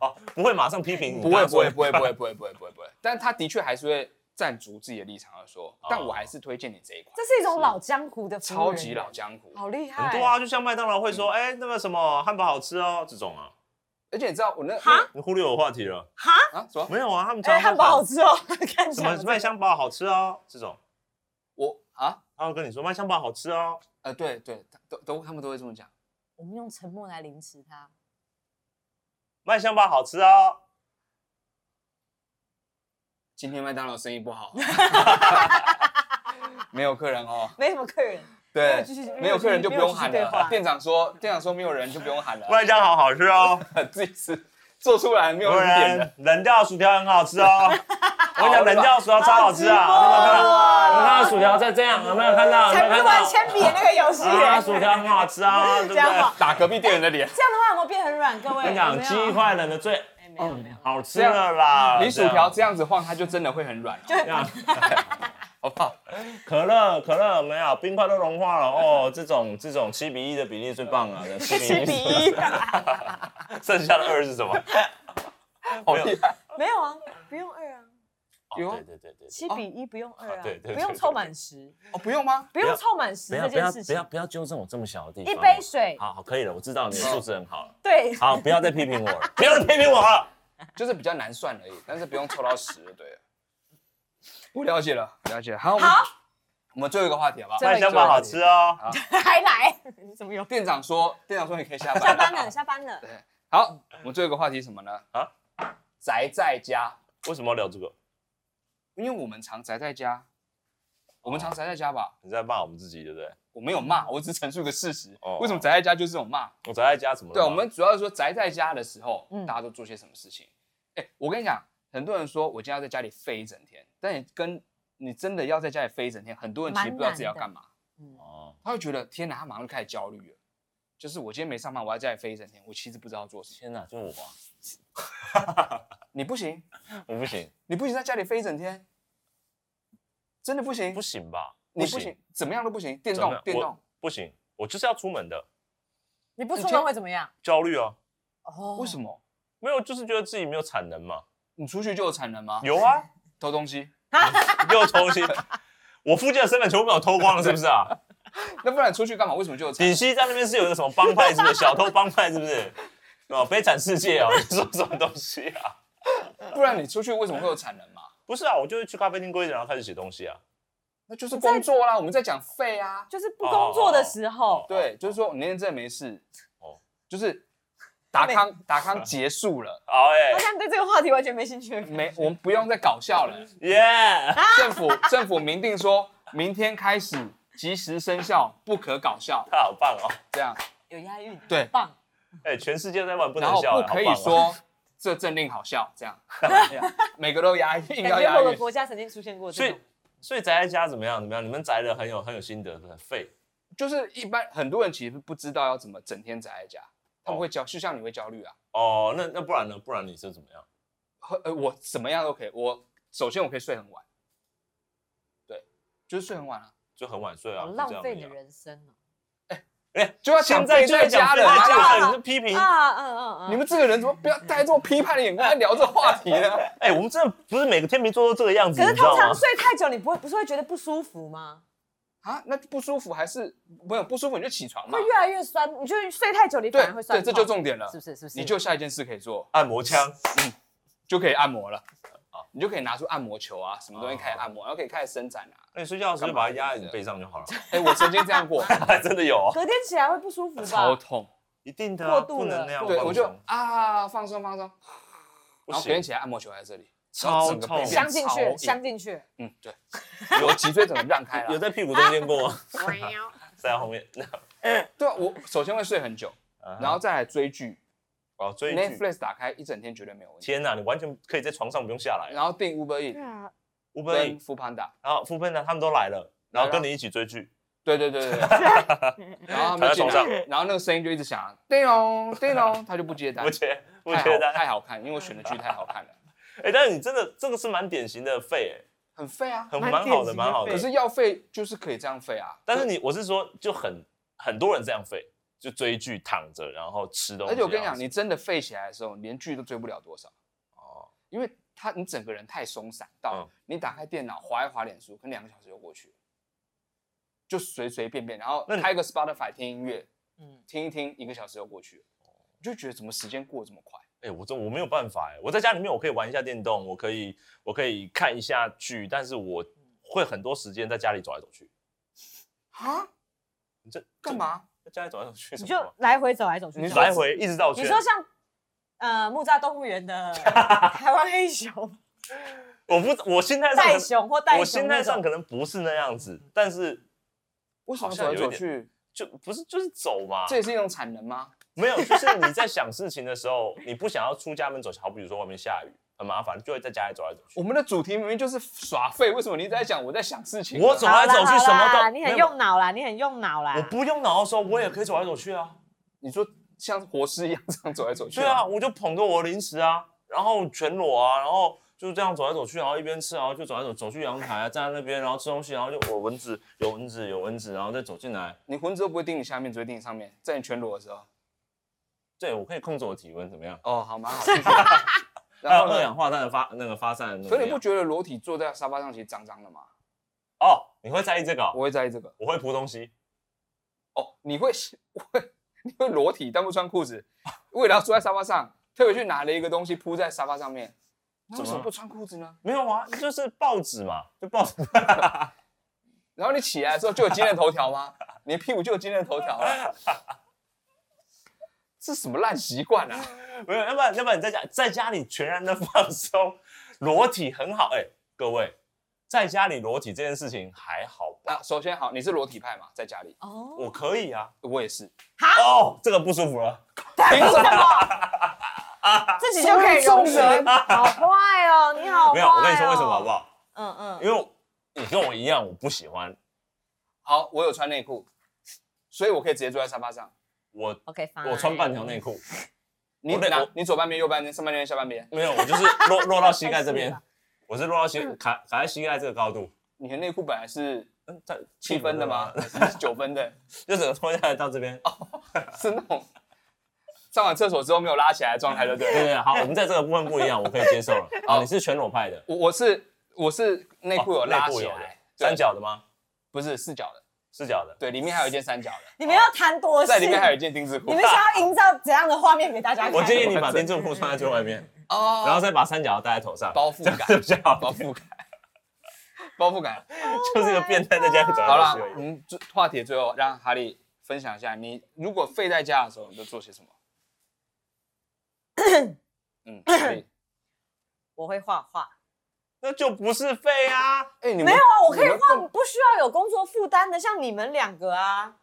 S3: 哦不会马上批评你。
S1: 不会
S3: 刚刚
S1: 不
S3: 说
S1: 会不会不会不会不会不会不会，但他的确还是会站足自己的立场而说，但我还是推荐你这一款
S2: 这，是一种老江湖的服务
S1: 超
S2: 人
S1: 级
S2: 员
S1: 老，江湖。
S2: 好厉害哦。
S3: 很多啊，就像麦当劳会说，哎，那个什么汉堡好吃哦，这种啊。
S1: 而且你知道我那
S2: 哈
S3: 你忽略我话题了？
S1: 那啊什么
S3: 没有啊，他们常
S2: 哎，
S3: 常
S2: 汉
S3: 会
S2: 堡
S3: 把
S2: 好吃哦， 看起
S3: 什
S2: 来
S3: 么麦香堡好吃哦，这种，
S1: 我啊
S3: 他会跟你说麦香堡好吃哦。
S1: 呃对对，他都都他们都会这么讲。
S2: 我们用沉默来凌迟他。
S3: 麦香堡好吃哦。
S1: 今天麦当劳生意不好，没有客人哦。
S2: 没什么客人，
S1: 对
S2: 继续，
S1: 没有客人就不用喊
S2: 没有继续对话
S1: 了。店长说，店长说没有人就不用喊了，
S3: 麦香好好吃哦。
S1: 自己吃做出来没有
S3: 不
S1: 人点的
S3: 然，冷掉薯条很好吃 哦。我跟你讲，冷掉薯条超好吃啊！
S2: 哦
S3: 有没有看到？有没有看到薯条在这样？有没有看到？有
S2: 才
S3: 没
S2: 不
S3: 有
S2: 玩
S3: 看
S2: 铅笔的那个游戏
S3: 到？啊，
S2: 耶。
S3: 薯条很好吃啊，对不
S2: 这
S3: 对？
S2: 样好
S3: 我
S1: 打隔壁店员的脸。
S2: 这样的话有没有变很软？各位，
S3: 跟你
S2: 有
S3: 讲，
S2: 没有
S3: 鸡嗯块冷的最
S4: 哎没有没有，
S3: 好吃了啦。
S1: 你薯条这样子晃，它就真的会很软，哦
S3: 这样，
S1: 好不好？
S3: 可乐可乐没有，冰块都融化了哦。这种这种七比一的比例最 棒了，七
S2: 七比
S3: 比
S2: 一，
S3: 一，剩下的二是 什么？
S1: 好厉害！
S2: 没有啊，不用二啊，
S3: 哦
S1: 哦有
S3: 对对对对，
S2: 七比一不用二
S3: 啊
S2: 啊
S3: 对，对
S2: 不用
S3: 对
S2: 凑满十，
S1: 哦，不用吗？
S2: 不
S3: 要
S2: 用凑满十
S3: 不
S2: 这
S3: 要不
S2: 件
S3: 要
S2: 事
S3: 不要
S2: 情。
S3: 不要纠正我这么小的地
S2: 一
S3: 方。
S2: 杯水，
S3: 好好可以了，我知道你的素质很好了。
S2: 对，
S3: 好，不要再批评我了，不要再批评 我了。
S1: 就是比较难算而已，但是不用凑到十就对了。我了解了，了解了。好，我们
S2: 好，
S1: 我们最后一个话题好不好？
S2: 最后
S3: 麦
S2: 一个
S3: 香堡好吃哦。
S2: 还 来，你怎么有？
S1: 店长说，店长说你可以下班。
S2: 下班了，。下班了，
S1: 对，好，我们最后一个话题是什么呢？
S3: 啊
S1: 啊，宅在家，
S3: 为什么要聊这个？
S1: 因为我们常宅在家，我
S3: 哦
S1: 们常宅在家吧。
S3: 你在骂我们自己，对不对？
S1: 我没有骂，我只是陈述个事实
S3: 哦。
S1: 为什么宅在家就是这种骂？
S3: 我宅在家怎么了
S1: 对，啊
S3: 嘛？
S1: 我们主要是说宅在家的时候，
S4: 嗯
S1: 大家都做些什么事情。哎，我跟你讲，很多人说我今天要在家里废一整天，但你跟你真的要在家里废一整天，很多人其实不知道自己要干嘛，
S2: 嗯
S3: 哦，
S1: 他会觉得天哪，他马上就开始焦虑了。就是我今天没上班，我要在家里废一整天，我其实不知道做什么。
S3: 天哪，就我啊，
S1: 你不行，
S3: 我不行，
S1: 你不行，在家里飞一整天，真的不行，
S3: 不行吧？
S1: 你不行，，怎么样都不行。电
S3: 怎么
S1: 动
S3: 样，
S1: 电动
S3: 我，不行，我就是要出门的，
S4: 你不出门会怎么样？
S3: 焦虑啊，
S4: 哦
S1: 为什
S4: 么？
S1: 么？
S3: 没有，就是觉得自己没有产能嘛。
S1: 你出去就有产能吗？
S3: 有啊，
S1: 偷东西，
S3: 又偷心，我附近的身份全部被我偷光了，是不是啊？
S1: 那不然出去干嘛？为什么就有产
S3: 锦
S1: 能？
S3: 溪在那边是有一个什么帮派，是不是？小偷帮派，是不是？哦，悲惨世界哦， 你说什么东西啊？
S1: 不然你出去为什么会有产能嘛？
S3: 不是啊，我就会去咖啡厅跪着，然后开始写东西啊。
S1: 那就是工作啦，我们在讲废啊。
S2: 就是不工作的时候，
S1: 对，就是说你那天真的没事，
S3: 哦
S1: 哦，就是达康达康结束了，
S3: 好
S2: 他
S3: 哎，
S2: 现在对这个话题完全没兴趣了。
S1: 没，我们不用再搞笑 了。
S3: 耶！
S1: 政府政府明定说，明天开始及时生效，不可搞笑，
S3: 他好棒哦！
S1: 这样
S2: 有押韵，
S1: 对。
S4: 棒，
S3: 哎、全世界在玩不
S1: 然
S3: 能
S1: 后
S3: 笑，
S1: 不可以
S3: 好棒哦
S1: 说这政令好笑，这 样，每个都押韵，硬
S2: 感
S1: 要
S2: 觉
S1: 押
S2: 某个
S1: 韵。
S2: 国家曾经出现过
S3: 所
S2: 这
S3: 以
S2: 种，
S3: 所以宅在家怎么样？怎么样？你们宅的很有很有心得，很废。
S1: 就是一般很多人其实不知道要怎么整天宅在家，他
S2: 哦
S1: 们会焦，就像你会焦虑啊。
S3: 哦，那那不然呢？不然你是怎么样？
S1: 和呃，我怎么样都可以。我首先我可以睡很晚，对，就是睡很晚啊。
S3: 就很晚睡啊，
S4: 好
S3: 就这
S4: 浪
S3: 样
S4: 费
S3: 而已
S4: 你
S3: 啊
S4: 的。人生哦。
S3: 哎，
S1: 就要
S3: 现
S1: 讲
S3: 在就在
S1: 在
S3: 讲
S1: 家
S3: 废
S1: 了，
S3: 在
S1: 哪
S3: 家
S1: 有人啊
S3: 了，你是批评。
S2: 啊嗯嗯嗯，
S1: 你们这个人怎么不要带这么批判的眼光来聊这个话题呢？
S3: 哎，我们真的不是每个天秤座都这个样 子，
S2: 可是
S3: 你知道
S2: 通
S3: 吗
S2: 常？睡太久，你不会不是会觉得不舒服吗？
S1: 啊，那不舒服还是没有不舒服你就起
S3: 啊
S1: 床嘛
S2: 会。越来越酸，你就是睡太久，你
S1: 对
S2: 反而会酸
S1: 对，
S2: 痛。
S1: 这就重点了
S4: 是，不是？是不是？
S1: 你就下一件事可以做，
S3: 按摩枪，
S1: 就可以按摩了
S3: 哦。
S1: 你就可以拿出按摩球啊，什么东西开始按摩，然后可以开始伸展啊。
S3: 那你哎睡觉的时候就把它压在你背上就好了。
S1: 哎，我曾经这样过，
S3: 真的有哦，
S2: 隔天起来会不舒服
S1: 超
S2: 吧？
S1: 痛。
S3: 一定的
S2: 过
S3: 啊，
S2: 度
S3: 不能
S2: 了
S3: 那样放松。
S1: 对，我就啊放松放松，
S3: 不
S1: 然后别
S3: 行
S1: 人，起来按摩球还在这里，
S3: 超
S1: 整个背
S3: 痛
S1: 变
S2: 镶进
S1: 超
S2: 去，
S1: 硬
S2: 镶进去，
S1: 嗯， 对，有脊椎整个让开
S3: 有
S1: 了。
S3: 在屁股中 间过吗？ 在后面。
S1: 对啊，我首先会睡很久，然后再来追剧
S3: 哦，啊追剧。
S1: 啊，Netflix 打开一整天绝对没有问题。
S3: 天哪，你完全可以在床上不用下来。
S1: 然后订 Uber E
S2: 啊，
S3: u b e
S1: 跟 f o o Panda，
S3: 然后副班长他们都来了，然后跟你一起追剧，
S1: 对对对对对。
S2: 嗯
S1: 然后他们就进
S3: 躺在
S1: 来，然后那个声音就一直响，叮咚叮咚，他就不接单
S3: 我，觉得我
S1: 啊太
S3: 觉
S1: 好
S3: 得，
S1: 太好看，因为我选的剧太好看了，
S3: 哎，但是你真的这个是蛮典型的废，
S1: 很废啊
S3: 哎，。很
S4: 蛮
S3: 蛮好的，
S4: 典型的
S3: 蛮好的。
S1: 可是要废就是可以这样废啊，
S3: 但是你我是说，就很很多人这样废，就追剧躺着，然后吃东西。啊
S1: 而且我跟你
S3: 然
S1: 讲，
S3: 后
S1: 你真的废起来的时候，连剧都追不了多少，
S3: 哦，
S1: 因为他你整个人太松散到
S3: 嗯，
S1: 你打开电脑划一划脸书，可能两个小时就过去了，就随随便便，然后
S3: 那你
S1: 开个 Spotify 听音乐，
S4: 嗯，
S1: 听一听，一个小时就过去了，你就觉得怎么时间过得这么快？
S3: 哎，我这我没有办法哎，我在家里面我可以玩一下电动，我可以我可以看一下剧，但是我会很多时间在家里走来走去。
S1: 啊？
S3: 你这
S1: 干？嘛？
S3: 这在家里走来走去
S2: 你
S3: 什
S2: 就
S3: 么？
S2: 来回走来走去。
S1: 你就
S3: 来回一直绕
S2: 你
S3: 圈。
S2: 说像呃木栅动物园 的台湾黑熊、
S3: 我不，我心态上可
S2: 袋
S3: 能
S2: 熊或袋
S3: 我
S2: 熊
S3: 心
S2: 那
S3: 态
S2: 种
S3: 上，可能不是那样子，但是
S1: 为什么走
S3: 好像
S1: 来
S3: 有一
S1: 走
S3: 点
S1: 去？
S3: 就不是就是走嘛
S1: 啊这。也是一种产能吗？
S3: 没有，就是你在想事情的时候，你不想要出家门走，好比如说外面下雨很麻烦，就会在家里走来走去
S1: 我。们的主题明明就是耍废，为什么你一直在讲我在想事情呢？啊
S3: 我走来走去什么
S2: 好啦
S3: 都
S2: 你
S3: 没
S2: 很
S3: 有
S2: 用脑啦，你很用脑啦。
S3: 我不用脑的时候，我也可以走来走去啊。
S1: 你说像活尸一样这样走来走去。
S3: 对啊，，我就捧个我的零食啊，然后全裸啊，然后就是这样走来走去，然后一边吃，然后就走来走走去阳台啊，站在那边，然后吃东西，然后就我蚊子有蚊子有蚊子，然后再走进来。
S1: 你魂子都不会盯你下面，只会盯你上面，在你全裸的时候。
S3: 对，我可以控制我体温，怎么样？
S1: 哦，好，蛮好。继续
S3: 还
S1: 然
S3: 有
S1: 后
S3: 二
S1: 呢？
S3: 氧化碳的发那个发散的能量。
S1: 可你不觉得裸体坐在沙发上其实脏脏的吗？
S3: 哦，你会在意这个哦、
S1: 我会在意这个。
S3: 我会铺东西，
S1: 哦，你会 会你会裸体但不穿裤子，为了要坐在沙发上，特别去拿了一个东西铺在沙发上面。那为什么
S3: 怎么了
S1: 不穿裤子呢？
S3: 没有啊，就是报纸嘛，就报纸。
S1: 然后你起来的时候就有今天的头条 吗？你的屁股就有今天的头条了？ 这什么烂习惯啊！
S3: 没有，要不然要不然你在家在家里全然的放松，裸体很好。哎、各位，在家里裸体这件事情还好吧？
S1: 那啊首先好，你是裸体派嘛，在家里，
S2: 哦，
S3: 我可以啊。
S1: 我也是。
S3: 哦，这个不舒服了。
S1: 凭什么？
S2: 自己就可以容忍，好坏哦，你好坏哦。
S3: 没有，我跟你说为什么好不
S2: 好？
S3: 好？
S2: 嗯嗯，
S3: 因为你跟我一样，我不喜欢。
S1: 好，我有穿内裤，所以我可以直接坐在沙发上。
S3: 我
S2: OK，fine
S1: 哎
S3: 我穿半条内裤，
S1: 你
S3: 我内
S1: 哪
S3: 我？
S1: 你左半边、右半边、上半边、下半边，
S3: 没有，我就是落落到膝盖
S2: 太细
S3: 这边
S2: 了，
S3: 我是落到膝
S1: 嗯
S3: 卡卡在膝盖这个高度，
S1: 你的内裤本来是
S3: 嗯，在
S1: 七分的
S3: 啊
S1: 吗？？还是九分的？
S3: 就整个脱下来到这边。哦，
S1: 是那种上完厕所之后没有拉起来的状态，对不
S3: 对
S1: 对？
S3: 对对，好，我们在这个部分不一样，我可以接受 了。哦，你是全裸派的，
S1: 我我是我是内裤有拉
S3: 哦内裤
S1: 起
S3: 有的
S1: 来，对
S3: 三角的吗？
S1: 不是四角的，
S3: 四角的。
S1: 对，里面还有一件三角的，
S5: 你们要谈多细？
S1: 在里面还有一件丁字裤
S5: 你。们
S2: 啊
S5: 想要营造怎样的画面给大家看？
S3: 我建议你把丁字裤穿在最外面，
S1: 哦
S3: 然后再把三角戴在头上，
S1: 包覆
S3: 这样
S1: 感
S3: 就比较好
S1: 包覆感，包覆感。
S3: 就是一个变态在家里走来
S1: 好
S3: 走
S1: 啦
S3: 去而，已。
S1: 嗯，最话题最后让哈利分享一下，你如果废在家的时候，你都做些什么？嗯，哈利
S2: 我会画画。
S3: 那就不是废啊！
S1: 哎，你们
S2: 没有啊，我可以
S1: 你们
S2: 画
S1: 更，
S2: 不需要有工作负担的，像你们两个啊，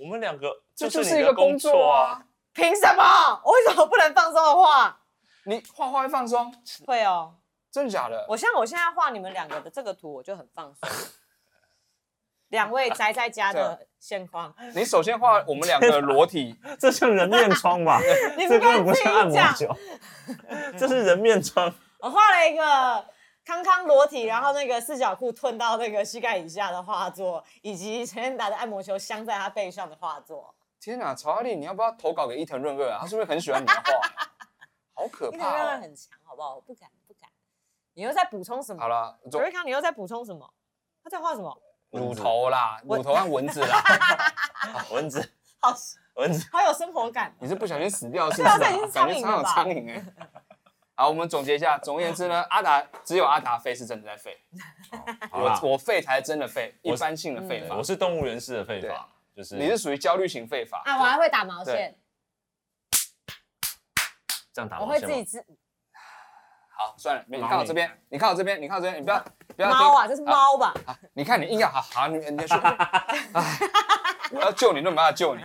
S3: 我们两个
S1: 这
S3: 就
S1: 就是是
S3: 你
S1: 一
S3: 的
S1: 个工作啊。。
S2: 凭什么？我为什么不能放松的画？
S1: 你画画会放松，
S2: 会哦，
S1: 真的假的？
S2: 我像我现在画你们两个的这个图，我就很放松。两位宅在家 的
S3: 啊
S2: 现况，
S1: 你首先画我们两个裸体，
S3: 这像人面疮吧？
S2: 你
S3: 这
S2: 不
S3: 根
S2: 该
S3: 本不
S2: 自己
S3: 像按摩
S2: 讲。
S3: 球，这是人面疮。
S2: 我画了一个康康裸体，然后那个四角裤吞到那个膝盖以下的画作，以及陈建达的按摩球镶在他背上的画作。
S1: 天哪，曹阿丽，你要不要投稿给伊藤润二啊？他是不是很喜欢你的画？好可
S2: 你的热
S1: 怕
S2: 量
S1: 哦！
S2: 很强，好不好？我不敢，不敢。你又在补充什么？
S1: 好了，
S2: 左
S1: 总
S2: 瑞康，你又在补充什么？他在画什么？
S1: 乳头啦，
S2: 我
S1: 乳头和蚊子 啦，
S3: 蚊子，
S2: 好
S3: 蚊子，
S2: 好有生活感。哦
S1: 你是不小心死掉是不是啊
S2: 对啊这已经？是
S1: 感觉
S2: 苍蝇
S1: 上有
S2: 了吧
S1: 苍蝇哎。好，我们总结一下，总而言之呢，阿达只有阿达废是真的在废，
S3: 好啦
S1: 我我废才是真的废，一
S3: 我
S1: 般性的
S2: 嗯
S1: 废法
S3: 我。是动物园式的废法，就是
S1: 你是属于焦虑型废法，
S2: 啊，我还会打毛
S1: 对
S2: 线，
S3: 这样打
S2: 我
S3: 毛
S2: 会
S3: 线
S2: 自
S3: 吗
S2: 己织
S1: 好，算了，没你
S3: 猫
S1: 看我
S3: 咪
S1: 这边，你看我这边，你看我这边，你不要不要
S2: 猫啊，这是
S1: 好
S2: 猫吧？
S1: 啊！你看你硬要好好， 你你说， 哎，我要救你都没办法救你，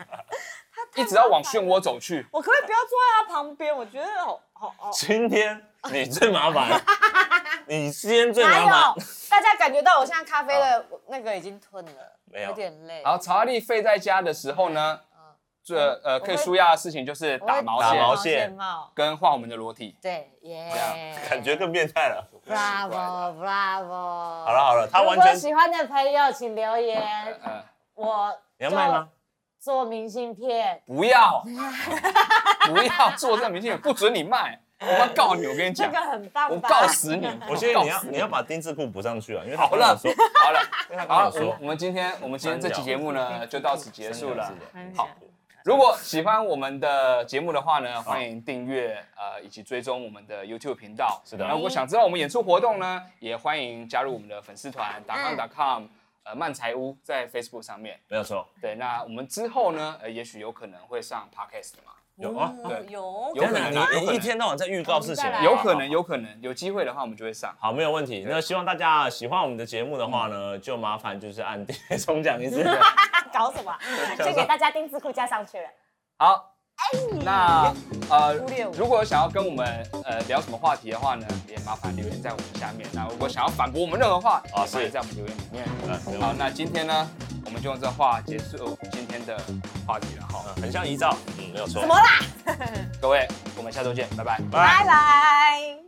S1: 一直要往漩涡走去。
S2: 我可不可以不要坐在他旁边？我觉得好好好。
S3: 今天你最麻烦，你今天最
S2: 哪
S3: 麻烦
S2: 有。？大家感觉到我现在咖啡的那个已经吞了，
S3: 没有
S2: 有点累。
S1: 好，曹阿丽废在家的时候呢，
S2: 嗯，
S1: 这呃
S2: 我
S1: 可以
S2: 会
S1: 舒压的事情就是
S2: 我
S1: 打
S2: 会
S1: 毛
S3: 打毛
S1: 线
S3: 线
S2: 帽。
S1: 跟画我们的裸体。
S2: 对，耶
S1: 这
S3: 样，啊感觉更变态了。
S2: bravo bravo。
S3: 好
S2: 好
S3: 了，好了，他
S2: 如
S3: 完
S2: 果
S3: 全
S2: 喜欢的朋友请留言，
S1: 呃，
S2: 我
S3: 你要卖吗？
S2: 做明信片，
S1: 不要， 不要做这明星，不准你卖，我要告你，我跟你
S2: 这
S1: 讲
S2: 个，很棒吧？
S1: 我告 死你，
S3: 我建议你
S1: 告
S3: 要
S1: 死
S3: 你要把丁字裤补上去啊，因为他
S1: 好
S3: 跟我
S1: 了
S3: 说，，
S1: 好了，
S3: 因为他跟
S1: 好，
S3: 我
S1: 我们
S3: 说
S1: 我们今天我们今天这期节目呢就到此结束了。
S2: 嗯
S1: 好，如果喜欢我们的节目的话
S3: 啊
S1: 呢，欢迎订阅呃以及追踪我们的 YouTube 频道。
S3: 是的
S1: 那如果想知道我们演出活动呢，也欢迎加入我们的粉丝团打
S3: 嗯
S1: 康打 com 呃漫才屋在 Facebook 上面。
S3: 没有错，
S1: 对，那我们之后呢，呃也许有可能会上 Podcast 嘛，
S3: 有啊。
S1: 对
S2: 有
S1: 有可能啊有可
S3: 你
S1: 能
S3: 一天到晚在预告事情
S2: 我们再，来
S1: 有可能有可能有机会的话，我们就会上。
S3: 好，没有问题。那希望大家喜欢我们的节目的话呢，就麻烦就是
S2: 嗯
S3: 按订阅、冲奖一次。
S2: 搞什么？就给大家丁字裤加上去了。
S1: 好，
S3: 哎
S1: 那呃
S4: 忽略我，
S1: 如果想要跟我们呃聊什么话题的话呢，也麻烦留言在我们下面。那如果想要反驳我们任何话，也
S3: 啊
S1: 欢迎
S3: 是
S1: 在我们留言里面。
S3: 嗯，没有
S1: 好，那今天呢，我们就用这话结束今天的话题了哈。
S3: 嗯很像遗照，嗯，没有错。
S4: 怎么啦？
S1: 各位，我们下周见，拜拜。
S3: 拜
S4: 拜拜。